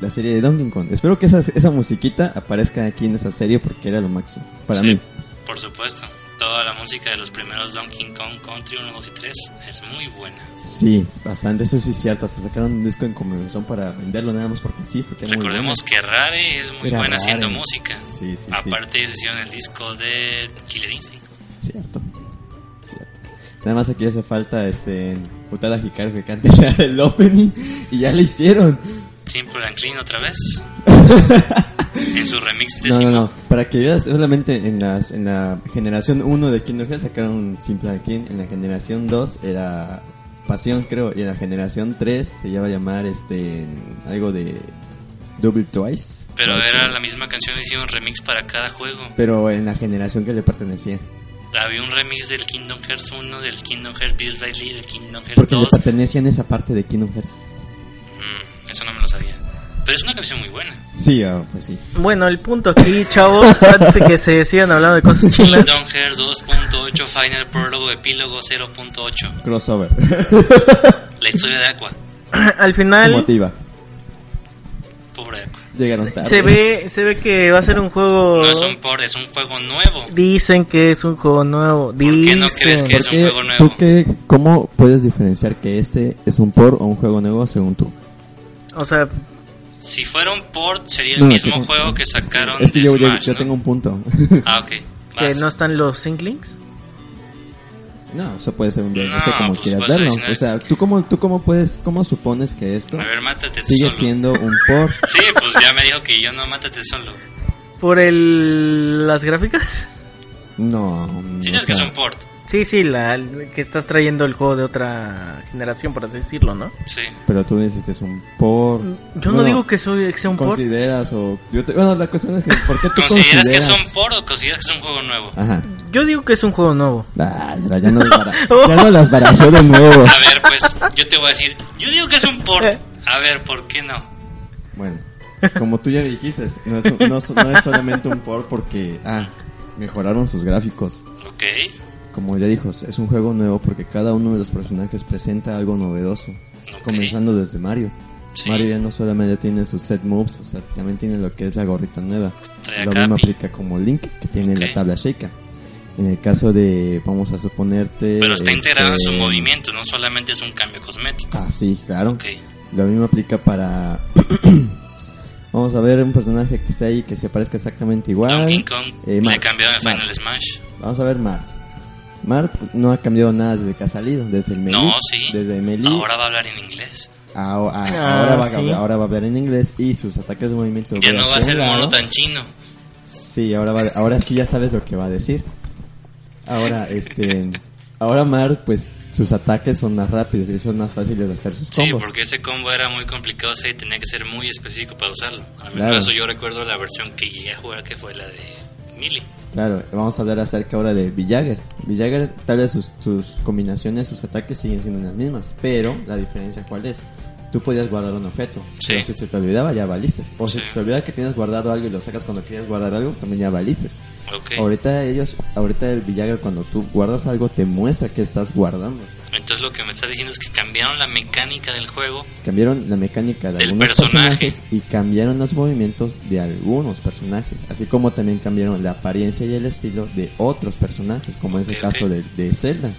la serie de Donkey Kong. Espero que esa, esa musiquita aparezca aquí en esta serie porque era lo máximo para
Sí,
mí.
Por supuesto. Toda la música de los primeros Donkey Kong Country 1, 2 y 3 es muy buena.
Sí, bastante, eso sí es cierto. Hasta sacaron un disco en conmemoración para venderlo nada más porque sí. Porque era muy
Recordemos que Rare es muy
Era
buena
Rare.
haciendo música.
Sí, sí, sí.
Aparte hicieron el disco de Killer Instinct.
bueno. Cierto, cierto. Nada más aquí hace falta este, Utada Hikaru que cante la- el opening y ya lo hicieron.
Simple and Clean otra vez. en su remix de
No, no,
Simple.
no. Para que veas, solamente en la, en la generación 1 de Kingdom Hearts sacaron Simple and Clean. En la generación 2 era Pasión, creo. Y en la generación 3 se iba a llamar este algo de Double Twice.
Pero
Twice,
era
¿no?
la misma canción, hicieron remix para cada juego.
Pero en la generación que le pertenecía.
Había un remix del Kingdom Hearts 1, del Kingdom Hearts Beat by Lee, del Kingdom Hearts
Porque le
2.
pertenecía en esa parte de Kingdom Hearts.
Mm, eso no me lo sabía. Pero es una canción muy buena.
Sí, ah, pues sí.
Bueno, el punto aquí, chavos, antes de que se sigan hablando de cosas chinas.
Kingdom Hearts 2.8 Final Prólogo Epílogo 0.8.
Crossover.
La historia de Aqua.
Al final
Motiva.
Pobre Aqua.
Llegaron tarde.
se ve, se ve que va a ser un juego.
No es un port, es un juego nuevo.
Dicen que es un juego nuevo. Dicen.
qué no crees que- Es un
¿Qué-
juego nuevo.
¿Tú qué, cómo puedes diferenciar que este es un por o un juego nuevo según tú?
O sea,
Si fuera un port, sería el
No, no,
mismo
es que-
juego que sacaron
Es que
de
yo, yo-
Smash.
yo
¿no?
tengo un punto.
Ah, ok.
que
Vas.
no están los Sinklings.
No, eso puede ser un DLC
No,
como
pues,
quieras
vas a
verlo.
decir-
O sea, ¿tú cómo, ¿tú cómo puedes, cómo supones que esto
A ver, mátate tú
sigue
solo.
siendo un port?
Sí, pues ya me dijo que yo no, mátate solo.
Por el, las gráficas.
No.
Dices
o
que es
sea,
un port.
Sí, sí, la que estás trayendo el juego de otra generación, por así decirlo, ¿no?
Sí.
Pero tú dices que es un port.
Yo no digo que soy que sea un port.
Consideras o... yo te- Bueno, la cuestión es que... ¿Por qué tú
¿Consideras
consideras
que es un port o consideras que es un juego nuevo?
Ajá.
Yo digo que es un juego nuevo.
Ah, ya, ya no, las bara- ya no las barajó de nuevo.
A ver, pues yo te voy a decir, yo digo que es un port. A ver, ¿por qué no?
Bueno, como tú ya dijiste, no es, un- no es- no es solamente un port porque... Ah, mejoraron sus gráficos.
Ok.
Como ya dijo, es un juego nuevo porque cada uno de los personajes presenta algo novedoso.
Ok.
Comenzando desde Mario.
Sí.
Mario ya no solamente tiene sus set moves, o sea, también tiene lo que es la gorrita nueva.
Trae
lo
acá,
mismo
pi.
aplica como Link, que tiene
Ok.
la tabla Sheikah. En el caso de, vamos a suponerte...
Pero está
este,
integrado en su movimiento, no solamente es un cambio cosmético.
Ah, sí, claro.
Ok,
Lo mismo aplica para... vamos a ver un personaje que esté ahí que se parezca exactamente igual.
Donkey Kong
Eh,
le
Mar-
cambiaron el
Mar-
Final Smash.
Vamos a ver Mart. Mart no ha cambiado nada desde que ha salido, desde el Melee.
No, sí.
Desde Melee.
Ahora va a hablar en inglés.
Ah, ah,
Ah,
ahora, va a,
sí.
hablar- ahora va a hablar en inglés y sus ataques de movimiento.
Ya no va a
hacia
ser
un
mono
lado.
tan chino.
Sí, ahora, va, ahora sí ya sabes lo que va a decir. Ahora, este. Ahora Mart, pues sus ataques son más rápidos y son más fáciles de hacer sus
Sí,
combos.
porque ese combo era muy complicado, o sea, y tenía que ser muy específico para usarlo. Al menos
Claro.
eso yo recuerdo la versión que llegué a jugar, que fue la de Melee.
Claro, vamos a hablar acerca ahora de Villager. Villager, tal vez sus, sus combinaciones, sus ataques siguen siendo las mismas, pero la diferencia cuál es. Tú podías guardar un objeto,
Sí.
pero si se te olvidaba ya valiste. O si
Sí.
se te olvidaba que tienes guardado algo y lo sacas cuando quieres guardar algo, también ya valiste.
Ok.
Ahorita ellos, ahorita el Villager cuando tú guardas algo te muestra que estás guardando.
Entonces lo que me estás diciendo es que cambiaron la mecánica del juego.
Cambiaron la mecánica de
Del
algunos
personaje.
personajes y cambiaron los movimientos de algunos personajes, así como también cambiaron la apariencia y el estilo de otros personajes, como es
Ok,
el
ok.
caso de, de Zelda.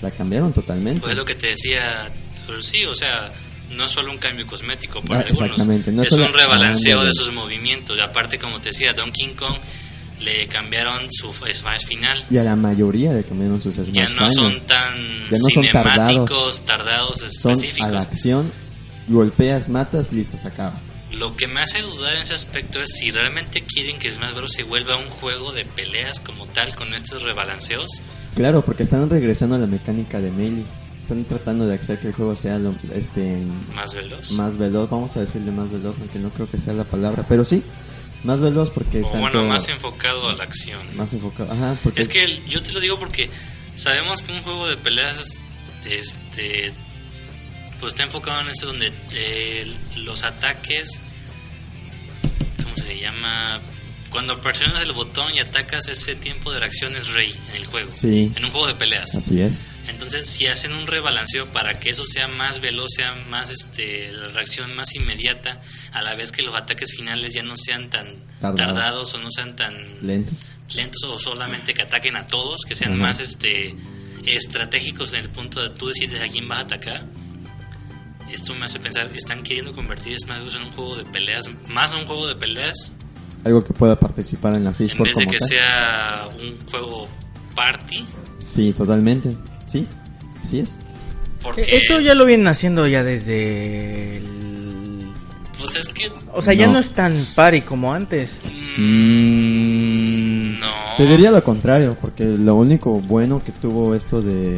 La cambiaron totalmente.
Pues es lo que te decía, pero sí, o sea, no es solo un cambio cosmético para
Ah,
algunos.
exactamente, no
es
es solo-
un rebalanceo
Ah,
de
ándale.
sus movimientos. Y aparte, como te decía, Donkey Kong le cambiaron su f- Smash final.
Y a la mayoría le cambiaron sus Smash
Ya no son
Final.
tan
Ya no son
cinemáticos, tardados,
Son a
específicos.
la acción, golpeas, matas, listo, se acaba.
Lo que me hace dudar en ese aspecto es si realmente quieren que Smash Bros. se vuelva un juego de peleas como tal con estos rebalanceos.
Claro, porque están regresando a la mecánica de Melee. Están tratando de hacer que el juego sea lo- este,
Más veloz.
más veloz, vamos a decirle más veloz, aunque no creo que sea la palabra, pero sí, más veloz porque
o
eh, tanto-
bueno, más enfocado a la acción.
más enfocado, ajá, porque
Es que el- yo te lo digo porque sabemos que un juego de peleas este pues está enfocado en eso donde eh, los ataques ¿cómo se le llama? Cuando presionas el botón y atacas ese tiempo de reacción es rey en el juego.
sí,
En un juego de peleas.
así es.
Entonces, si hacen un rebalanceo para que eso sea más veloz, sea más este la reacción más inmediata, a la vez que los ataques finales ya no sean tan
Tardados.
tardados o no sean tan
Lentos.
lentos o solamente que ataquen a todos, que sean
Ajá.
más este estratégicos en el punto de tú decides a quién vas a atacar. Esto me hace pensar, están queriendo convertir Smash Bros. en un juego de peleas, más un juego de peleas,
Algo que pueda participar en las
en
eSports
vez de
como
que
tal.
sea un juego party,
Sí, totalmente. Sí. Así es.
porque
Eh, Eso ya lo vienen haciendo ya desde el...
pues es que
O sea, ya
No.
no es tan pari como antes.
mm, no.
Te diría lo contrario, porque lo único bueno que tuvo esto de,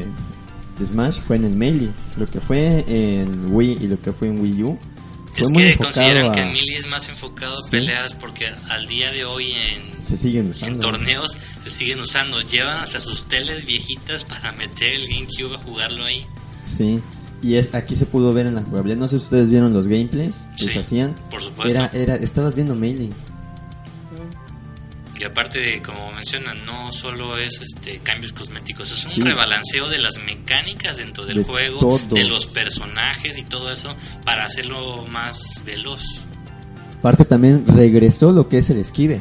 de Smash fue en el Melee, lo que fue en Wii y lo que fue en Wii U. Fue
es
muy
que
enfocado
consideran que
a-
Melee es más enfocado a
Sí.
peleas porque al día de hoy en
se siguen
En
usando.
torneos se siguen usando, llevan hasta sus teles viejitas para meter el GameCube a jugarlo ahí.
Sí. Y es, aquí se pudo ver en la jugabilidad. No sé si ustedes vieron los gameplays que
Sí,
se hacían.
por supuesto.
Era, era, estabas viendo Melee.
Y aparte de, como mencionan, no solo es este cambios cosméticos, es un
Sí.
rebalanceo de las mecánicas dentro del
De
juego,
todo.
de los personajes y todo eso, para hacerlo más veloz.
Aparte también regresó lo que es el esquive.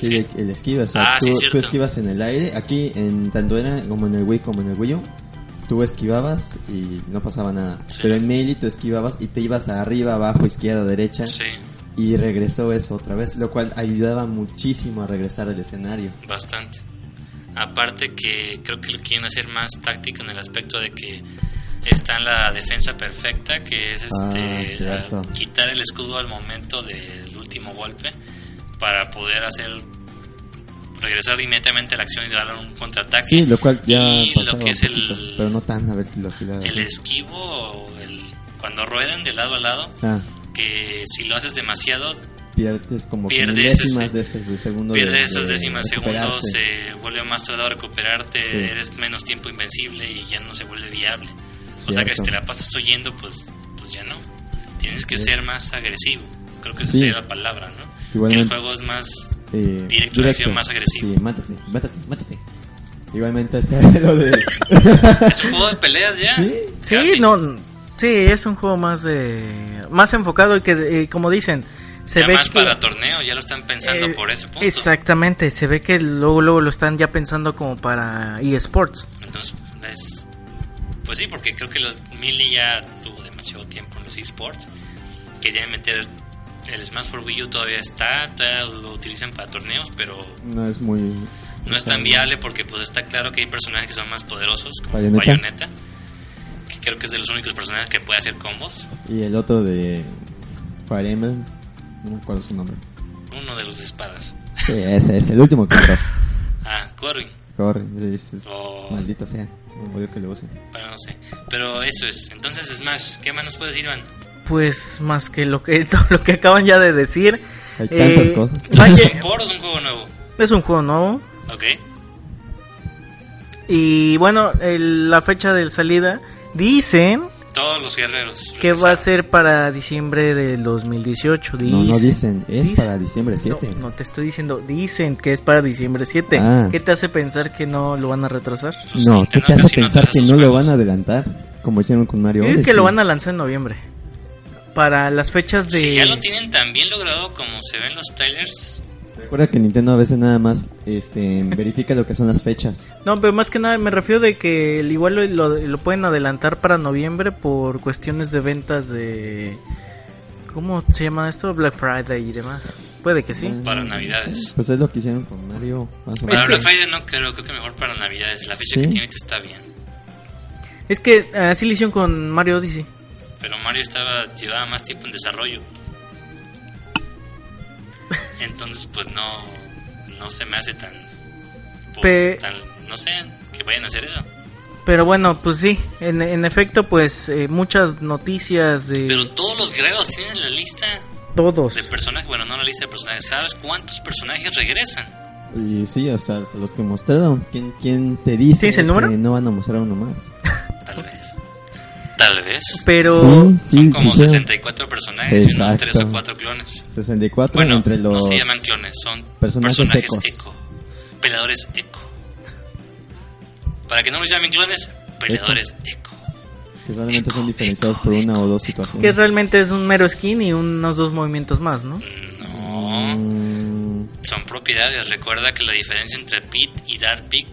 Sí,
¿El
el,
qué?
el esquive. O sea,
Ah, sí,
tú,
cierto.
tú esquivas en el aire. Aquí, en tanto era como en el Wii como en el Wii U. Tú esquivabas y no pasaba nada.
Sí.
Pero en Melee tú esquivabas y te ibas a arriba, abajo, izquierda, derecha.
Sí,
Y regresó eso otra vez. Lo cual ayudaba muchísimo a regresar al escenario.
bastante. Aparte que creo que lo quieren hacer más táctico en el aspecto de que está en la defensa perfecta, que es
Ah,
este
cierto.
a- quitar el escudo al momento del último golpe para poder hacer regresar inmediatamente a la acción y darle un contraataque.
Sí, lo cual ya
y
pasaba
lo que es
un poquito,
el,
Pero no tan a velocidad.
el esquivo, o el- cuando ruedan de lado a lado,
Ah,
que si lo haces demasiado
pierdes como que
Pierdes
milésimas
ese-
de esos de segundo.
Pierde
de-
esos
de
décimas segundos, eh,
recuperarte.
se vuelve más tardado recuperarte,
Sí.
eres menos tiempo invencible y ya no se vuelve viable. O sea
Cierto.
que si te la pasas huyendo, pues, pues ya no. Tienes que
Así es.
ser más agresivo. Creo que esa
Sí.
sería la palabra, ¿no? que el
Igualmente.
juego es más...
Eh,
directo, agresivo, más agresivo.
Sí, mátate, mátate, mátate. Igualmente está lo de...
Es un juego de peleas ya.
Sí.
Sí,
Casi.
no... Sí, Sí, es un juego más de más enfocado y que eh, como dicen, se
ya
ve
más
que-
para torneo, ya lo están pensando
eh,
por ese punto.
Exactamente, se ve que luego luego lo están ya pensando como para eSports.
Entonces, es- pues sí, porque creo que los Mili ya tuvo demasiado tiempo en los esports. Querían meter el Smash for Wii U todavía está, todavía lo utilizan para torneos, pero
No es muy.
no es tan viable porque pues está claro que hay personajes que son más poderosos, como
Bayonetta.
Bayonetta, que creo que es de los únicos personajes que puede hacer combos.
Y el otro de Fire Emblem, no me acuerdo su nombre.
Uno de los de espadas.
Sí, ese es el último que entró.
Ah, Corwin,
Corre, es- es-
Oh.
maldita sea. No odio que lo usen.
pero no sé. Pero eso es. Entonces, Smash, ¿qué más nos puedes decir, Iván?
Pues más que lo que todo lo que acaban ya de decir.
Hay tantas
eh,
cosas.
va
¿Es
que-
un port o es un juego nuevo?
es un juego nuevo
Ok.
y bueno, el- la fecha de salida dicen
Todos los guerreros.
que va a
regresaron.
ser para diciembre del 2018. Dicen,
No, no dicen, es
Dicen.
para diciembre
No,
7.
no te estoy diciendo, dicen que es para diciembre 7.
Ah.
¿Qué te hace pensar que no lo van a retrasar?
Pues
No, ¿qué
Nintendo
te hace
casi no
pensar
atrasa
que
sus
no lo
juegos.
van a adelantar? Como hicieron con Mario
Yo digo
Odyssey.
que lo van a lanzar en noviembre. Para las fechas de...
Si ya lo tienen tan bien logrado como se ven los trailers,
Recuerda que Nintendo a veces nada más este, verifica lo que son las fechas.
No, pero más que nada me refiero de que el- igual lo, lo- lo pueden adelantar para noviembre por cuestiones de ventas de... ¿Cómo se llama esto? Black Friday y demás. Puede que sí.
Mm.
para Navidades.
Pues es lo que hicieron con Mario. Más o
Para
menos.
Black Friday no creo, creo que mejor para Navidades. La fecha
Sí.
que tiene ahorita está bien.
Es que eh, así lo hicieron con Mario Odyssey.
Pero Mario estaba llevaba más tiempo en desarrollo. Entonces, pues no no se me hace tan, pues,
Pe-
tan- no sé que vayan a hacer eso.
Pero bueno, pues sí. En, en efecto, pues eh, muchas noticias de
Pero todos los guerreros tienen la lista
todos.
de personajes, bueno, no la lista de personajes. ¿Sabes cuántos personajes regresan?
Y sí, o sea, los que mostraron. ¿Quién, quién te dice
¿Tienes el número?
que no van a mostrar uno más?
Tal vez. Tal vez.
Pero...
Son como
hicieron
64 personajes y unos
Exacto.
3 o 4 clones.
64
Bueno,
entre los...
no se llaman clones, son
personajes
personajes,
ecos.
eco. Peladores eco. Para que no los llamen clones, peleadores eco.
que solamente son diferenciados por una o dos
Que
situaciones.
realmente es un mero skin y unos dos movimientos más, ¿no?
No,
Mm,
son propiedades. Recuerda que la diferencia entre Pit y Dark Pit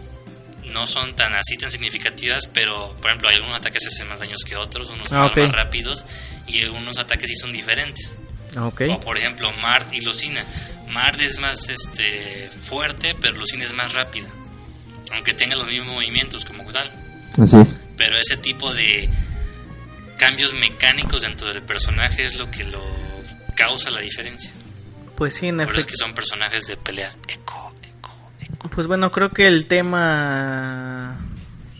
no son tan así tan significativas, pero por ejemplo, hay algunos ataques que hacen más daños que otros, unos son
Ah, ok.
más rápidos y algunos ataques sí son diferentes.
Ok.
O por ejemplo, Mart y Lucina. Mart es más este fuerte, pero Lucina es más rápida. Aunque tenga los mismos movimientos como tal.
así es.
Pero ese tipo de cambios mecánicos dentro del personaje es lo que lo causa la diferencia.
Pues sí, en
Por eso es
efecto.
que son personajes de pelea. Eco, eco, eco.
Pues bueno, creo que el tema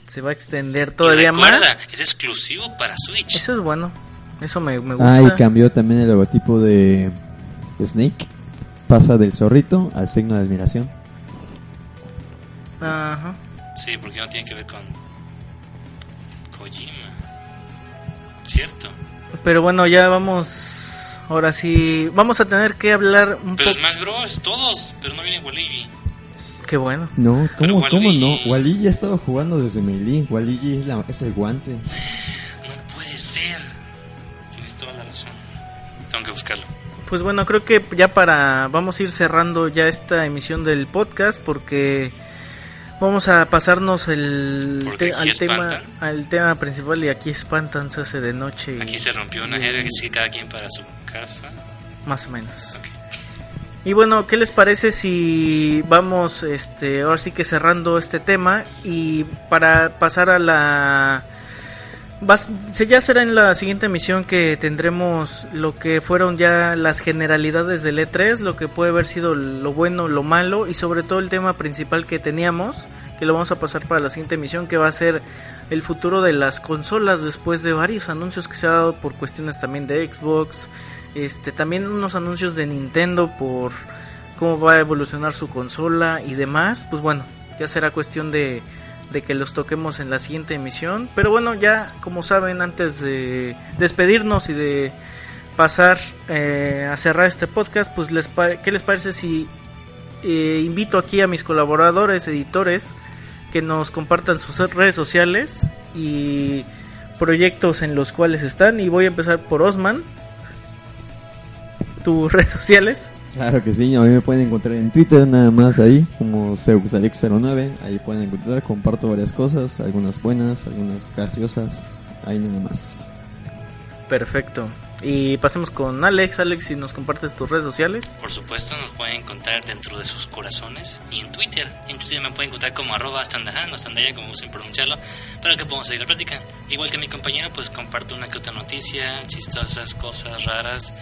se va a extender todavía
Y recuerda,
más.
Es exclusivo para Switch.
Eso es bueno. Eso me, me gusta.
Ah, y cambió también el logotipo de, de Snake. Pasa del zorrito al signo de admiración.
Ajá.
Sí, porque no tiene que ver con Kojima. Cierto.
Pero bueno, ya vamos. Ahora sí. Vamos a tener que hablar un
Pero
poco.
Smash Bros. todos, pero no viene Waluigi.
Qué bueno.
No,
Pero
¿cómo, cómo no?
Waluigi-
Waligi ha estado jugando desde Melee. Waligi es, la- es el guante.
No puede ser. Tienes toda la razón. Tengo que buscarlo.
Pues bueno, creo que ya para. Vamos a ir cerrando ya esta emisión del podcast porque. Vamos a pasarnos el
Porque
te-
aquí
al tema
espantan.
al tema principal y aquí espantan se hace de noche y
Aquí se rompió una jerga que sigue cada quien para su casa.
más o menos.
Ok.
Y bueno, ¿qué les parece si vamos, este, ahora sí que cerrando este tema y para pasar a la... vas- se- ya será en la siguiente emisión que tendremos lo que fueron ya las generalidades del E3, lo que puede haber sido lo bueno, lo malo y sobre todo el tema principal que teníamos, que lo vamos a pasar para la siguiente emisión, que va a ser el futuro de las consolas después de varios anuncios que se ha dado por cuestiones también de Xbox, este también unos anuncios de Nintendo por cómo va a evolucionar su consola y demás pues bueno ya será cuestión de, de que los toquemos en la siguiente emisión pero bueno ya como saben antes de despedirnos y de pasar eh, a cerrar este podcast pues les pa- qué les parece si eh, invito aquí a mis colaboradores editores que nos compartan sus redes sociales y proyectos en los cuales están y voy a empezar por Osman. Tus redes sociales.
Claro que sí, a mí me pueden encontrar en Twitter nada más ahí, como Seuxalix09, ahí pueden encontrar, comparto varias cosas, algunas buenas, algunas graciosas, ahí nada más.
Perfecto. Y pasemos con Alex. Alex, si nos compartes tus redes sociales.
Por supuesto, nos pueden encontrar dentro de sus corazones y en Twitter. En Twitter me pueden encontrar como arroba standahan o standayan, como gusten pronunciarlo, para que podamos seguir la plática. Igual que mi compañero, pues comparto una que otra noticia, chistosas, cosas raras,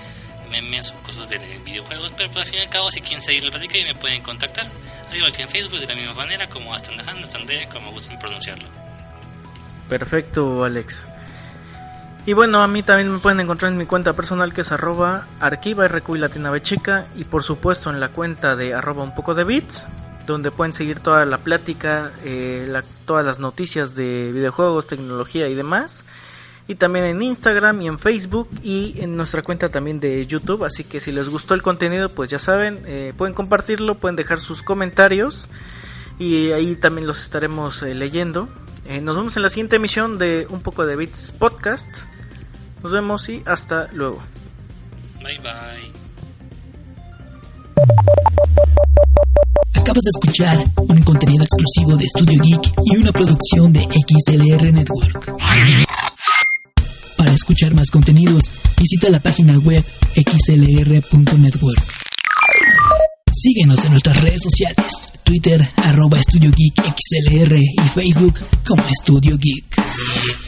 memes o cosas de videojuegos, pero pues, al fin y al cabo, si quieren seguir la plática, y me pueden contactar. Al igual que en Facebook, de la misma manera, como standahan o standayan, como gusten pronunciarlo.
Perfecto, Alex. Y bueno, a mí también me pueden encontrar en mi cuenta personal que es arroba arquiva RQ y latina bechica y por supuesto en la cuenta de arroba un poco de bits donde pueden seguir toda la plática, eh, la- todas las noticias de videojuegos, tecnología y demás. Y también en Instagram y en Facebook y en nuestra cuenta también de YouTube. Así que si les gustó el contenido, pues ya saben, eh, pueden compartirlo, pueden dejar sus comentarios y ahí también los estaremos eh, leyendo. Eh, nos vemos en la siguiente emisión de Un poco de Bits Podcast. Nos vemos y hasta luego.
Bye bye.
Acabas de escuchar un contenido exclusivo de Studio Geek y una producción de XLR Network. Para escuchar más contenidos, visita la página web xlr.network. Síguenos en nuestras redes sociales, Twitter, arroba Studio Geek XLR y Facebook como Studio Geek.